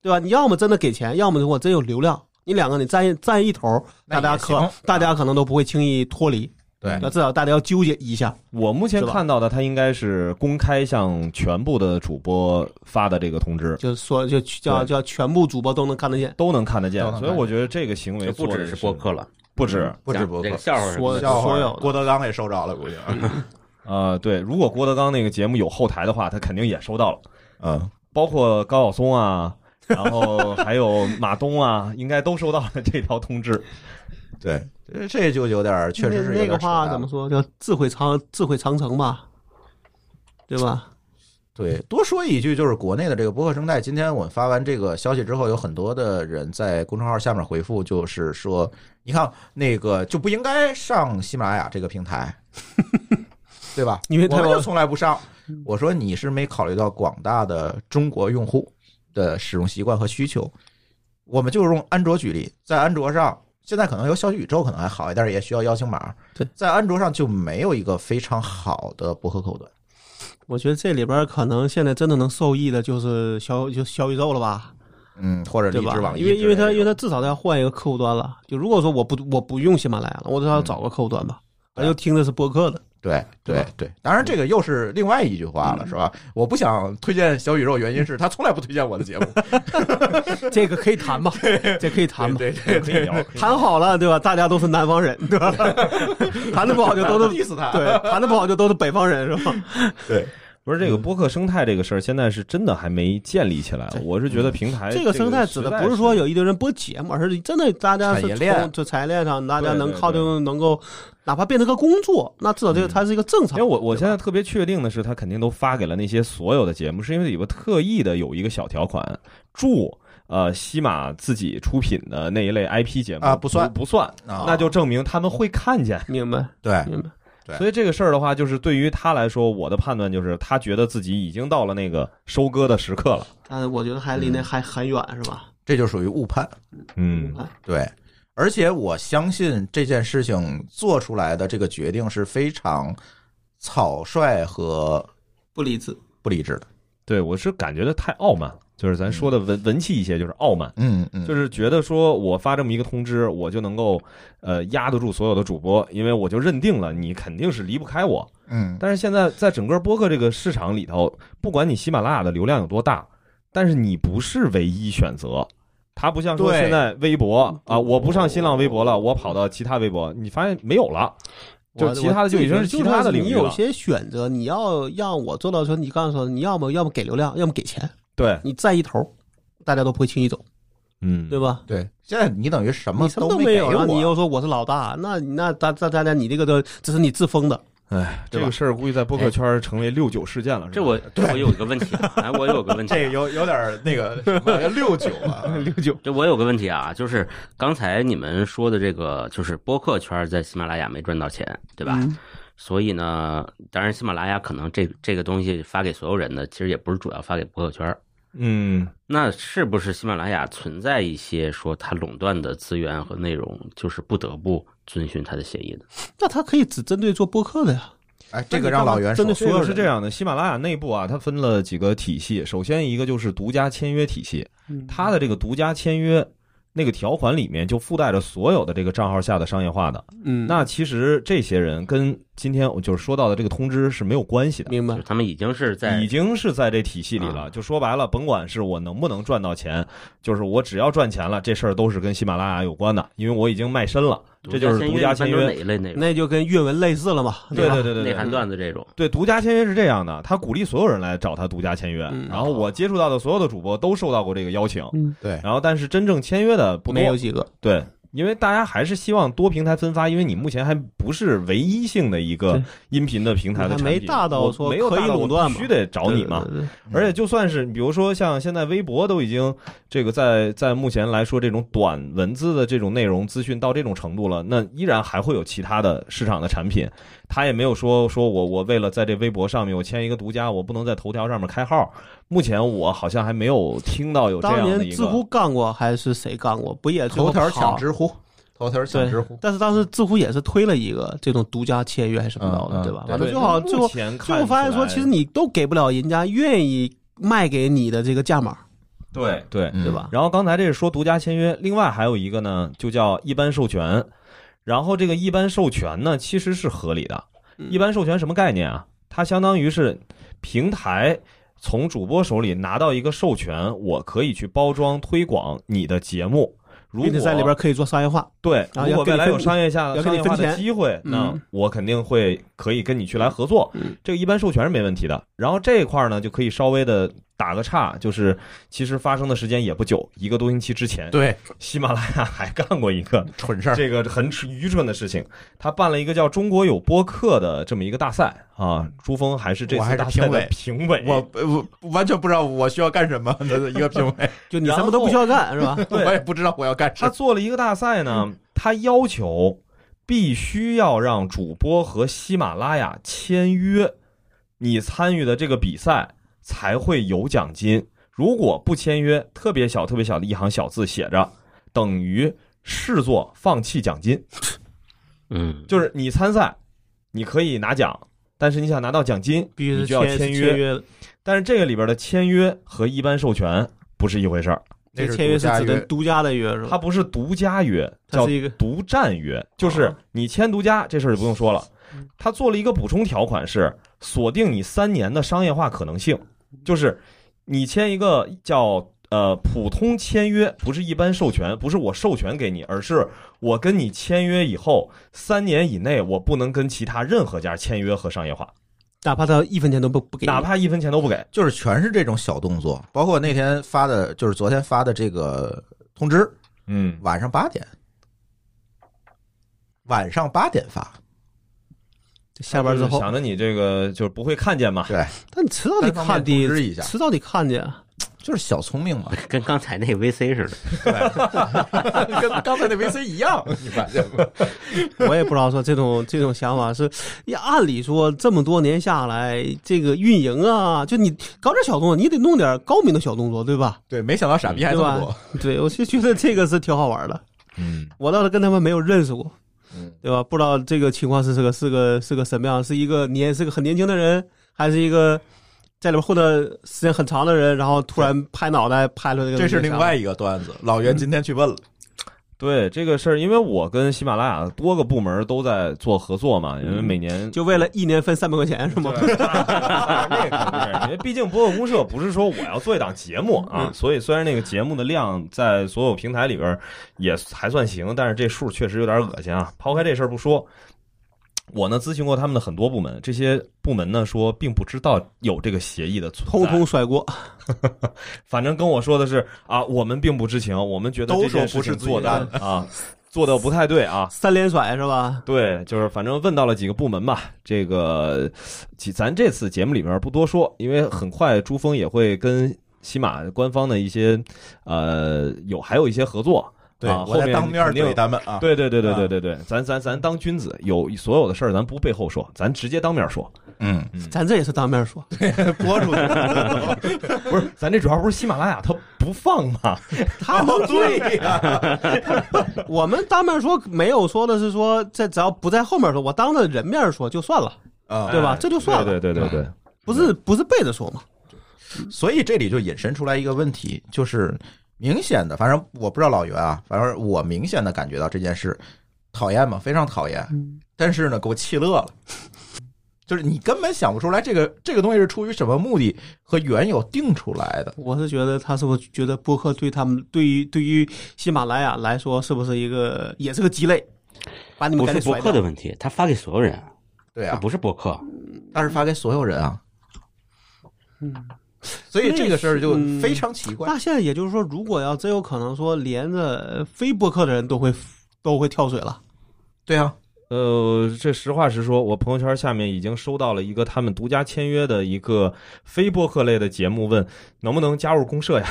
S2: 对吧？你要么真的给钱，要么我真有流量，你两个你占一占一头，
S1: 那
S2: 大
S1: 也
S2: 家
S1: 行嗯
S2: 可大家可能都不会轻易脱离，
S1: 对
S2: 那至少大家要纠结一下。
S3: 我目前
S2: 是吧
S3: 看到的，它应该是公开向全部的主播发的这个通知。
S2: 就是说，就叫
S3: 对
S2: 叫全部主播都能看得见，
S3: 都能看得见
S1: 都，能看
S3: 所以我觉得这个行为
S4: 就不
S3: 做
S4: 只
S3: 的
S4: 是播客了，
S3: 不止。
S1: 不止
S4: 讲
S1: 博
S4: 这
S1: 客
S4: 个。笑话什么
S2: 说
S4: 的
S1: 笑话
S2: 所有的
S1: 郭德纲也收着了，估计。
S3: 呃，对，如果郭德纲那个节目有后台的话，他肯定也收到了，
S1: 嗯，
S3: 包括高晓松啊，然后还有马东啊，应该都收到了这条通知。
S1: 对，这这就有点儿，确实是
S2: 那
S1: 有
S2: 那
S1: 点儿
S2: 个
S1: 扯淡
S2: 话怎么说？叫智慧长智慧长城吧，对吧？
S1: 对， 多说一句，就是国内的这个播客生态。今天我发完这个消息之后，有很多的人在公众号下面回复，就是说，你看那个就不应该上喜马拉雅这个平台，对吧？
S2: 因为
S1: 我
S2: 太
S1: 们
S2: 忙
S1: 就从来不上。我说你是没考虑到广大的中国用户的使用习惯和需求。我们就用安卓举例，在安卓上，现在可能有小宇宙可能还好一点，也需要邀请码。
S2: 对，
S1: 在安卓上就没有一个非常好的博客口端。
S2: 我觉得这里边儿可能现在真的能受益的就是小就小宇宙了吧，
S1: 嗯，或者
S2: 对
S1: 荔枝
S2: 吧
S1: 网？易
S2: 因为因为
S1: 之类
S2: 它
S1: 的
S2: 因为它至少它要换一个客户端了。就如果说我不我不用喜马拉雅了，我至少要找个客户端吧，我
S1: 嗯对
S2: 就听的是播客 的。
S1: 对对
S2: 对吧嗯
S1: 对，当然这个又是另外一句话了，是吧？我不想推荐小宇宙，原因是他从来不推荐我的节 目。
S2: 这个可以谈吧，这可以谈吧，
S1: 对对
S3: 可以聊，可以聊
S2: 谈好了对吧？大家都是南方人对 吧？谈的不好就都是
S1: diss 他。
S2: 对，谈的不好就都是北方人是吧？
S1: 对，
S3: 不是这个播客生态这个事儿，现在是真的还没建立起来。我是觉得平台
S2: 嗯这个生态指的不是说有一堆人播节目，而是真的大家是
S1: 产业链
S2: 从就产业链上，大家
S3: 对
S2: 能
S3: 对
S2: 靠这个能够，哪怕变成个工作，那至少这个
S3: 嗯
S2: 它是一个正
S3: 因
S2: 常
S3: 为。我我
S2: 对吧
S3: 现在特别确定的是，他肯定都发给了那些所有的节目，是因为里边特意的有一个小条款，注呃西马自己出品的那一类 IP 节目
S1: 啊不算
S3: 不算，
S1: 啊
S3: 那就证明他们会看见。
S2: 明白，
S1: 对
S2: 明白，
S1: 对
S3: 所以这个事儿的话，就是对于他来说，我的判断就是他觉得自己已经到了那个收割的时刻了。
S2: 但我觉得还离那还很远，是吧？
S1: 这就属于误判。
S3: 嗯，
S2: 哎
S1: 对，而且我相信这件事情做出来的这个决定是非常草率和
S2: 不理智。
S1: 不理智的。
S3: 对我是感觉的太傲慢，就是咱说的文文气一些，就是傲慢。
S1: 嗯嗯，
S3: 就是觉得说我发这么一个通知，我就能够呃压得住所有的主播，因为我就认定了你肯定是离不开我。
S1: 嗯，
S3: 但是现在在整个播客这个市场里头，不管你喜马拉雅的流量有多大，但是你不是唯一选择。它不像说
S1: 对
S3: 现在微博啊，我不上新浪微博了，我跑到其他微博，你发现没有了。就
S2: 我
S3: 其他的就已经是其他的领
S2: 我就觉得
S3: 域
S2: 你有
S3: 了
S2: 些选择，你要让我做到说，你刚才说，你要么要么给流量，要么给钱，
S3: 对，
S2: 你在一头，大家都不会轻易走，
S3: 嗯，
S2: 对吧？
S1: 对，现在你等于什么
S2: 你什么都
S1: 没
S2: 没有，
S1: 给
S2: 然后
S1: 我
S3: 啊
S2: 你又说我是老大，那那大大大家，你这个都这是你自封的，
S3: 哎，
S1: 对
S3: 这
S1: 吧
S3: 个事儿估计在播客圈成为六九事件了。是吧
S4: 这我这我有一个问题，哎，我有个问题 啊，
S1: 这有有点那个什么六九啊，
S2: 六九
S4: 这我有个问题啊，就是刚才你们说的这个，就是播客圈在喜马拉雅没赚到钱，对吧？
S3: 嗯
S4: 所以呢，当然喜马拉雅可能这这个东西发给所有人的，其实也不是主要发给播客圈儿。
S3: 嗯，
S4: 那是不是喜马拉雅存在一些说它垄断的资源和内容，就是不得不遵循它的协议的？
S2: 那他可以只针对做播客的呀，
S1: 哎，这个让老袁说
S2: 真的
S3: 所
S2: 有
S3: 以
S2: 人
S3: 是这样的，喜马拉雅内部啊，它分了几个体系。首先一个就是独家签约体系，它的这个独家签约那个条款里面就附带着所有的这个账号下的商业化的。
S2: 嗯，
S3: 那其实这些人跟今天我就是说到的这个通知是没有关系的。
S2: 明
S4: 就
S2: 白
S4: 是，他们已经是在
S3: 已经是在这体系里了，
S4: 啊
S3: 就说白了，甭管是我能不能赚到钱，就是我只要赚钱了，这事儿都是跟喜马拉雅有关的，因为我已经卖身了，这就是独家签
S4: 一般都是
S3: 约
S4: 哪。一类内容？
S2: 那就跟阅文类似了嘛，
S3: 对
S2: 吧
S3: 对对对对
S4: 内，涵段子这种，
S3: 对，独家签约是这样的，他鼓励所有人来找他独家签约。
S2: 嗯
S3: 然后我接触到的所有的主播都受到过这个邀请，
S2: 嗯
S1: 对
S3: 然后但是真正签约的不
S2: 没有
S3: 多，
S2: 几个，
S3: 对，因为大家还是希望多平台分发，因为你目前还不是唯一性的一个
S2: 对
S3: 音频的平台的
S2: 还
S3: 产
S2: 没
S3: 品
S2: 大到
S3: 我
S2: 说
S3: 没有
S2: 可以
S3: 大到我
S2: 垄断
S3: 必
S2: 嘛
S3: 须得找你嘛。
S2: 对，对对
S3: 而且就算是比如说像现在微博都已经这个在在目前来说这种短文字的这种内容资讯到这种程度了，那依然还会有其他的市场的产品，他也没有说说我我为了在这微博上面我签一个独家，我不能在头条上面开号。目前我好像还没有听到有这
S2: 当
S3: 样的
S2: 年
S3: 一
S2: 知
S3: 个
S2: 乎干过还是谁干过？不也最
S1: 头
S2: 后
S1: 条
S2: 跑
S1: 抢知乎，头条抢知乎，
S2: 但是当时知乎也是推了一个这种独家签约还是什么
S1: 嗯
S2: 的，
S1: 嗯
S2: 对吧？
S1: 对
S2: 完了最好最
S3: 目
S2: 后
S3: 前
S2: 最后发现说，其实你都给不了人家愿意卖给你的这个价码，
S3: 对对
S1: 嗯
S2: 对？吧？
S3: 然后刚才这是说独家签约，另外还有一个呢，就叫一般授权。然后这个一般授权呢，其实是合理的。一般授权什么概念啊？它相当于是平台从主播手里拿到一个授权，我可以去包装推广你的节目。如
S2: 并且
S3: 果
S2: 在里边可以做商业化，
S3: 对，
S2: 啊
S3: 如
S2: 要
S3: 果
S2: 给
S3: 未
S2: 你
S3: 来有
S2: 分
S3: 商业下
S2: 要给
S3: 商
S2: 你
S3: 业化
S2: 分
S3: 的
S2: 钱
S3: 机会，那
S2: 嗯
S3: 我肯定会可以跟你去来合作
S2: 嗯。
S3: 这个一般授权是没问题的。然后这一块呢，就可以稍微的打个岔，就是其实发生的时间也不久，一个多星期之前，
S1: 对，
S3: 喜马拉雅还干过一个
S1: 蠢事儿，
S3: 这个很愚蠢的事情，他办了一个叫“中国有播客”的这么一个大赛啊，朱峰还是这
S1: 我还
S3: 次
S1: 是
S3: 大赛
S1: 评
S3: 的
S1: 委
S3: 评委，
S1: 我我我完全不知道我需要干什么的一个评 委，
S2: 就你什么都不需要干是吧？
S3: 对
S1: 我也不知道我要干什
S3: 他
S1: 么。
S3: 做了一个大
S2: 嗯
S3: 赛呢，他要求必须要让主播和喜马拉雅签约，你参与的这个比赛才会有奖金。如果不签约，特别小、特别小的一行小字写着，等于视作放弃奖金。
S4: 嗯，
S3: 就是你参赛，你可以拿奖，但是你想拿到奖金，
S2: 必须
S3: 你
S2: 是
S3: 就要
S2: 签
S3: 签
S2: 签
S3: 约。
S2: 约的，
S3: 但是这个里边的签约和一般授权不是一回事儿，
S1: 那
S2: 这
S1: 是
S2: 签约
S1: 独
S2: 是
S1: 家
S2: 指的
S1: 约
S2: 独家的约是
S3: 它
S2: 吧？
S3: 不是独家约，
S2: 嗯它
S3: 叫
S2: 是一个
S3: 独占约，就是你签独家这事儿就不用说了
S2: 嗯。
S3: 他做了一个补充条款是锁定你三年的商业化可能性，就是你签一个叫呃普通签约，不是一般授权，不是我授权给你，而是我跟你签约以后三年以内，我不能跟其他任何家签约和商业化，
S2: 哪怕他一分钱都不不给你，
S3: 哪怕一分钱都不给。
S1: 就是全是这种小动作，包括那天发的，就是昨天发的这个通知，
S3: 嗯，
S1: 晚上八点，晚上八点发，
S2: 下班之
S3: 就是
S2: 后，
S3: 想着你这个就是不会看见嘛，
S1: 对，
S2: 但你迟早得
S1: 单方
S2: 看
S1: 面
S2: 的
S1: 通知一下，
S2: 迟早得看见。
S1: 就是小聪明嘛，
S4: 跟刚才那 VC 似的。
S1: 跟刚才那 VC 一 样，你发现吗？
S2: 我也不知道说这种这种想法是，呀按理说这么多年下来，这个运营啊，就你搞点小动作，你得弄点高明的小动作，对吧？
S1: 对，没想到傻逼还这么多，
S2: 对，我就觉得这个是挺好玩的。
S3: 嗯，
S2: 我倒是跟他们没有认识过
S1: 嗯，
S2: 对吧？不知道这个情况是是个是个是个什么样，是一个年是个很年轻的人，还是一个在里边混的时间很长的人，然后突然拍脑袋拍出来这
S1: 这
S2: 个东西
S1: 是
S2: 来。
S1: 另外一个段子。老袁今天去问了，
S2: 嗯
S3: 对这个事儿，因为我跟喜马拉雅多个部门都在做合作嘛，因为
S1: 嗯
S3: 每年
S2: 就为了一年分三百块钱是吗？
S3: 对 那个不是，因为毕竟播客公社不是说我要做一档节目啊，
S1: 嗯
S3: 所以虽然那个节目的量在所有平台里边儿也还算行，但是这数确实有点恶心啊。抛开这事儿不说，我呢咨询过他们的很多部门，这些部门呢说并不知道有这个协议的存在，
S2: 通通甩锅，
S3: 反正跟我说的是啊，我们并不知情，我们觉得
S1: 都
S3: 这
S1: 说
S3: 件事
S1: 不是
S3: 情
S1: 自己
S3: 做的
S1: 干
S3: 啊，做的不太对啊，
S2: 三连甩是吧？
S3: 对，就是反正问到了几个部门吧。这个，其咱这次节目里面不多说，因为很快朱峰也会跟西马官方的一些，呃，有还有一些合作。
S1: 对
S3: 啊、
S1: 我
S3: 后
S1: 在
S3: 面
S1: 当面
S3: 肯定
S1: 怼他们啊，
S3: 对对对对对对对，咱咱咱当君子，有所有的事儿咱不背后说，咱直接当面说。
S1: 嗯，
S2: 咱这也是当面说，
S1: 播 出去。
S3: 不是，咱这主要不是喜马拉雅它不放嘛，
S2: 他们
S1: 对啊呀，
S2: 我们当面说没有说的是说，这只要不在后面说，我当着人面说就算了，
S1: 啊
S2: 对吧
S3: 哎
S2: 这就算了
S3: 对对对对对，
S2: 不是不是背着说嘛？
S1: 所以这里就引申出来一个问题，就是明显的，反正我不知道老袁啊，反正我明显的感觉到这件事讨厌嘛，非常讨厌。
S2: 嗯
S1: 但是呢，给我气乐了，就是你根本想不出来这个这个东西是出于什么目的和缘由定出来的。
S2: 我是觉得他是不是觉得播客对他们对于对于喜马拉雅来说是不是一个也是个鸡肋，把你们
S4: 不
S2: 赶
S4: 是
S2: 紧
S4: 博
S2: 甩
S4: 客的
S2: 掉？
S4: 问题，他发给所有人，
S1: 对
S3: 哎
S4: 他
S1: 啊，
S4: 不是博客。
S1: 但是发给所有人啊，
S2: 嗯，
S1: 所以这个事儿就
S2: 那是
S1: 非常奇怪。
S2: 那现在也就是说，如果要真有可能说连着非播客的人都会都会跳水了，
S1: 对啊，
S3: 呃，这实话实说，我朋友圈下面已经收到了一个他们独家签约的一个非播客类的节目，问能不能加入公社呀？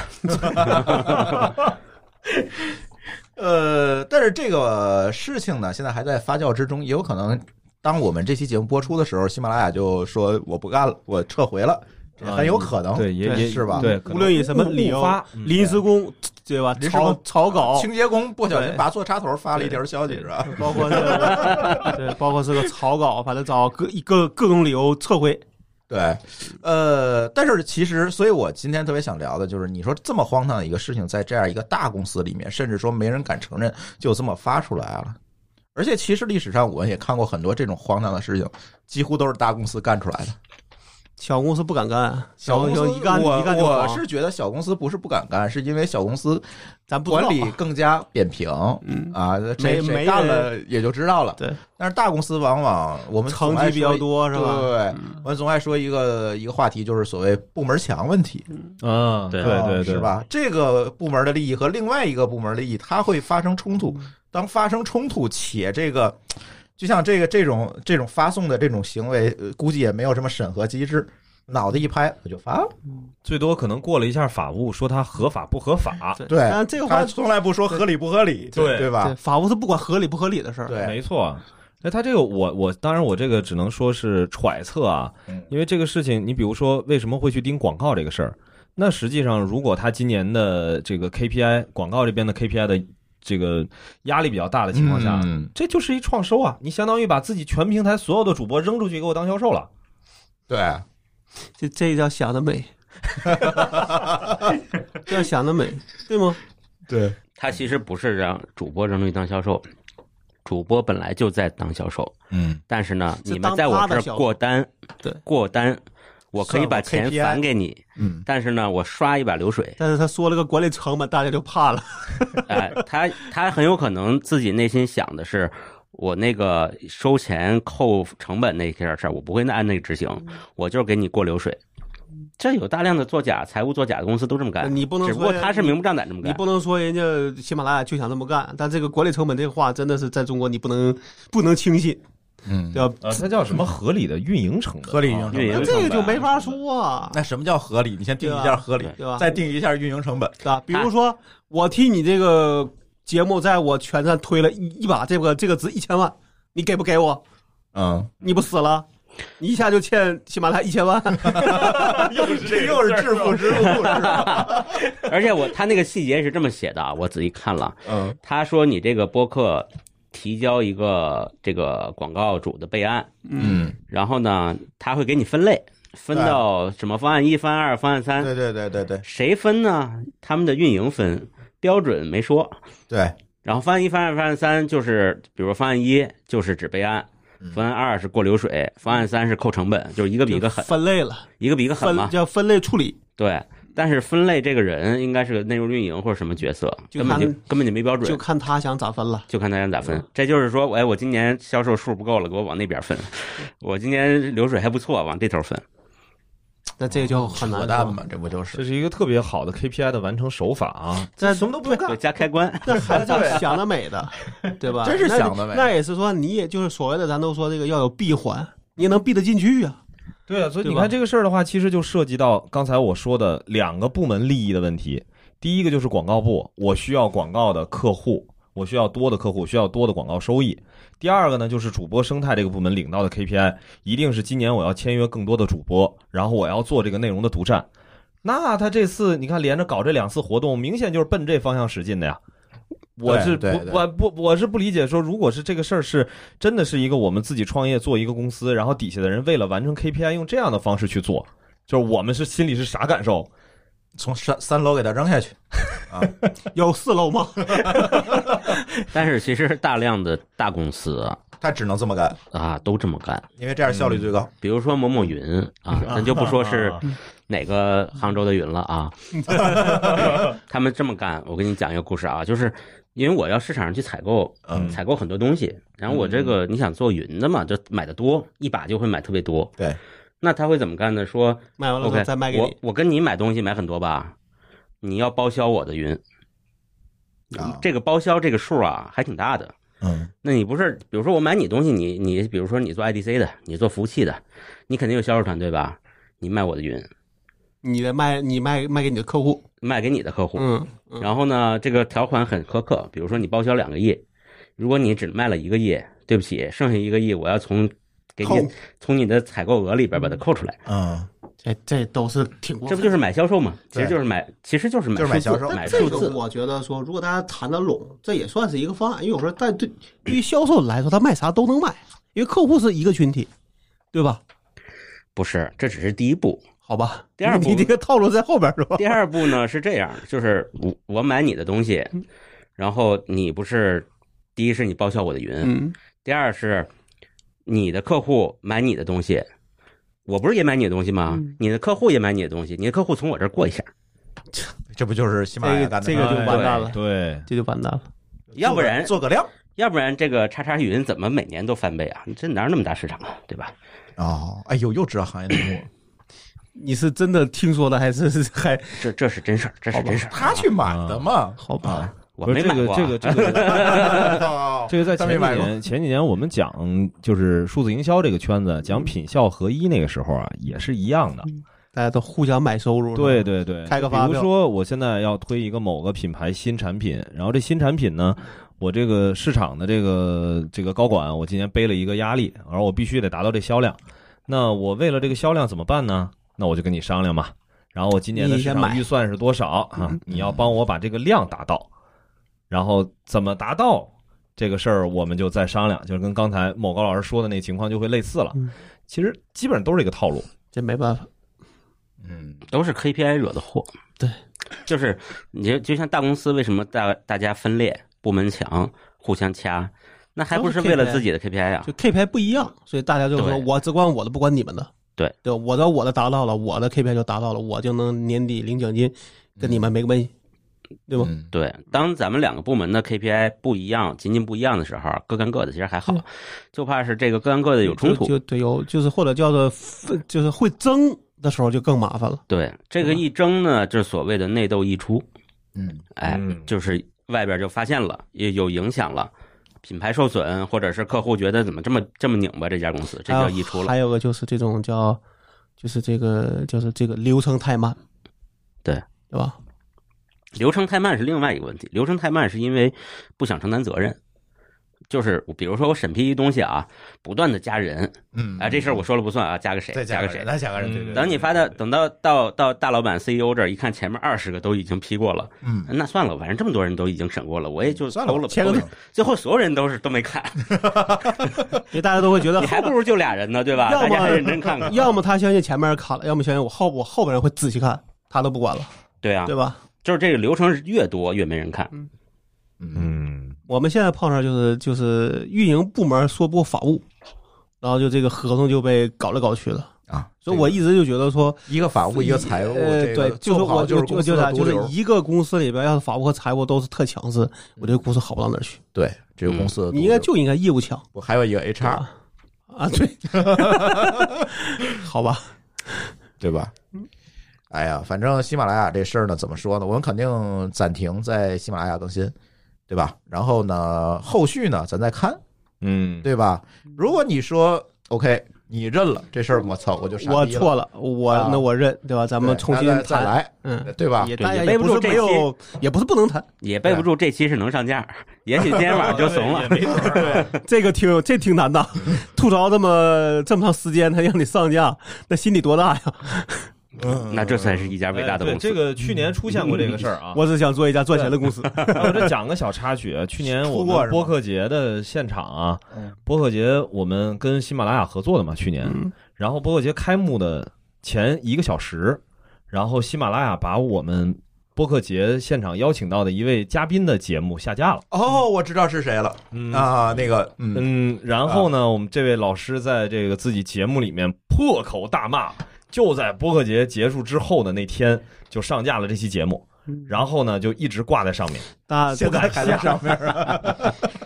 S1: 呃，但是这个事情呢，现在还在发酵之中，也有可能当我们这期节目播出的时候，喜马拉雅就说我不干了，我撤回了，这很有可能。
S3: 啊对，也也
S1: 是吧
S3: 对，
S2: 无论以什么理由
S3: 误发，
S2: 临时工对吧？
S1: 嗯临时
S2: 草
S1: 工
S2: 草稿，
S1: 清洁工不小心
S2: 对
S1: 拔错插头，发了一条消息是吧？
S2: 包括这个对，包括是个草稿，反正找各各各种理由撤回。
S1: 对，呃，但是其实，所以我今天特别想聊的就是，你说这么荒唐的一个事情，在这样一个大公司里面，甚至说没人敢承认，就这么发出来了。而且，其实历史上我们也看过很多这种荒唐的事情，几乎都是大公司干出来的。
S2: 小公司不敢干，
S1: 小公司
S2: 一干
S1: 我
S2: 一干就
S1: 我
S2: 黄
S1: 是觉得小公司不是不敢干，是因为小公司
S2: 咱不
S1: 管
S2: 知道啊
S1: 理更加扁平
S2: 嗯，
S1: 啊，谁
S2: 没没
S1: 谁干了也就知道了。
S2: 对，
S1: 但是大公司往往我们
S2: 层
S1: 总爱
S2: 级比较
S1: 说
S2: 多是吧？嗯
S1: 对，我总爱说一个一个话题，就是所谓部门墙问题，
S3: 嗯，对
S1: 啊
S3: 对对，
S1: 是？吧？这个部门的利益和另外一个部门利益，它会发生冲突。
S2: 嗯
S1: 当发生冲突且这个，就像这个这种这种发送的这种行为，呃估计也没有什么审核机制，脑袋一拍我就发了。
S3: 最多可能过了一下法务，说他合法不合法。
S2: 对
S1: 啊对
S2: 但这个话
S1: 他从来不说合理不合理，
S3: 对
S1: 对吧
S2: 对？法务是不管合理不合理的事儿。
S1: 对，
S3: 没错。那他这个我我当然我这个只能说是揣测啊
S1: 嗯，
S3: 因为这个事情，你比如说为什么会去盯广告这个事儿？那实际上，如果他今年的这个 KPI 广告这边的 KPI 的这个压力比较大的情况下，
S1: 嗯
S3: 这就是一创收啊！你相当于把自己全平台所有的主播扔出去给我当销售了。
S1: 对，
S2: 这这叫想 得美，这叫想得美，对吗？
S1: 对，
S4: 他其实不是让主播扔出去当销售，主播本来就在当销售，
S1: 嗯，
S4: 但是呢，
S2: 是
S4: 你
S2: 当
S4: 们在我
S2: 他
S4: 这
S2: 的
S4: 儿
S2: 销售
S4: 过单，
S2: 对，
S4: 过单，我可以
S1: 算
S4: 把
S1: 我
S4: 钱
S1: KPI
S4: 返给你，
S1: 嗯，
S4: 但是呢，我刷一把流水，
S2: 但是他说了个管理成本，大家就怕了。
S4: 哎，他他很有可能自己内心想的是，我那个收钱扣成本那件事儿，我不会按那个执行，
S2: 嗯
S4: 我就是给你过流水。这有大量的作假、财务作假的公司都这么干，
S2: 你不能
S4: 只不过
S2: 说
S4: 他是明目张胆这么
S2: 你
S4: 干。
S2: 不能说人家喜马拉雅就想这么干，但这个管理成本这个话真的是在中国你不能不能轻信，
S1: 嗯
S2: 对，吧？
S3: 呃，它叫什么合理的运营成本？
S1: 合理运营成
S4: 运营
S1: 本。
S2: 那这个就没法说啊，
S1: 那什么叫合理？你先定义一下合理
S4: 对，
S2: 对吧？
S1: 再定义一下运营成本。
S2: 对吧？比如说我替你这个节目在我拳上推了一一把，这个这个值一千万，你给不给我？
S1: 嗯，
S2: 你不死了？你一下就欠喜马拉雅一千万，
S1: 又是这又是致富之路，是吧？
S4: 而且我他那个细节是这么写的啊，我仔细看了，
S1: 嗯
S4: 他说你这个播客提交一个这个广告主的备案，
S1: 嗯，
S4: 然后呢，他会给你分类，分
S1: 对
S4: 到什么方案一、方案二、方案三，
S1: 对对对对对
S4: 谁分呢？他们的运营分标准没说。
S1: 对，
S4: 然后方案一、方案二方案三就是，比如方案一就是只备案
S1: 嗯，
S4: 方案二是过流水，方案三是扣成本，就是一个比一个狠，
S2: 分类了，
S4: 一个比一个狠
S2: 分
S4: 嘛。
S2: 叫分类处理。
S4: 对，但是分类这个人应该是个内容运营或者什么角色，
S2: 就
S4: 根本
S2: 看
S4: 就根本就没标
S2: 就
S4: 准，
S2: 看他想咋分了。
S4: 就看大家咋分。这就是说，哎，我今年销售数不够了，给我往那边分； 我今年流水还不错，往这头分。
S2: 那这个就很难
S1: 扯
S2: 了
S1: 淡。嘛，这不就是
S3: 这是一个特别好的 KPI 的完成手法啊！
S2: 这
S3: 什么都不用干
S4: 对，，加开关。
S2: 那还是叫想得美 的，对吧？
S1: 真是
S2: 那
S1: 想得美
S2: 那也是说，你也就是所谓的，咱都说这个要有闭环，你也能闭得进去啊。
S3: 对啊，所以
S2: 对
S3: 你
S2: 吧
S3: 看这个事儿的话，其实就涉及到刚才我说的两个部门利益的问题。第一个就是广告部，我需要广告的客户，我需要多的客户，需要多的广告收益。第二个呢，就是主播生态这个部门领到的 KPI，一定是今年我要签约更多的主播，然后我要做这个内容的独占。那他这次你看连着搞这两次活动，明显就是奔这方向使劲的呀。我是不
S1: 对对对
S3: 我不我是不理解说，如果是这个事儿是真的是一个我们自己创业做一个公司，然后底下的人为了完成 KPI 用这样的方式去做，就是我们是心里是啥感受？
S1: 从三三楼给它扔下去？
S2: 有四楼吗？
S4: 但是其实大量的大公司
S1: 他只能这么干，
S4: 啊都这么干，
S1: 因为这样效率最高。
S4: 比如说某某云啊，咱就不说是哪个杭州的云了 啊，他们这么干，我给你讲一个故事啊，就是因为我要市场上去采购，
S1: 嗯
S4: 采购很多东西，然后我这个你想做云的嘛，就买的多，一把就会买特别多，
S1: 对，
S4: 那他会怎么干呢？说
S2: 买完了之
S4: OK，
S2: 后再卖给
S4: 我
S2: 你。
S4: 我跟你买东西买很多吧，你要包销我的云
S1: 啊，
S4: 这个包销这个数啊还挺大的，
S1: 嗯，
S4: 那你不是，比如说我买你东西，你你比如说你做 IDC 的，你做服务器的，你肯定有销售团队吧？你卖我的云，
S2: 你的卖，你卖卖给你的客户，
S4: 卖给你的客户，
S2: 嗯，
S4: 然后呢，这个条款很苛刻，比如说你报销两个亿，如果你只卖了一个亿，对不起，剩下一个亿我要从给
S2: 扣
S4: 你从你的采购额里边把它扣出来，
S1: 嗯，
S2: 这哎这都是挺过
S4: 这
S2: 分的。
S4: 不就是买销售吗？其
S1: 对
S4: 实就是买，其实就是买
S1: 就是买
S4: 数字
S1: 销售
S4: 买
S2: 这
S4: 数
S2: 个
S4: 字。
S2: 我觉得说，如果大家谈得拢，这也算是一个方案。因为我说，但对对于销售来说，他卖啥都能卖，因为客户是一个群体，对吧？
S4: 不是，这只是第一步。
S2: 好吧，
S4: 第二步
S2: 你这个套路在后边是吧？
S4: 第二步呢是这样，就是我我买你的东西，然后你不是第一是你报销我的云，
S2: 嗯，
S4: 第二是你的客户买你的东西，我不是也买你的东西吗？
S2: 嗯
S4: 你的客户也买你的东西，你的客户从我这儿过一下，
S1: 这不就是喜马拉雅干的
S2: 这个
S1: 吗哎
S2: 就完蛋了，
S3: 对，
S2: 这就完蛋了。
S4: 要不然
S1: 做个量
S4: 要不然这个叉叉云怎么每年都翻倍啊？这哪有那么大市场啊，对吧？
S1: 哦，哎呦，又知道行业内幕了。
S2: 你是真的听说的还是还
S4: 这这是真事儿，这是真事儿。
S1: 他去买的嘛？
S2: 好吧？
S4: 我
S3: 不
S4: 没
S3: 是
S4: 买
S3: 这
S4: 过
S3: 个
S4: 啊，
S3: 这 个这个。
S1: 哦
S3: 这个在前
S1: 但
S3: 几
S1: 没买
S3: 年，前几年我们讲就是数字营销这个圈子，讲品效合一那个时候啊，也是一样的。
S2: 大家都互相买收入，
S3: 对，对对，
S2: 开个
S3: 比
S2: 发
S3: 如
S2: 票
S3: 说我现在要推一个某个品牌新产品，然后这新产品呢，我这个市场的这个这个高管，我今年背了一个压力，而我必须得达到这销量。那我为了这个销量怎么办呢？那我就跟你商量嘛。然后我今年的
S2: 你
S3: 市
S2: 先
S3: 场
S2: 买
S3: 预算是多少啊？你要帮我把这个量达到，然后怎么达到这个事儿，我们就再商量。就是跟刚才某高老师说的那情况就会类似了
S2: 嗯。
S3: 其实基本上都是这个套路。
S2: 这没办法。
S1: 嗯，
S4: 都是 KPI 惹的祸。
S2: 对，
S4: 就是你就就像大公司为什么大大家分裂、部门墙、互相掐，那还不是为了自己的 KPI 啊
S2: 就？KPI 不一样，所以大家就说
S4: 对
S2: 我只管我的，不管你们的。
S4: 对，
S2: 对，我的我的达到了，我的 KPI 就达到了，我就能年底领奖金，跟你们没关系，对吧？
S1: 嗯
S4: 对，当咱们两个部门的 KPI 不一样、仅仅不一样的时候，各干各的，其实还好
S2: 嗯，
S4: 就怕是这个各干各的有冲突。
S2: 就就对有就是或者叫做分就是会争的时候就更麻烦了。
S4: 对，这个一争呢，就是所谓的内斗一出，
S1: 嗯，
S4: 哎
S3: 嗯，
S4: 就是外边就发现了，也有影响了。品牌受损，或者是客户觉得怎么这么这么拧巴这家公司，这叫
S2: 还有
S4: 溢出了。
S2: 啊还有个就是这种叫，就是这个就是这个流程太慢，
S4: 对
S2: 对吧？
S4: 流程太慢是另外一个问题，流程太慢是因为不想承担责任。就是我比如说我审批一东西啊，不断的加人，
S1: 嗯
S4: 啊，这事儿我说了不算啊，加个谁，
S1: 再
S4: 加
S1: 个
S4: 谁
S1: 人，，再加个人，
S3: 嗯
S1: 对对。对
S4: 等你发到，等到到到大老板 CEO 这儿一看，前面二十个都已经批过了，
S1: 嗯，
S4: 那算了，反正这么多人都已经审过了，我也就
S1: 算
S4: 嗯投
S1: 了吧，
S4: 了吧
S1: 签个
S4: 都
S1: 字
S4: 是。最后所有人都是都没看，
S2: 因为大家都会觉得
S4: 你，还不如就俩人呢，对吧？
S2: 要
S4: 大
S2: 么
S4: 家还认真看看，
S2: 要么他相信前面砍了，要么相信我后我后边人会仔细看，他都不管了，
S4: 对啊
S2: 对，吧？
S4: 就是这个流程是越多越没人看，
S1: 嗯
S3: 嗯，
S2: 我们现在碰上就是就是运营部门说不过法务，然后就这个合同就被搞来搞去的。
S1: 啊，
S2: 所以我一直就觉得说，
S1: 一个法务，一个财务，
S2: 呃，
S1: 这个
S2: 对，就
S1: 做
S2: 是
S1: 不好
S2: 我
S1: 就是
S2: 就
S1: 公
S2: 就
S1: 司
S2: 啥，
S1: 的
S2: 就
S1: 毒
S2: 是
S1: 瘤，
S2: 一个公司里边，要是法务和财务都是特强势，我这个公司好不到哪儿去。
S1: 对，这个公司的毒瘤
S2: 你应该就应该业务强
S1: 我还有一个 HR，
S2: 啊，对， 好吧，
S1: 对吧？
S2: 嗯
S1: 哎呀，反正喜马拉雅这事儿呢，怎么说呢？我们肯定暂停在喜马拉雅更新，对吧？然后呢，后续呢，咱再看，
S3: 嗯，
S1: 对吧？如果你说 OK，你认了这事儿，我操，我就傻
S2: 我
S1: 逼了，
S2: 错了，我
S1: 啊
S2: 那我认，对吧？咱
S1: 咱
S2: 们重新
S1: 再
S2: 谈，
S1: 来，
S2: 嗯，
S1: 对吧？
S2: 也
S4: 对
S2: 大家
S4: 也背不
S2: 不是
S4: 住这
S2: 没有，也不是不能谈，
S4: 也备
S1: 啊
S4: 不住这期是能上架，也许今天晚上就 怂 了。
S2: 这个挺这挺难的，吐槽这么这么长时间，他让你上架，那心里多大呀？
S1: 嗯
S4: 那这才是一家伟大的
S3: 哎对
S4: 公司。
S3: 这个去年出现过这个事儿 啊。
S2: 我只想做一家赚钱的公司，
S3: 哎我这讲个小插曲，啊去年我
S1: 出过是
S3: 们
S1: 吗
S3: 播客节的现场啊
S1: 嗯，
S3: 播客节我们跟喜马拉雅合作的嘛，去年。
S2: 嗯
S3: 然后播客节开幕的前一个小时，然后喜马拉雅把我们播客节现场邀请到的一位嘉宾的节目下架了。
S1: 哦，我知道是谁了啊，那个嗯，
S3: 嗯，然后呢，我们这位老师在这个自己节目里面破口大骂，就在播客节结束之后的那天就上架了这期节目，
S2: 嗯
S3: 然后呢就一直挂在上面。
S2: 大
S1: 现
S2: 家
S1: 在还在上面啊，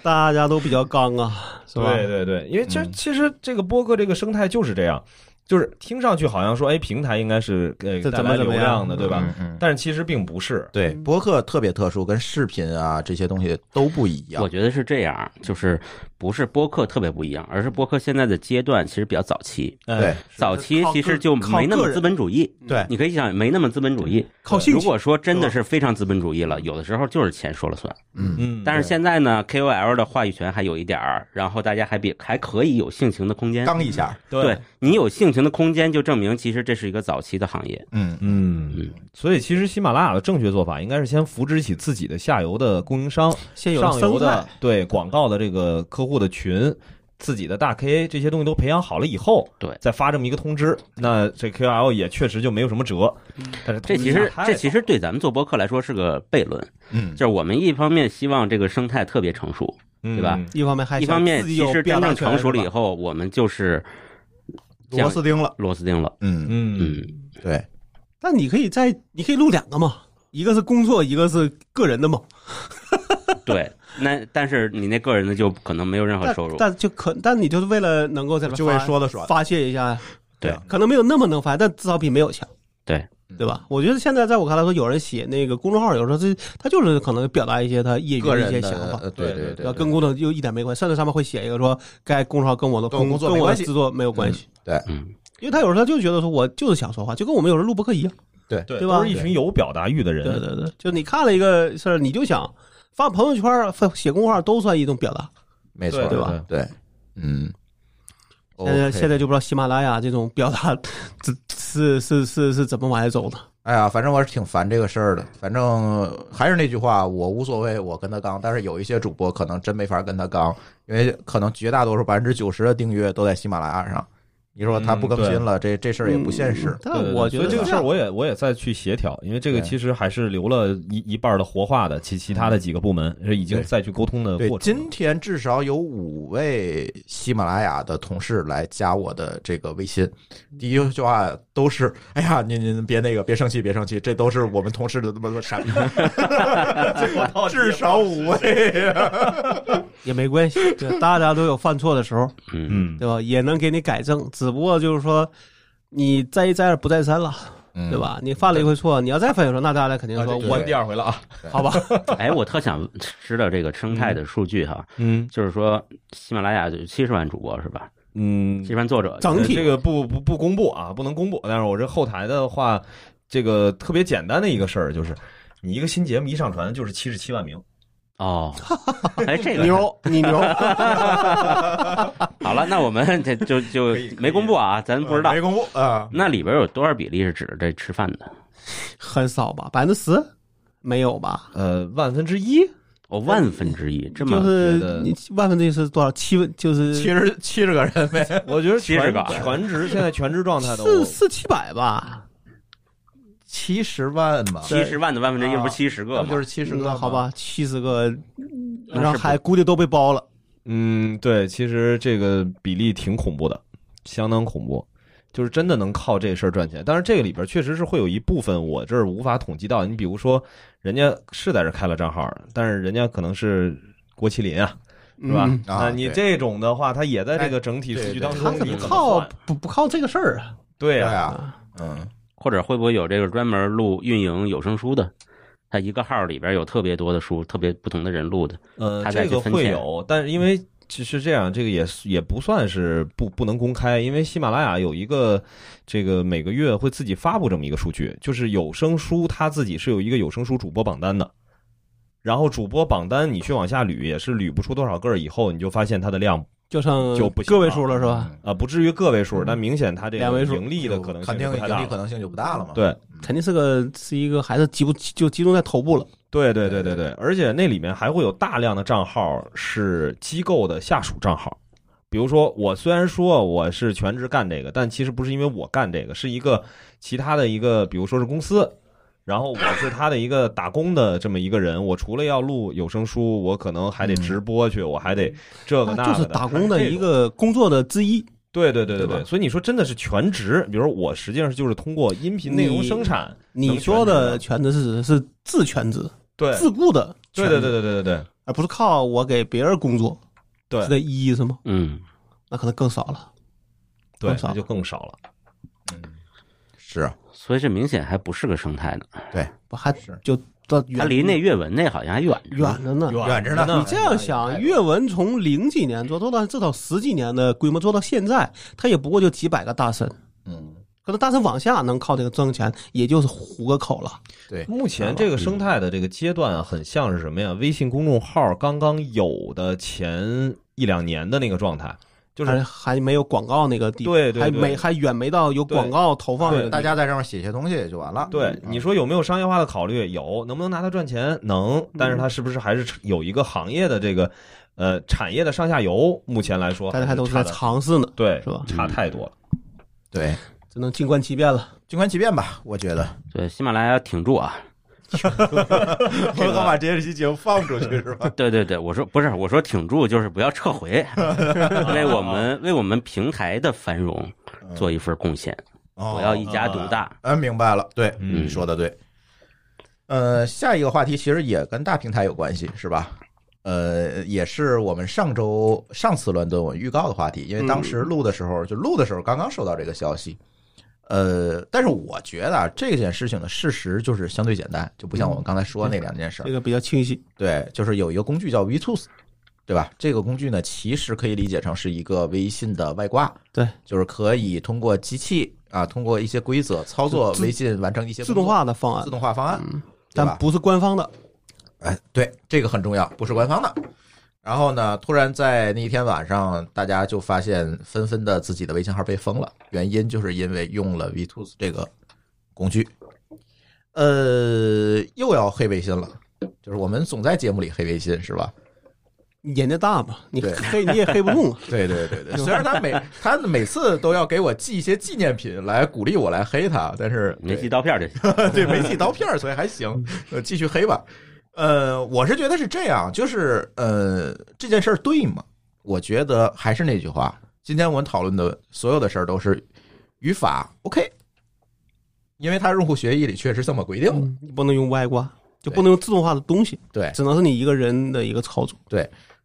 S2: 大家都比较刚啊，是吧？
S3: 对对对，因为这
S1: 嗯
S3: 其实这个播客这个生态就是这样，就是听上去好像说，哎，平台应该是给
S2: 这
S3: 带
S2: 怎
S3: 来
S2: 么
S3: 流
S2: 怎么样
S3: 量的，对
S1: 对
S3: 吧？
S1: 吧？嗯，
S3: 但是其实并不是。
S1: 对，博客特别特殊，跟视频啊这些东西都不一样
S4: 我。觉得是这样，就是不是播客特别不一样，而是播客现在的阶段其实比较早期，
S1: 对
S3: 哎，
S4: 早期其实就没那么资本主义。
S1: 对，
S4: 你可以想，没那么资本主义。
S2: 靠兴
S4: 如
S2: 趣，
S4: 果说真的是
S2: 嗯
S4: 非常资本主义了，有的时候就是钱说了算。
S1: 嗯，
S3: 嗯，
S4: 但是现在呢，KOL 的话语权还有一点儿，然后大家还比还可以有性情的空间。
S1: 刚一下，
S4: 对
S3: 对，
S4: 你有性情的空间，就证明其实这是一个早期的行业。
S1: 嗯，
S3: 嗯
S4: 嗯，
S3: 所以其实喜马拉雅的正确做法应该是先扶植起自己的下游的供应商，
S2: 现有
S3: 上游
S2: 生
S3: 的
S2: 态，
S3: 对广告的这个客户的群，自己的大 KA 这些东西都培养好了以后，
S4: 对
S3: 再发这么一个通知，那这 QL 也确实就没有什么辙。但是
S4: 这
S3: 通知
S4: 其实
S3: 下太
S4: 这其
S3: 早
S4: 实对咱们做播客来说是个悖论，
S1: 嗯，
S4: 就是我们一方面希望这个生态特别成熟，
S3: 嗯
S4: 对吧
S2: 一方面还
S4: 一方面
S2: 想自己
S4: 其
S2: 有
S4: 实
S2: 表
S4: 真
S2: 达
S4: 正
S2: 权
S4: 成熟了以
S2: 是吧
S4: 后，我们就是
S1: 螺丝钉了。
S4: 螺丝钉了。
S1: 嗯，
S3: 嗯
S4: 嗯，
S1: 对，
S2: 但你可以在，你可以录两个嘛，一个是工作，一个是个人的嘛。
S4: 嗯对。那但是你那个人的就可能没有任何
S2: 但
S4: 收入。
S2: 但就可，但你就是为了能够在这
S1: 就为
S2: 发
S1: 说了爽
S2: 发泄一下呀。
S4: 对
S1: 啊
S2: 可能没有那么能发，但至少比没有强。
S4: 对，
S2: 对吧？我觉得现在在我看来说，有人写那个公众号，有时候他他就是可能表达一些他业余
S1: 个
S2: 的一
S1: 人
S2: 些
S1: 的
S2: 想法。
S1: 呃对对
S3: 对
S1: 对
S2: 对吧？
S1: 对，
S2: 跟工作又一点没关系，甚至上面会写一个说，该公众号跟我的
S1: 跟我
S2: 工
S1: 工作
S2: 跟
S1: 没
S2: 我的
S1: 关系
S2: 制作没有关系，
S4: 嗯，
S2: 因为他有时候他就觉得说我就是想说话，就跟我们有时候录播客一样。
S3: 对
S2: 对吧
S3: 都是一群有表达欲的人。
S2: 对对对，就你看了一个事儿，你就想发朋友圈儿、发写公众号都算一种表达。
S1: 没错，
S2: 对
S3: 对
S2: 吧？
S1: 对，嗯。
S2: 现在
S1: OK
S2: 现在就不知道喜马拉雅这种表达 这是是是是怎么往下走的。
S1: 哎呀，反正我是挺烦这个事儿的。反正还是那句话，我无所谓，我跟他刚。但是有一些主播可能真没法跟他刚，因为可能绝大多数百分之九十的订阅都在喜马拉雅上。你说他不更新了，这这事儿也不现实。
S2: 嗯但
S3: 对对对
S2: 我觉得
S3: 所以这个事儿，
S2: 样
S3: 我也我也在去协调，因为这个
S1: 对
S3: 其实还是留了一一半儿的活化的，其其他的几个部门是已经
S1: 对
S3: 在去沟通的
S1: 对
S3: 过，程
S1: 今
S3: 了。
S1: 天至少有五位喜马拉雅的同事来加我的这个微信，第一句话都是：“ 哎呀，您您别那个，别生气，别生气，这都是我们同事的他妈的 傻逼。”至少五位，
S2: 也没关系，对，大家都有犯错的时候，
S4: 嗯，
S3: 嗯，
S2: 对吧？也能给你改正，只不过就是说。你再一再二不再三了，对
S1: 嗯对？
S2: 吧？你犯了一回错，你要再犯一回错，那大家肯定说
S4: 嗯
S1: 对
S2: 我
S1: 第
S3: 二回了啊。
S2: 好吧，
S4: 哎，我特想知道这个生态的数据哈，
S3: 嗯
S4: 就是说喜马拉雅有七十万主播是吧？
S3: 嗯
S4: 七，十万作者，
S2: 整体
S3: 呃这个不不不公布啊，不能公布。但是我这后台的话，这个特别简单的一个事儿就是，你一个新节目一上传就是七十七万名，
S4: 哦，哎，这个
S2: 牛，你牛，
S4: 好了，那我们这就就
S1: 可以可以
S4: 没公布啊，咱 不知道
S1: 没公布啊。
S4: 那里边有多少比例是指这吃饭的？
S2: 很少吧？百分之十没有吧？
S3: 呃，万分之 一。
S4: 哦，万分之一，
S2: 就
S4: 这么
S2: 是
S3: 觉得
S2: 你万分之一是多少？七分就是
S1: 七十七十个人呗，
S3: 我觉得
S4: 70
S3: 全
S4: 个
S3: 全职现在全职状态的，
S2: 四
S3: 我
S2: 四七百吧？
S1: 七十万吧，
S4: 七十万的万分之一，
S1: 啊
S4: 不是七十个
S1: 那不
S4: 吗
S1: 就？是七十个
S2: 那
S1: 吗
S2: 好？吧，七十个，
S4: 那
S2: 然后
S4: 是不
S2: 还估计都被包了。
S3: 嗯，对，其实这个比例挺恐怖的，相当恐怖，就是真的能靠这事儿赚钱。当然，这个里边确实是会有一部分我这儿无法统计到。你比如说，人家是在这儿开了账号，但是人家可能是郭麒麟啊，是吧？
S2: 嗯
S1: 啊
S3: 那你
S1: 对
S3: 这种的话，他也在这
S1: 哎
S3: 个整体数
S1: 对
S3: 据当
S1: 对
S3: 中
S2: 他，怎
S3: 你
S2: 么
S3: 怎
S2: 靠
S3: 算
S2: 不不靠这个事儿啊？
S3: 对
S1: 对
S3: 呀、
S1: 啊，嗯，
S4: 或者会不会有这个专门录运营有声书的？他一个号里边有特别多的书，特别不同的人录的。
S3: 呃，
S4: 他再
S3: 这
S4: 去
S3: 个
S4: 分
S3: 会
S4: 钱
S3: 有，但是因为其实这样，这个也也不算是不不能公开，因为喜马拉雅有一个这个每个月会自己发布这么一个数据，就是有声书它自己是有一个有声书主播榜单的。然后主播榜单你去往下捋，也是捋不出多少个儿，以后你就发现它的量
S2: 就剩
S3: 就不行
S2: 个位
S3: 了
S2: 数了是吧？
S3: 啊、不至于个位
S1: 嗯
S3: 数，但明显它这
S2: 两
S3: 个
S2: 位数
S3: 盈利的可能性
S1: 肯
S3: 就
S1: 定
S3: 不
S1: 盈
S3: 太
S1: 利
S3: 大
S1: 可
S3: 了。
S1: 能性就不大了嘛。
S3: 对，
S2: 肯定是个是一个还是集不就集中在头部了。
S3: 对对对对对，而且那里面还会有大量的账号是机构的下属账号。比如说，我虽然说我是全职干这个，但其实不是因为我干这个，是一个其他的一个，比如说是公司，然后我是他的一个打工的这么一个人。我除了要录有声书，我可能还得直播去，我还得这个那
S2: 嗯啊就
S3: 个
S2: 是
S3: 的
S2: 打工的一。
S3: 还这种
S2: 个工作的之一。
S3: 对对对对
S2: 对吧
S3: 对，所以你说真的是全职，比如说我实际上就是通过音频内容
S2: 你
S3: 生产，
S2: 你说的全职是指是自全职、
S3: 对
S2: 自雇的全
S3: 对
S2: 职，
S3: 对对对对对对
S2: 而不是靠我给别人工作，
S3: 对
S2: 是这意思吗？
S4: 嗯，
S2: 那可能更少了。
S3: 对
S2: 更，少
S3: 那就更少了。
S1: 是啊
S4: 所以这明显还不是个生态呢，
S2: 不还
S1: 是
S2: 就到
S4: 它
S2: 远
S4: 离那阅文那好像还远着呢
S2: 远着呢。
S1: 远着
S3: 呢
S1: 呢。嗯
S2: 你这样想，阅文从零几年做做到至少十几年的规模做到现在，它也不过就几百个大神，
S1: 嗯，
S2: 可能大神往下能靠这个挣钱，也就是糊个口了。
S1: 对，
S3: 目前这个生态的这个阶段，啊很像是什么呀？微信公众号刚刚有的前一两年的那个状态，就
S2: 还
S3: 是
S2: 还没有广告那个地，
S3: 对对
S2: 还
S3: 对
S2: 没还远没到有广告投放那个
S3: 对
S2: 地
S1: 大家在上面写些东西也就完了。
S3: 对
S1: 嗯
S3: 你说有没有商业化的考虑？有，能不能拿它赚钱？能，但是它是不是还是有一个行业的这个呃产业的上下游？目前来说，
S2: 大家还都是
S3: 是
S2: 在
S3: 差的
S2: 尝试呢，
S3: 对
S2: 是吧？
S3: 差太多了。
S1: 对，
S2: 只能静观其变了。
S1: 静观其变吧，我觉得。
S4: 对，喜马拉雅挺住啊，
S1: 我刚把这些期节目放出去是吧？
S4: 对对对，我说不是，我说挺住，就是不要撤回，为我们为我们平台的繁荣做一份贡献，
S1: 嗯哦
S4: 不要一家独大。
S1: 嗯，明白了，对，
S3: 嗯
S1: 你说的对。呃，下一个话题其实也跟大平台有关系，是吧？呃，也是我们上周上次伦敦我预告的话题，因为当时录的时候、就录的时候刚刚收到这个消息。呃，但是我觉得啊，这件事情的事实就是相对简单，就不像我们刚才说那两件事儿
S2: 这。个比较清晰。
S1: 对，就是有一个工具叫 VTools，对吧？这个工具呢，其实可以理解成是一个微信的外挂，
S2: 对，
S1: 就是可以通过机器啊，通过一些规则操作微信完成一些
S2: 自
S1: 工作
S2: 动、化嗯的方案
S1: 自，动化方案，对
S2: 但
S1: 吧？
S2: 不是官方的，
S1: 哎，对，这个很重要，不是官方的。然后呢，突然在那一天晚上，大家就发现纷纷的自己的微信号被封了，原因就是因为用了 VTools 这个工具。呃，又要黑微信了，就是我们总在节目里黑微信，是吧？
S2: 眼界大嘛，你
S1: 对
S2: 黑你也黑不 动啊。
S1: 对对对对，虽然他每 他每次都要给我寄一些纪念品来鼓励我来黑他，但是
S4: 没寄刀片就行。
S1: 嗯对对没寄刀片儿，所以还 行，呃，继续黑吧。呃，我是觉得是这样，就是呃，这件事儿对吗？我觉得还是那句话，今天我们讨论的所有的事儿都是语法 OK，因为它用户协议里确实这么规定的。
S2: 你不能用外挂，就不能用自动化的东西，
S1: 嗯对，
S2: 只能是你一个人的一个操作。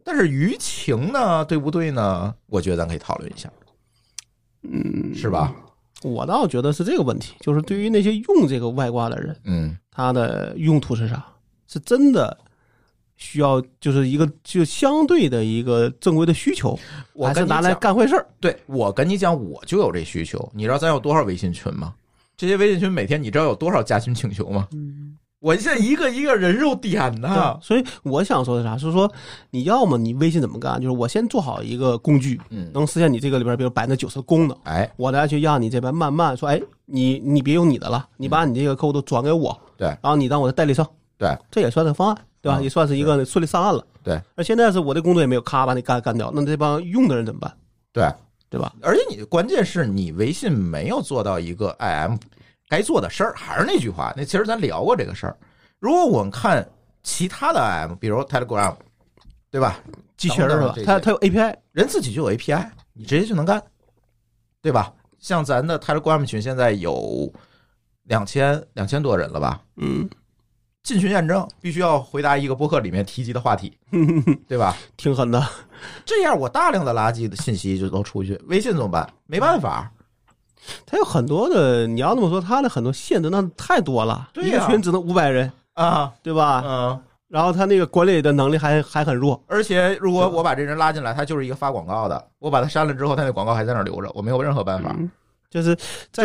S1: 但是舆情呢，对不对呢？我觉得咱可以讨论一下，
S2: 嗯，
S1: 是吧？
S2: 我倒觉得是这个问题，就是对于那些用这个外挂的人，
S1: 嗯
S2: 它的用途是啥？是真的需要就是一个就相对的一个正规的需求，
S1: 我
S2: 还是
S1: 跟你
S2: 拿来
S1: 讲
S2: 干坏事儿？
S1: 对我跟你讲，我就有这需求。你知道咱有多少微信群吗？这些微信群每天你知道有多少加群请求吗？我现在一个一个人肉点呐
S2: 对，。所以我想说的是啥是说，你要么你微信怎么干？就是我先做好一个工具，
S1: 嗯，
S2: 能实现你这个里边，比如百分之九十的功能，
S1: 哎，
S2: 我再去让你这边慢慢说，哎，你你别用你的了，你把你这个客户都转给我，
S1: 对
S2: 然后你当我的代理商，
S1: 对，
S2: 这也算是方案，对吧？
S1: 嗯
S2: 也算是一个顺利上岸了。
S1: 对，
S2: 而现在是我的工作也没有咔把你干干掉，那这帮用的人怎么办？
S1: 对，
S2: 对吧？
S1: 而且你关键是你微信没有做到一个 IM 该做的事儿。还是那句话，那其实咱聊过这个事儿。如果我们看其他的 IM，比如 Telegram，对吧？
S2: 机器人
S1: 等
S2: 是
S1: 等
S2: 吧
S1: 这？些
S2: 它它有 API，
S1: 人自己就有 API，你直接就能干，对吧？像咱的 Telegram 群现在有两千两千多人了吧？
S2: 嗯，
S1: 进群验证必须要回答一个播客里面提及的话 题，对吧？
S2: 挺狠的。
S1: 这样我大量的垃圾的信息就都出去。微信怎么办？没办法，
S2: 它有很多的，你要那么说，它的很多限制那太多了，
S1: 对
S2: 一个
S1: 呀
S2: 群只能五百人，
S1: 啊，
S2: 对吧？
S1: 嗯。
S2: 然后它那个管理的能力还还很弱，
S1: 而且如果我把这人拉进来，他就是一个发广告的，我把他删了之后，他那广告还在那儿留着，我没有任何办法。
S2: 嗯就是在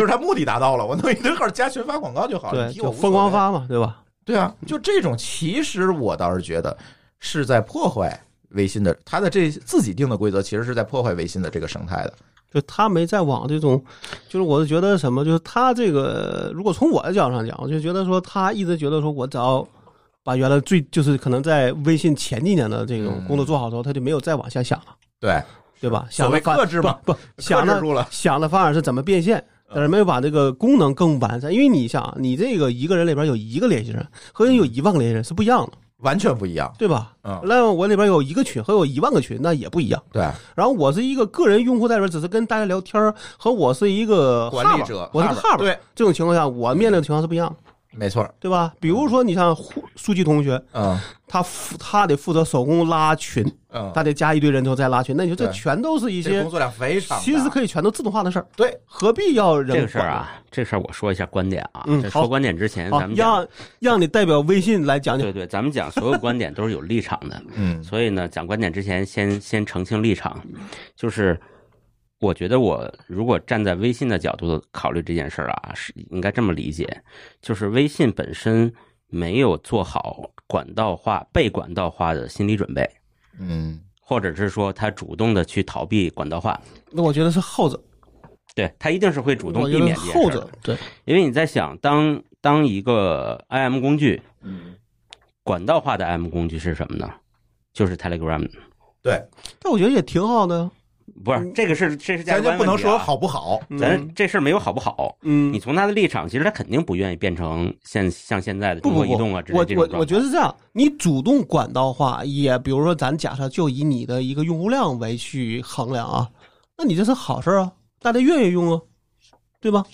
S1: 就是他目的达到了，我弄一堆号加群发广告就好了，
S2: 对，
S1: 啊你提我
S2: 就
S1: 无所
S2: 疯狂
S1: 谓
S2: 发嘛，对吧？
S1: 对啊，就这种，其实我倒是觉得是在破坏微信的，它的这自己定的规则，其实是在破坏微信的这个生态的。
S2: 就他没在往这种，就是我是觉得什么，就是他这个，如果从我的角度上讲，我就觉得说他一直觉得说我只要把原来最就是可能在微信前几年的这种工作做好之后，他就没有再往下想了，
S1: 对，
S2: 对吧？
S1: 啊所
S2: 想
S1: 谓
S2: 的反
S1: 克制嘛，
S2: 不不想
S1: 克制
S2: 的
S1: 住了。嗯
S2: 想的反而是怎么变现，但是没有把这个功能更完善。因为你想，你这个一个人里边有一个联系人和有一万个联系人是不一样的，
S1: 完全不一样。
S2: 对吧？
S1: 嗯，
S2: 那我里边有一个群和有一万个群，那也不一样。
S1: 对，
S2: 然后我是一个个人用户在这边，只是跟大家聊天儿，和我是一个
S1: 管理者
S2: hub，我是个 hub，
S1: 对，
S2: 这种情况下，我面对的情况是不一样的，
S1: 没错。
S2: 对吧？比如说，你像胡书记同学，
S1: 嗯
S2: 他负他得负责手工拉群，
S1: 嗯，
S2: 他得加一堆人之后再拉群，那你说这
S1: 对
S2: 全都是一
S1: 这
S2: 些
S1: 工作啊量非常大，
S2: 其实可以全都自动化的事儿，
S1: 对，
S2: 何必要人
S4: 这个事儿
S2: 管？
S4: 啊，这事儿我说一下观点啊。
S2: 嗯
S4: 这
S2: 好
S4: 说观点之前，
S2: 好
S4: 咱，们讲
S2: 啊让让你代表微信来讲讲
S4: 对，对，咱们讲所有观点都是有立场的。
S1: 嗯
S4: 所以呢，讲观点之前先，先澄清立场，就是我觉得我如果站在微信的角度考虑这件事儿啊，是应该这么理解，就是微信本身没有做好管道化、被管道化的心理准备，
S1: 嗯，
S4: 或者是说他主动的去逃避管道化，
S2: 那我觉得是后者，
S4: 对他一定是会主动
S2: 我
S4: 避
S2: 觉得
S4: 免这件事儿
S2: 后
S4: 的
S2: 者对，
S4: 因为你在想，当当一个 IM 工具，
S2: 嗯
S4: 管道化的 IM 工具是什么呢？就是 Telegram。
S1: 对，
S2: 但我觉得也挺好的呀，
S4: 不是这个是这是价值
S1: 咱就
S4: 观、啊、
S1: 不能说好不好，
S4: 咱这事儿没有好不好。
S2: 嗯
S4: 你，从他的立场，其实他肯定不愿意变成现像现在的
S2: 不
S4: 中
S2: 不
S4: 国移
S2: 不，
S4: 动啊之类
S2: 我
S4: 这种
S2: 我我觉得是这样，你主动管道化也，比如说咱假设就以你的一个用户量为去衡量啊，那你这是好事儿啊，大家愿意用啊，对吧？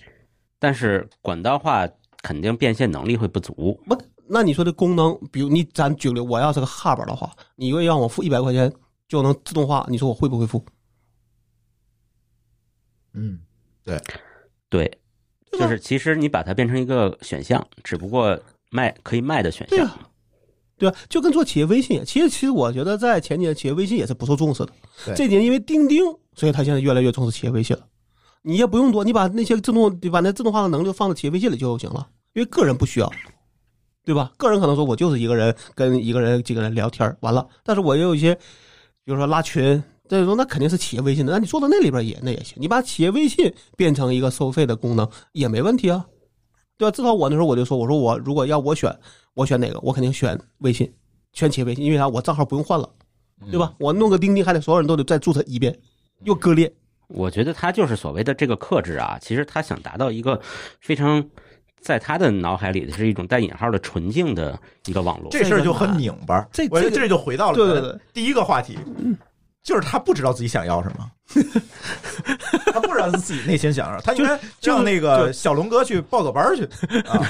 S4: 但是管道化肯定变现能力会不足。
S2: 不，那你说这功能，比如你咱举个例，我要是个 Hub 的话，你一个月让我付一百块钱就能自动化，你说我会不会付？
S1: 嗯，
S4: 对，
S2: 对吧
S4: 就是其实你把它变成一个选项，只不过卖可以卖的选
S2: 对
S4: 项。
S2: 啊，对啊，就跟做企业微信也，其实其实我觉得在前几年企业微信也是不受重视的
S1: 对。
S2: 这几年因为钉钉，所以它现在越来越重视企业微信了。你也不用多，你把那些自动把那自动化的能力放到企业微信里就行了，因为个人不需要，对吧？个人可能说我就是一个人跟一个人几个人聊天儿完了，但是我也有一些，比如说拉群。这种那肯定是企业微信的，那你做到那里边也那也行，你把企业微信变成一个收费的功能也没问题啊，对吧？至少我那时候我就说，我说我如果要我选，我选哪个？我肯定选微信，选企业微信，因为啥？我账号不用换了，
S4: 嗯
S2: 对吧？我弄个钉钉，还得所有人都得再注册一遍，又割裂。
S4: 我觉得他就是所谓的这个克制啊，其实他想达到一个非常在他的脑海里的是一种带引号的纯净的一个网络。
S1: 这事儿就很拧巴。
S2: 这
S1: 我觉得
S2: 这个
S1: 这就回到了
S2: 对对
S1: 咱
S2: 对
S1: 第一个话题，就是他不知道自己想要什么，他不知道自己内心想要什么，他应该
S2: 就
S1: 让那
S2: 就
S1: 个小龙哥去报个班儿去啊，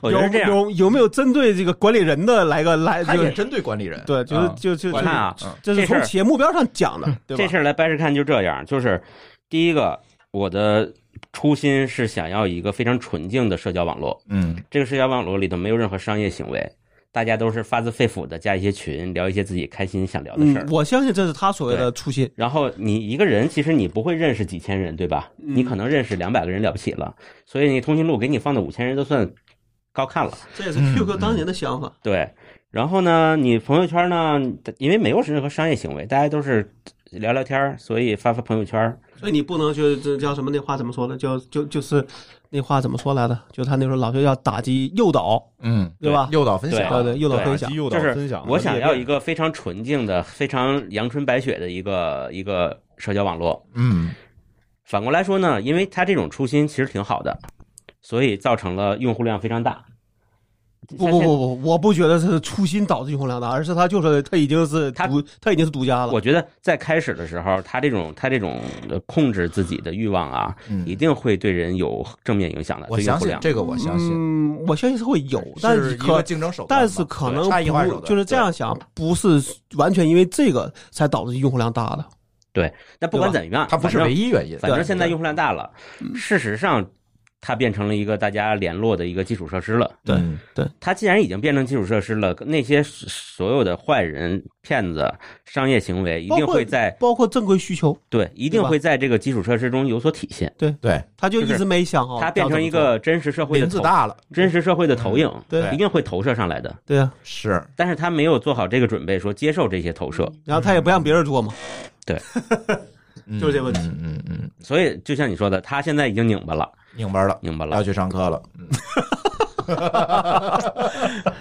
S4: 我觉得这样，
S2: 有有有没有针对这个管理人的来个来
S1: 他
S2: 就
S1: 也
S2: 是
S1: 针对管理人，
S2: 对，就是
S1: 啊
S2: 就就
S4: 我
S2: 就
S4: 看啊，
S2: 这是
S4: 这事
S2: 从
S4: 儿
S2: 企业目标上讲 的，对
S4: 这
S2: 吧？
S4: 事儿来掰着看就这样，就是第一个，我的初心是想要一个非常纯净的社交网络，
S1: 嗯
S4: 这个社交网络里头没有任何商业行为，大家都是发自肺腑的加一些群，聊一些自己开心想聊的事儿
S2: 嗯，。我相信这是他所谓的初心。
S4: 然后你一个人，其实你不会认识几千人，对吧？
S2: 嗯
S4: 你可能认识两百个人了不起了，所以你通讯录给你放到五千人都算高看了。
S2: 这也是
S1: 嗯 Q 哥当
S2: 年的想法。
S4: 对，然后呢，你朋友圈呢，因为没有任何商业行为，大家都是聊聊天儿，所以发发朋友圈儿。
S2: 所以你不能去这叫什么那话怎么说呢？叫就就是那话怎么说来的？就他那时候老是要打击诱导，
S1: 嗯，
S2: 对吧？
S1: 诱导分享，
S2: 对对，诱导
S4: 对
S2: 分享。
S3: 诱导
S4: 就是
S3: 分享，
S4: 我想要一个非常纯净的、非常阳春白雪的一个一个社交网络。
S1: 嗯
S4: 反过来说呢，因为他这种初心其实挺好的，所以造成了用户量非常大。
S2: 不不不不，我不觉得这是初心导致用户量大，而是他就是他已经是
S4: 他
S2: 独，他已经是独家了。
S4: 我觉得在开始的时候，他这种他这种呃控制自己的欲望啊，一
S1: 嗯，
S4: 定会对人有正面影响的。
S1: 我
S4: 对用
S1: 相
S4: 户
S1: 信
S4: 量
S1: 这个，我相信，
S2: 嗯，我相信是会有，但
S1: 是一个
S2: 可
S1: 竞争手段嘛，
S2: 但是可
S1: 对
S2: 能
S1: 差异化手
S2: 不
S1: 段，
S2: 就是这样想，不是完全因为这个才导致用户量大的。
S4: 但不管
S2: 对
S4: 怎么样，
S1: 它不是
S4: 反正
S1: 唯一原因，
S4: 反正
S1: 对嗯
S4: 现在用户量大了，事实上它变成了一个大家联络的一个基础设施了。
S2: 对
S1: 嗯
S4: 它既然已经变成基础设施了，那些所有的坏人、骗子、商业行为一定会在
S2: 包括正规需求，
S4: 对，一定会在这个基础设施中有所体现。
S1: 对，
S2: 他就一
S4: 就是
S2: 直没想哦好要怎么做。
S4: 它变成一个真实社会的
S1: 林子
S4: 投
S1: 大了，
S4: 真实社会的投影，
S2: 嗯对
S4: 一定会投射上来的。
S2: 对啊，
S1: 是
S4: 但是他没有做好这个准备，说接受这些投射，
S2: 然后他也不让别人做嘛。就是这问题
S1: 嗯嗯嗯，嗯
S4: 所以就像你说的，他现在已经拧巴了，
S1: 拧巴了，
S4: 拧巴
S1: 要
S4: 了，
S1: 去上课了，嗯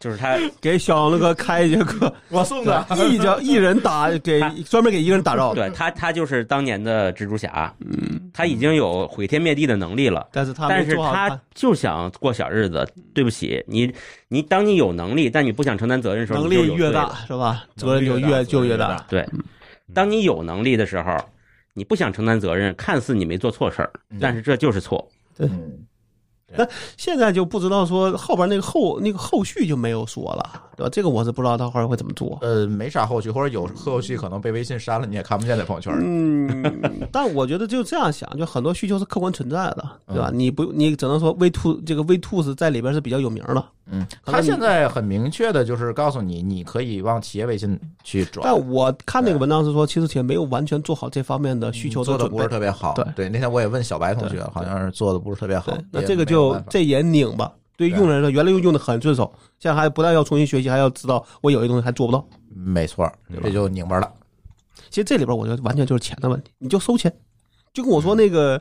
S4: 就是他
S2: 给小杨那个开一节课，
S1: 我送的，
S2: 一脚一人打给专门给一个人打造，
S4: 对他，他就是当年的蜘蛛侠，
S2: 嗯
S4: 他已经有毁天灭地的能力了，
S2: 但是他没
S4: 但是
S2: 做好
S4: 他就想过小日子。对不起，你你当你有能力，但你不想承担责任的时候，
S2: 能
S4: 你就
S2: 力
S4: 有
S2: 越
S4: 罪
S2: 大
S4: 了，
S2: 是吧？责任就越就越大。，
S4: 对。当你有能力的时候，你不想承担责任，看似你没做错事儿，但是这就是错。
S1: 嗯，
S2: 现在就不知道说后边那个后那个后续就没有说了，对吧？这个我是不知道他后来会怎么做。
S1: 呃，没啥后续，或者有后续可能被微信删了，你也看不见在朋友圈。
S2: 嗯， 但我觉得就这样想，就很多需求是客观存在的，对
S1: 嗯
S2: 吧？你不，你只能说 V two 这个 V two 是在里边是比较有名的，
S1: 嗯，
S2: 可
S1: 他
S2: 能你
S1: 现在很明确的就是告诉你，你可以往企业微信去转
S2: 但。我看那个文章是说，其实也没有完全做好这方面的需求
S1: 嗯做
S2: 的
S1: 的
S2: 准
S1: 不是
S2: 备。
S1: 特别好，
S2: 对
S1: 那天我也问小白同学，
S2: 对
S1: 好像是做的不是特别好
S2: 对，。那
S1: 也
S2: 这个
S1: 没有
S2: 就
S1: 办法
S2: 这也拧吧。对于
S1: 对
S2: 用人来说，原来用用的很顺手，现在还不但要重新学习，还要知道我有些东西还做不到。
S1: 没错，这就拧巴了。
S2: 其实这里边我觉得完全就是钱的问题，你就收钱，就跟我说那个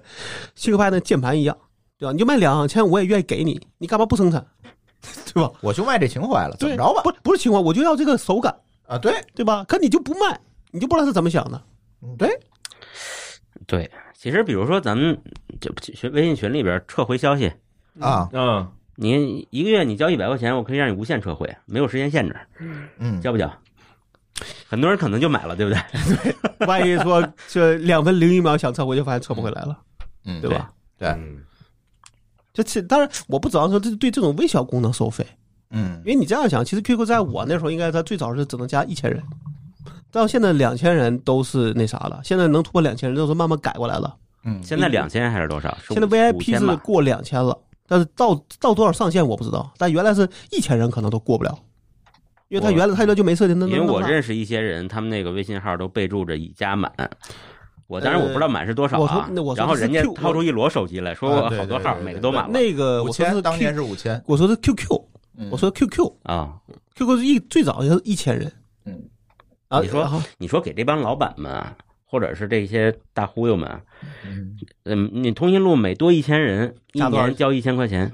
S2: 西格派那键盘一样，对吧？你就卖两千，我也愿意给你，你干嘛不生产，对吧？
S1: 我就卖这情怀了，怎么着吧？
S2: 不不是情况，我就要这个手感，
S1: 啊，对，
S2: 对吧？可你就不卖，你就不知道他怎么想的，
S4: 对，其实比如说咱们就群微信群里边撤回消息，
S1: 啊，
S3: 嗯，
S4: 你一个月你交一百块钱，我可以让你无限撤回，没有时间限制，
S1: 嗯，
S4: 交不交？很多人可能就买了，对不对？
S2: 嗯万一说这两分零一秒想撤回，就发现撤不回来了，
S1: 嗯，
S2: 对吧？
S1: 对
S3: 嗯
S2: 这其当然，我不指望说这对这种微小功能收费，
S1: 嗯
S2: 因为你这样想，其实 QQ 在我那时候应该它最早是只能加一千人，到现在两千人都是那啥了，现在能突破两千人都是慢慢改过来了。
S1: 嗯，
S4: 现在两千还是多少？是
S2: 现在
S4: 五
S2: VIP
S4: 5000
S2: 是
S4: 吧
S2: 过两千了，但是到到多少上限我不知道，但原来是一千人可能都过不了，因为他
S4: 我
S2: 原来他原来就没设定那
S4: 因
S2: 那
S4: 为
S2: 那
S4: 我
S2: 么大
S4: 认识一些人，他们那个微信号都备注着已加满。我当然我不知道满是多少
S2: 呃我说
S4: 啊
S2: 那我，说
S4: 然后
S2: 这是
S4: 人家
S2: Q-
S4: 掏出一摞手机来说，
S1: 啊
S4: 我
S1: 对
S4: 好多
S1: 对
S4: 号
S1: 对
S4: 每个
S1: 对
S4: 都
S1: 对
S4: 满了
S2: 那个
S1: 五
S2: 我说
S1: 千
S2: 是
S1: 当年
S2: Q-
S1: 是五千，
S2: 我说是 QQ，
S1: 嗯
S2: 我说 QQ。
S4: 啊。
S2: QQ 是一最早也是一千人，
S1: 嗯，
S2: 啊，
S4: 你说
S2: 然后
S4: 你说给这帮老板们啊，或者是这些大忽悠们啊，
S1: 嗯
S4: 嗯，你通讯录每多一千人，一
S2: 加多少
S4: 年交一千块钱，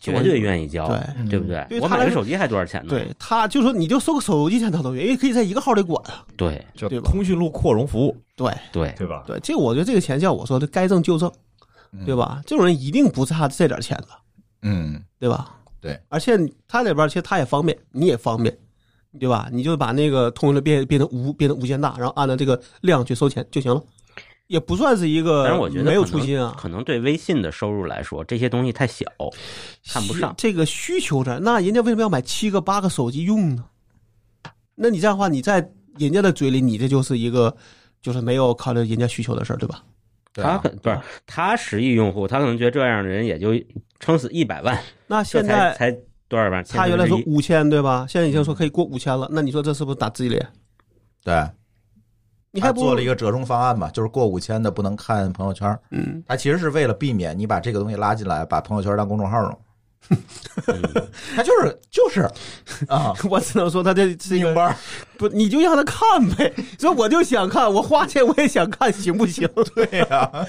S4: 绝对愿意交，
S2: 对
S1: 嗯
S4: 对不对
S2: 对？
S4: 我
S2: 他
S4: 买个
S2: 是
S4: 手机还多少钱呢？
S2: 对，他就说你就收个手机钱他都愿意，因为可以在一个号里管啊。
S4: 对
S3: 就
S2: 对吧
S3: 通讯录扩容服务，
S2: 对
S4: 对
S3: 对吧？
S2: 对，这我觉得这个钱像我说的该正就正，
S4: 嗯
S2: 对吧？这种人一定不差这点钱的，
S1: 嗯
S2: 对吧？
S1: 对，
S2: 而且他里边其实他也方便，你也方便，对吧？你就把那个通讯录变变成无变成无限大，然后按照这个量去收钱就行了，也不算是一个，
S4: 但是我觉得
S2: 呃没有
S4: 可能
S2: 初心啊，
S4: 可能对微信的收入来说，这些东西太小，看不上
S2: 需这个需求在，那人家为什么要买七个八个手机用呢？那你这样的话，你在人家的嘴里，你这就是一个就是没有考虑人家需求的事儿，对吧？
S1: 对
S4: 他
S1: 啊
S4: 可不是他十亿用户，他可能觉得这样的人也就撑死一百万，
S2: 那
S4: 这
S2: 现
S4: 才
S2: 在
S4: 才多少万？
S2: 他原来说
S4: 1000
S2: 五千对吧？现在已经
S4: 嗯
S2: 说可以过五千了，那你说这是不是打自己脸？
S1: 对，
S2: 你还
S1: 他
S2: 不
S1: 做了一个折中方案嘛，就是过五千的不能看朋友圈。
S2: 嗯，
S1: 他其实是为了避免你把这个东西拉进来，把朋友圈当公众号 用。他就是就是啊，
S2: 我只能说他这是一
S1: 明
S2: 个
S1: 白儿？
S2: 不，你就让他看呗。所以我就想看，我花钱我也想看，行不行？
S1: 对呀、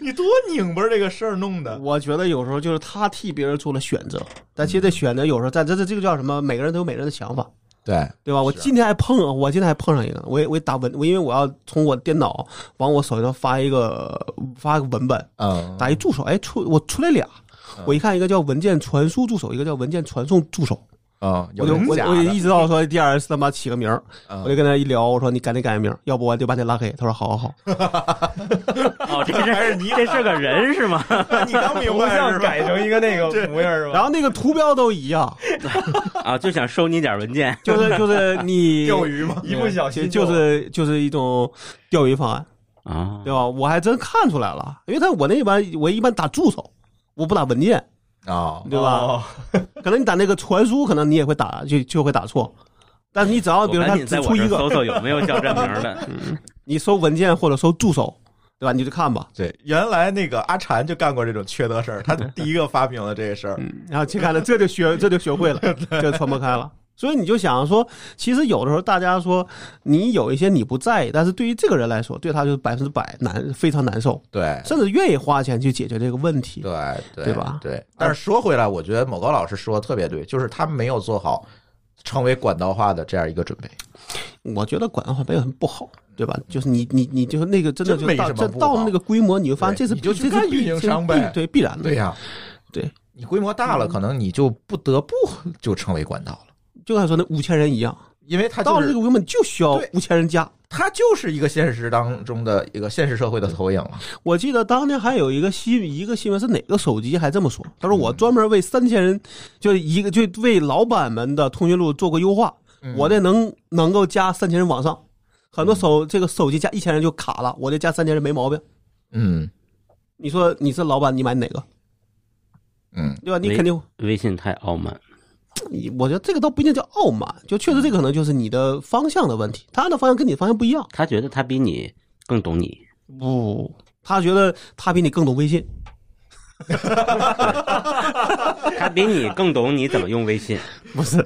S1: 你多拧巴儿这个事儿弄的。
S2: 我觉得有时候就是他替别人做了选择，但其实这选择有时候在这这这个叫什么？每个人都有每个人的想法。
S1: 对，
S2: 对吧？我
S1: 是
S2: 今天还碰，我今天还碰上一个，我也我也打文，我因为我要从我电脑往我手机上发一个发个文本，
S1: 嗯，
S2: 打一助手，哎，出我出来俩，我一看一个叫文件传输助手，一个叫文件传送助手，
S1: 嗯，
S2: 我
S1: 有
S2: 就
S1: 真
S2: 我
S1: 假
S2: 我就
S1: 的
S2: 意识到说 D R S 他妈起个名儿，
S1: 嗯
S2: 我就跟他一聊，我说你赶紧改个名儿，要不我就把你拉黑。他说好好好，
S4: 哦，这是 这是个人是吗？
S1: 你刚明
S3: 不
S1: 白
S3: 像
S1: 是吧？
S3: 改成一个那个模样 是吧？
S2: 然后那个图标都一样，
S4: 啊，就想收你点文件，
S2: 就是就是你 嗯
S1: 钓鱼吗？
S3: 一不小心
S2: 就就是就是一种钓鱼方案。
S4: 啊，
S2: 对吧？我还真看出来了，因为他我那一般我一般打助手，我不打文件，
S1: 啊，
S2: 对吧？
S3: 哦
S2: 可能你打那个传输，可能你也会打就就会打错，但是你只要
S4: 我
S2: 比如
S4: 赶
S2: 他
S4: 紧在
S2: 只出
S4: 我这
S2: 一
S4: 儿
S2: 个，
S4: 搜搜有没有叫这名儿的。
S2: 你搜文件或者搜助手，对吧？你就看吧，
S1: 对，原来那个阿禅就干过这种缺德事儿，他第一个发明了这个事儿。
S2: 然后去看了，这就学这就学会 了，这就传播开了。所以你就想说，其实有的时候大家说你有一些你不在意，但是对于这个人来说，对他就是百分之百难，非常难受，
S1: 对，
S2: 甚至愿意花钱去解决这个问题。
S1: 哎对对
S2: 对吧
S1: 对。但是说回来，我觉得某高老师说的特别对，就是他没有做好成为管道化的这样一个准备。
S2: 我觉得管的话没有什么不好，对吧？就是你你你就是那个真的
S1: 真
S2: 就
S1: 没
S2: 到
S1: 什么
S2: 这
S1: 不
S2: 到
S1: 好
S2: 那个规模，你就发现
S1: 对
S2: 这是
S1: 你就去
S2: 这是
S1: 干
S2: 必
S1: 运营
S2: 这是
S1: 商
S2: 必
S1: 呗
S2: 对，必然的。
S1: 对呀、
S2: 对，
S1: 你规模大了，可能你就不得不就成为管道了，
S2: 就像说那五千人一样，
S1: 因为他
S2: 到
S1: 就
S2: 了这
S1: 是
S2: 个规模你就需要
S1: 对
S2: 五千人加。
S1: 他就是一个现实当中的一个现实社会的投影了。
S2: 我记得当年还有一个新一个新闻是哪个手机还这么说，他说我专门为三千人，就一个就为老板们的通讯录做过优化，
S4: 嗯
S2: 我这能能够加三千人往上。很多手这个手机加一千人就卡了，我这加三千人没毛病。
S1: 嗯
S2: 你说你是老板，你买哪个？
S1: 嗯，
S2: 对吧？你
S4: 没
S2: 肯定
S4: 微信太傲慢，
S2: 你我觉得这个倒不一定叫傲慢，就确实这个可能就是你的方向的问题，他的方向跟你方向不一样。
S4: 他觉得他比你更懂你，
S2: 不，他觉得他比你更懂微信，
S4: 他比你更懂你怎么用微信。
S2: 不是？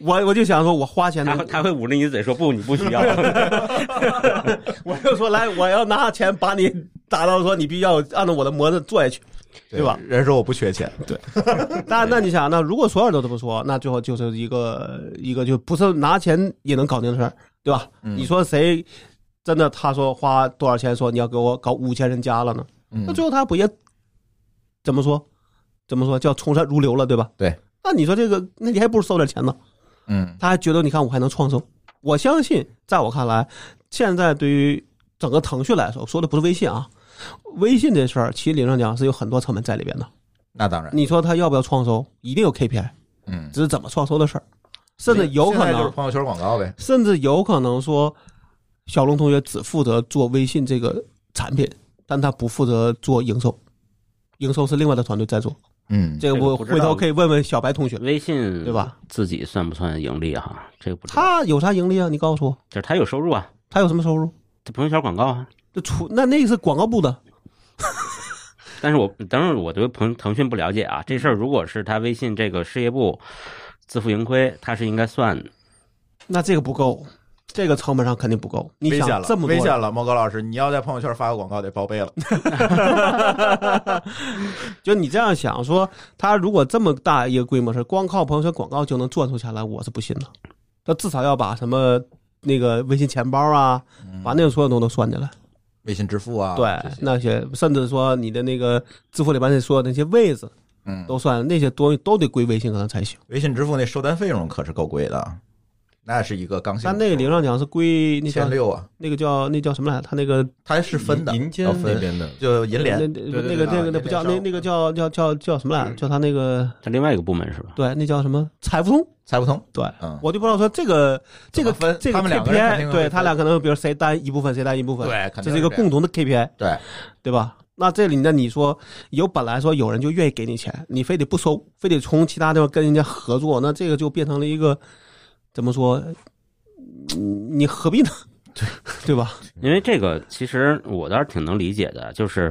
S2: 我我就想说，我花钱
S4: 他
S2: 的
S4: 会，他会捂着你嘴说不，你不需要。
S2: 我就说来，我要拿钱把你打到说你必须要按照我的模子做下去。对吧？
S1: 人说我不缺钱，
S2: 但那你想，那如果所有人都这么说，那最后就是
S1: 嗯
S2: 嗯一个一个就不是拿钱也能搞定的事儿，对吧？你说谁？真的他说花多少钱，说你要给我搞五千人加了呢？那
S1: 嗯
S2: 最后他不也怎么说？怎么说叫从善如流了，对吧？
S1: 对。
S2: 那你说这个，那你还不如收点钱呢？
S1: 嗯
S2: 他还觉得你看我还能创收。我相信，在我看来，现在对于整个腾讯来说，我说的不是微信啊，微信这事儿其实理论上讲是有很多成本在里边的。
S1: 那当然，
S2: 你说他要不要创收？一定有 KPI，
S1: 嗯，
S2: 只是怎么创收的事儿，甚至有可
S1: 现在就是
S2: 能，
S1: 朋友圈广告呗，
S2: 甚至有可能说，小龙同学只负责做微信这个产品，但他不负责做营收，营收是另外的团队在做。
S1: 嗯，
S2: 这个我
S4: 这个不知道
S2: 回头可以问问小白同学，
S4: 微信
S2: 对吧？
S4: 自己算不算盈利哈、这个不知道，
S2: 他有啥盈利啊？你告诉我，
S4: 就是他有收入啊，
S2: 他有什么收入？
S4: 他朋友圈广告啊。
S2: 这出那那个是广告部的，
S4: 但是我当然我对腾腾讯不了解啊，这事儿如果是他微信这个事业部自负盈亏，他是应该算
S2: 那这个不够，这个成本上肯定不够。你
S1: 危险
S2: 想
S1: 了
S2: 这，么多
S1: 危
S2: 人，
S1: 险了，猫哥老师，你要在朋友圈发个广告得报备了，
S2: 就你这样想说，他如果这么大一个规模是光靠朋友圈广告就能赚出钱来，我是不信的。他至少要把什么那个微信钱包啊，把那个所有东西都算进来。
S1: 微信支付嗯啊，
S2: 对
S1: 这，些
S2: 那些甚至说你的那个支付里边那说的那些位置
S1: 嗯，
S2: 都算，那些东西都得归微信可能才行。
S1: 微信支付那收单费用可是够贵的，那是一个刚性的收入，
S2: 但那个理论上讲是归那
S1: 千
S2: 叫
S1: 六啊，
S2: 那个叫那叫什么来着？他那个
S1: 它是分的，
S3: 银银监
S1: 要
S3: 那
S1: 分，
S3: 边的，
S1: 就银联
S2: 那
S3: 对
S2: 那
S3: 对
S2: 个
S1: 对
S2: 那个那
S1: 啊
S2: 不叫那
S1: 也得上嗯
S2: 那个叫叫叫叫什么来着？叫他那个
S4: 他另外一个部门是吧？
S2: 对，那叫什么财富通？
S1: 财不通，
S2: 对，
S1: 嗯，
S2: 我就不知道说这个这个
S1: 怎么分
S2: 这个
S1: 他们两个人肯定
S2: KPI，
S1: 会
S2: 对
S1: 分
S2: 他俩可能比如谁单一部分，谁单一部分，，
S1: 对，肯定
S2: 这是一个
S1: 样
S2: 共同的 KPI，
S1: 对，
S2: 对吧？那这里呢，你说有本来说有人就愿意给你钱，你非得不收，非得从其他地方跟人家合作，那这个就变成了一个怎么说？嗯你何必呢？ 对对吧？
S4: 因为这个，其实我倒是挺能理解的，就是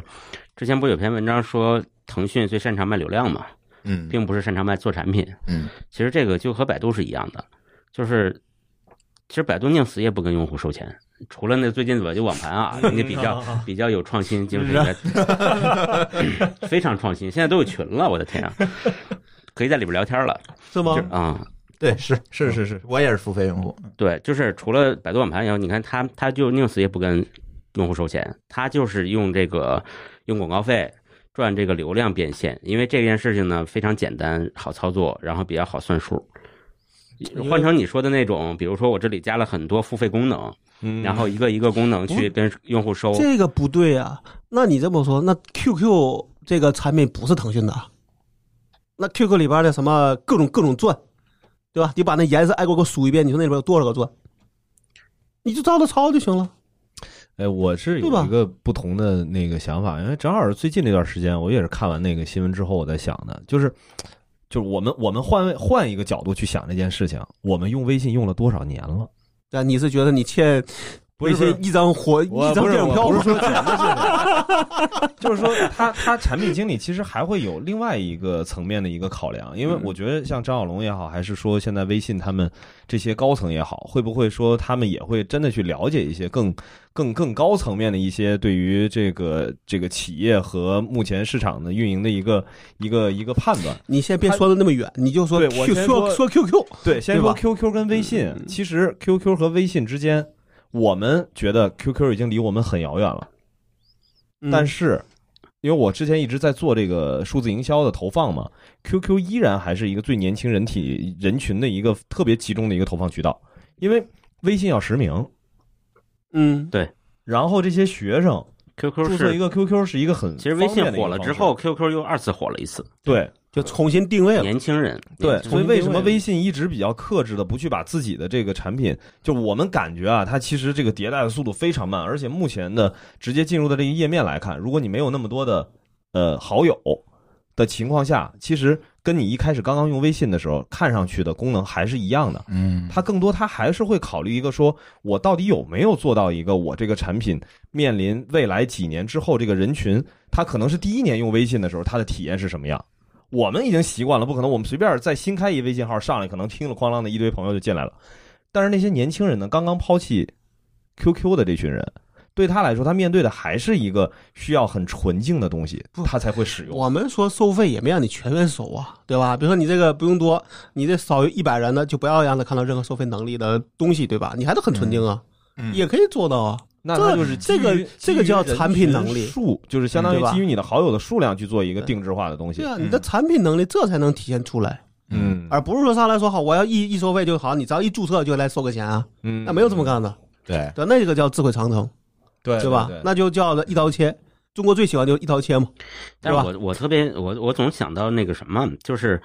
S4: 之前不是有篇文章说腾讯最擅长卖流量嘛，
S1: 嗯
S4: 并不是擅长卖做产品。
S1: 嗯，
S4: 其实这个就和百度是一样的，就是其实百度宁死也不跟用户收钱，除了那最近我就网盘啊，人家比较 比较有创新精神，非常创新，现在都有群了，我的天啊，可以在里边聊天了，
S2: 是吗
S4: 就？啊、
S1: 对，是
S3: 是是是，
S1: 我也是付费用户，
S4: 对，就是除了百度网盘以后，你看他他就宁死也不跟用户收钱，他就是用这个用广告费赚这个流量变现，因为这件事情呢非常简单好操作，然后比较好算数。
S2: 为
S4: 换成你说的那种，比如说我这里加了很多付费功能，
S3: 嗯
S4: 然后一个一个功能去跟用户
S3: 哦
S4: 收，
S2: 这个不对啊！那你这么说，那 QQ 这个产品不是腾讯的啊，那 QQ 里边的什么各种各种钻，对吧？你把那颜色挨个给我数一遍，你说那里边有多少个钻？你就照着抄就行了。
S3: 哎，我是
S2: 对吧
S3: 有一个不同的那个想法，因为正好是最近这段时间，我也是看完那个新闻之后，我在想的，就是就是我们我们换位换一个角度去想这件事情，我们用微信用了多少年了？
S2: 对啊，你是觉得你欠
S3: 不
S2: 微
S3: 是
S2: 信一张火一
S3: 我
S2: 张
S3: 不是
S2: 电影票
S3: 我不
S2: 吗
S3: 是？说钱的事 情，就是说他他产品经理其实还会有另外一个层面的一个考量，因为
S2: 嗯
S3: 我觉得像张小龙也好，还是说现在微信他们这些高层也好，会不会说他们也会真的去了解一些更更更高层面的一些对于这个这个企业和目前市场的运营的一个一个一个判断？
S2: 你先别说的那么远，你就说
S3: 对
S2: Q
S3: 我先
S2: 说说
S3: 说
S2: QQ，
S3: 对，
S2: 哦
S3: 先
S2: 对
S3: 说
S2: 吧嗯
S3: QQ 跟微信，其实 QQ 和微信之间，我们觉得 QQ 已经离我们很遥远了。
S4: 嗯
S3: 但
S2: 是
S3: 是因为我之前一直在做这个数字营销的投放嘛，QQ 依然还是一个最年轻人体人群的一个特别集中的一个投放渠道，因为微信要实名，
S2: 嗯，
S3: 然后这些学生
S4: QQ
S3: 注册一
S4: 是
S3: 个 QQ 是一个很
S4: 其实微信
S3: 方便的一
S4: 火
S3: 个
S4: 了之
S3: 方式
S4: 后，QQ 又二次火了一次，
S3: 对
S2: 就重新定位了。
S4: 年轻人
S3: 对，
S4: 年轻
S3: 所以为什么
S4: 人
S3: 微信一直比较克制的不去把自己的这个产品，就我们感觉啊，它其实这个迭代的速度非常慢，而且目前的直接进入的这个页面来看，如果你没有那么多的呃好友的情况下，其实跟你一开始刚刚用微信的时候看上去的功能还是一样的。
S1: 嗯，
S3: 它更多，它还是会考虑一个说，我到底有没有做到一个我这个产品面临未来几年之后这个人群，他可能是第一年用微信的时候，他的体验是什么样？我们已经习惯了，不可能，我们随便再新开一微信号上来，可能听了哐啷的一堆朋友就进来了。但是那些年轻人呢，刚刚抛弃 QQ 的这群人，对他来说，他面对的还是一个需要很纯净的东西，他才会使用。
S2: 我们说收费也没让你全员收啊，对吧？比如说你这个不用多，你这少于一百人的就不要让他看到任何收费能力的东西，对吧？你还是很纯净啊，
S1: 嗯
S2: 也可以做到啊。
S3: 那它就是基
S2: 这
S3: 于
S2: 个这个叫
S3: 基于人
S2: 产品
S3: 群
S2: 能力
S3: 数，就是相
S2: 嗯
S3: 当
S2: 对
S3: 于
S2: 吧
S3: 基于你的好友的数量去做一个定制化的东西
S2: 对。啊，
S1: 嗯
S2: 你的产品能力这才能体现出来，
S3: 嗯
S2: 而不是说上来说好我要一一收费就好，你只要一注册就来收个钱啊，
S3: 嗯，
S2: 那没有这么干的，
S1: 对
S2: 对，那个叫智慧长城，
S3: 对
S2: 对吧？那就叫一刀切，中国最喜欢就是一刀切嘛，
S4: 但是
S2: 对吧
S4: 我我特别我我总想到那个什么，就是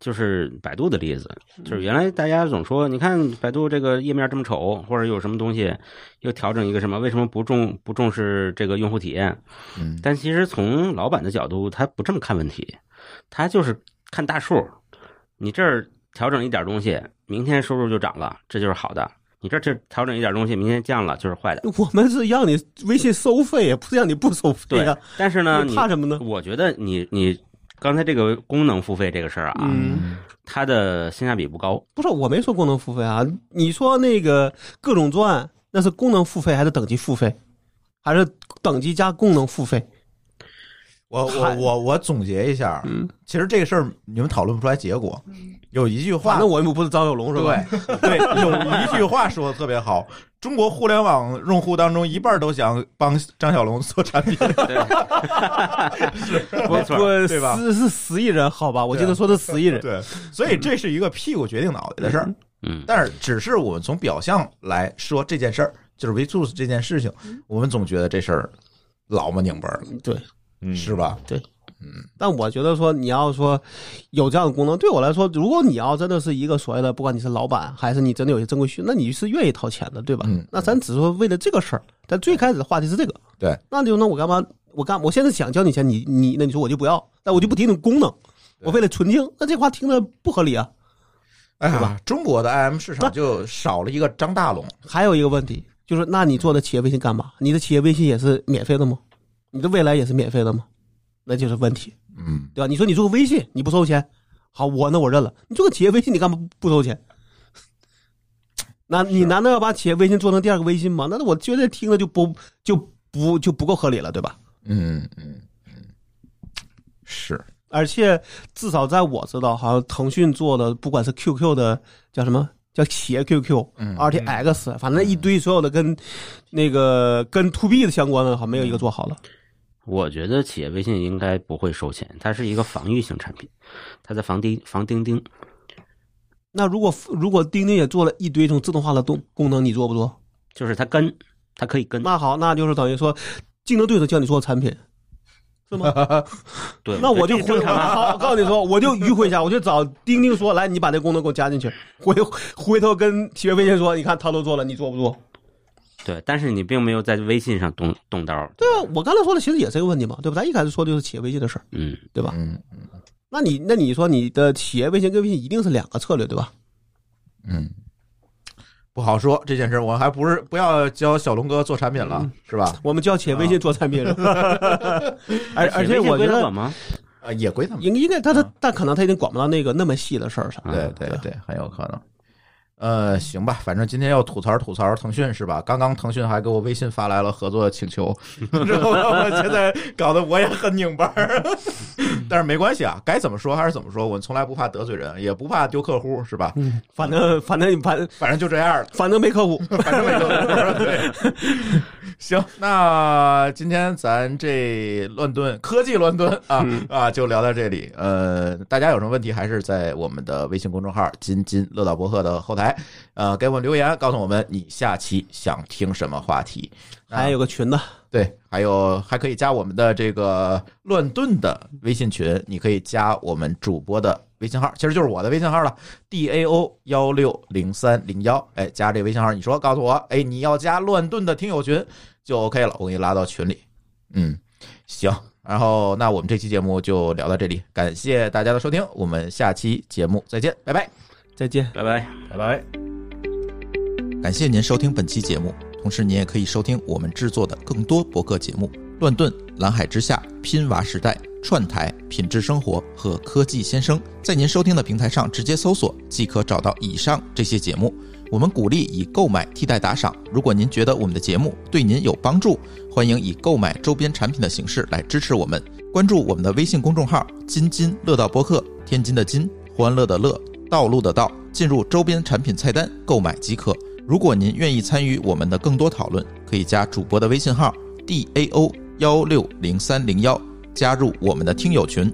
S4: 就是百度的例子，
S2: 嗯
S4: 就是原来大家总说，你看百度这个页面这么丑，或者有什么东西又调整一个什么，为什么不重不重视这个用户体验？
S1: 嗯
S4: 但其实从老板的角度，他不这么看问题，他就是看大数，你这儿调整一点东西，明天收入就涨了，这就是好的；你这儿这调整一点东西，明天降了，就是坏的。
S2: 我们是让你微信收费，也不是让你不收费
S4: 对
S2: 啊，，
S4: 但是呢，
S2: 你
S4: 你
S2: 怕什么呢？
S4: 我觉得你你刚才这个功能付费这个事儿啊，
S2: 嗯。
S4: 它的性价比不高。
S2: 不是，我没说功能付费啊。你说那个各种钻，那是功能付费还是等级付费，还是等级加功能付费？
S1: 我我我我总结一下，
S2: 嗯，
S1: 其实这个事儿你们讨论不出来结果。有一句话
S2: 反，正我又不是张小龙是吧？
S1: 对对，有一句话说的特别好，中国互联网用户当中一半都想帮张小龙做产品。
S4: 没错
S2: 我
S1: 对吧
S2: 是是十亿人，好吧？我记得说是十亿人。
S1: 对，所以这是一个屁股决定脑袋的事儿。
S4: 嗯，
S1: 但是只是我们从表象来说这件事儿，就是维 u s 这件事情，我们总觉得这事儿老么拧巴儿了，
S3: 嗯
S1: 是吧？
S2: 但我觉得说你要说有这样的功能，对我来说，如果你要真的是一个所谓的，不管你是老板还是你真的有些正规需，那你是愿意掏钱的，对吧？
S1: 嗯
S2: 那咱只是说为了这个事儿，咱最开始的话题是这个。
S1: 对，
S2: 那就那我干嘛？我干？我现在想交你钱，你你那你说我就不要，那我就不提你功能，我为了纯净，那这话听着不合理啊。
S1: 哎呀，中国的 IM 市场就少了一个张大龙。
S2: 还有一个问题就是，那你做的企业微信干嘛？你的企业微信也是免费的吗？你的未来也是免费的吗？那就是问题。
S1: 嗯，
S2: 对吧？你说你做个微信，你不收钱，好，我那我认了。你做个企业微信，你干嘛不收钱？那你难道要把企业微信做成第二个微信吗？那我觉得听着就不就不就不够合理了，对吧？
S1: 嗯嗯嗯，是，
S2: 而且至少在我知道，好像腾讯做的，不管是 QQ 的叫什么叫企业 QQ、
S1: 嗯
S2: RTX，反正一堆所有的跟那个跟 To B 的相关的，好像没有一个做好了。
S4: 我觉得企业微信应该不会收钱，它是一个防御性产品，它在防钉防钉钉。
S2: 那如果如果钉钉也做了一堆这种自动化的动功能，你做不做？
S4: 就是它跟，它可以跟。
S2: 那好，那就是等于说，竞争对手叫你做产品，是吗？
S4: 对，
S2: 那我就
S4: 这
S2: 回
S4: 正常啊。
S2: 好，我告诉你说，我就迂回一下，我就找钉钉说，来，你把这功能给我加进去。回回头跟企业微信说，你看他都做了，你做不做？
S4: 对，但是你并没有在微信上动动刀。
S2: 对啊，我刚才说的其实也是一个问题嘛，对吧？咱一开始说的就是企业微信的事儿，
S4: 嗯，
S2: 对吧？
S1: 嗯
S2: 那你那你说你的企业微信跟微信一定是两个策略，对吧？
S1: 嗯，不好说这件事，我还不是不要教小龙哥做产品了，是吧？
S2: 我们叫企业微信做产品， 是吧而而
S4: 啊企
S2: 且
S4: 业微信
S2: 我觉
S4: 归老板
S2: 得
S4: 吗？
S1: 啊，也归他们。
S2: 应应该他他但可能他已经管不到那个那么细的事儿上。
S4: 啊
S1: 对对对，很有可能。呃，行吧，反正今天要吐槽吐槽腾讯是吧？刚刚腾讯还给我微信发来了合作请求，然后我现在搞得我也很拧巴儿。 但是没关系啊，该怎么说还是怎么说，我从来不怕得罪人，也不怕丢客户是吧？
S2: 嗯，反正反正反
S1: 反正就这样了。
S2: 反正没客户，
S1: 反正没有。对，行，那今天咱这乱炖科技乱炖啊、啊，就聊到这里。呃，大家有什么问题，还是在我们的微信公众号“津津乐道博客”的后台，呃，给我们留言，告诉我们你下期想听什么话题。
S4: 啊
S2: 还有个群呢。
S1: 对，还有还可以加我们的这个乱炖的微信群，你可以加我们主播的微信号，其实就是我的微信号了，D A O 幺六零三零幺，哎，加这微信号，你说告诉我，哎，你要加乱炖的听友群就 OK 了，我给你拉到群里。嗯，行，然后那我们这期节目就聊到这里，感谢大家的收听，我们下期节目再见，拜拜。
S2: 再见。
S4: 拜拜。
S3: 拜拜。
S1: 感谢您收听本期节目，同时您也可以收听我们制作的更多博客节目《乱炖》《蓝海之下》《拼娃时代》《串台》《品质生活》和《科技先生》。在您收听的平台上直接搜索即可找到以上这些节目。我们鼓励以购买替代打赏。如果您觉得我们的节目对您有帮助，欢迎以购买周边产品的形式来支持我们。关注我们的微信公众号“津津乐道播客”，天津的津，欢乐的乐，道路的道，进入周边产品菜单购买即可。如果您愿意参与我们的更多讨论，可以加主播的微信号 d a o 幺六零三零幺，加入我们的听友群。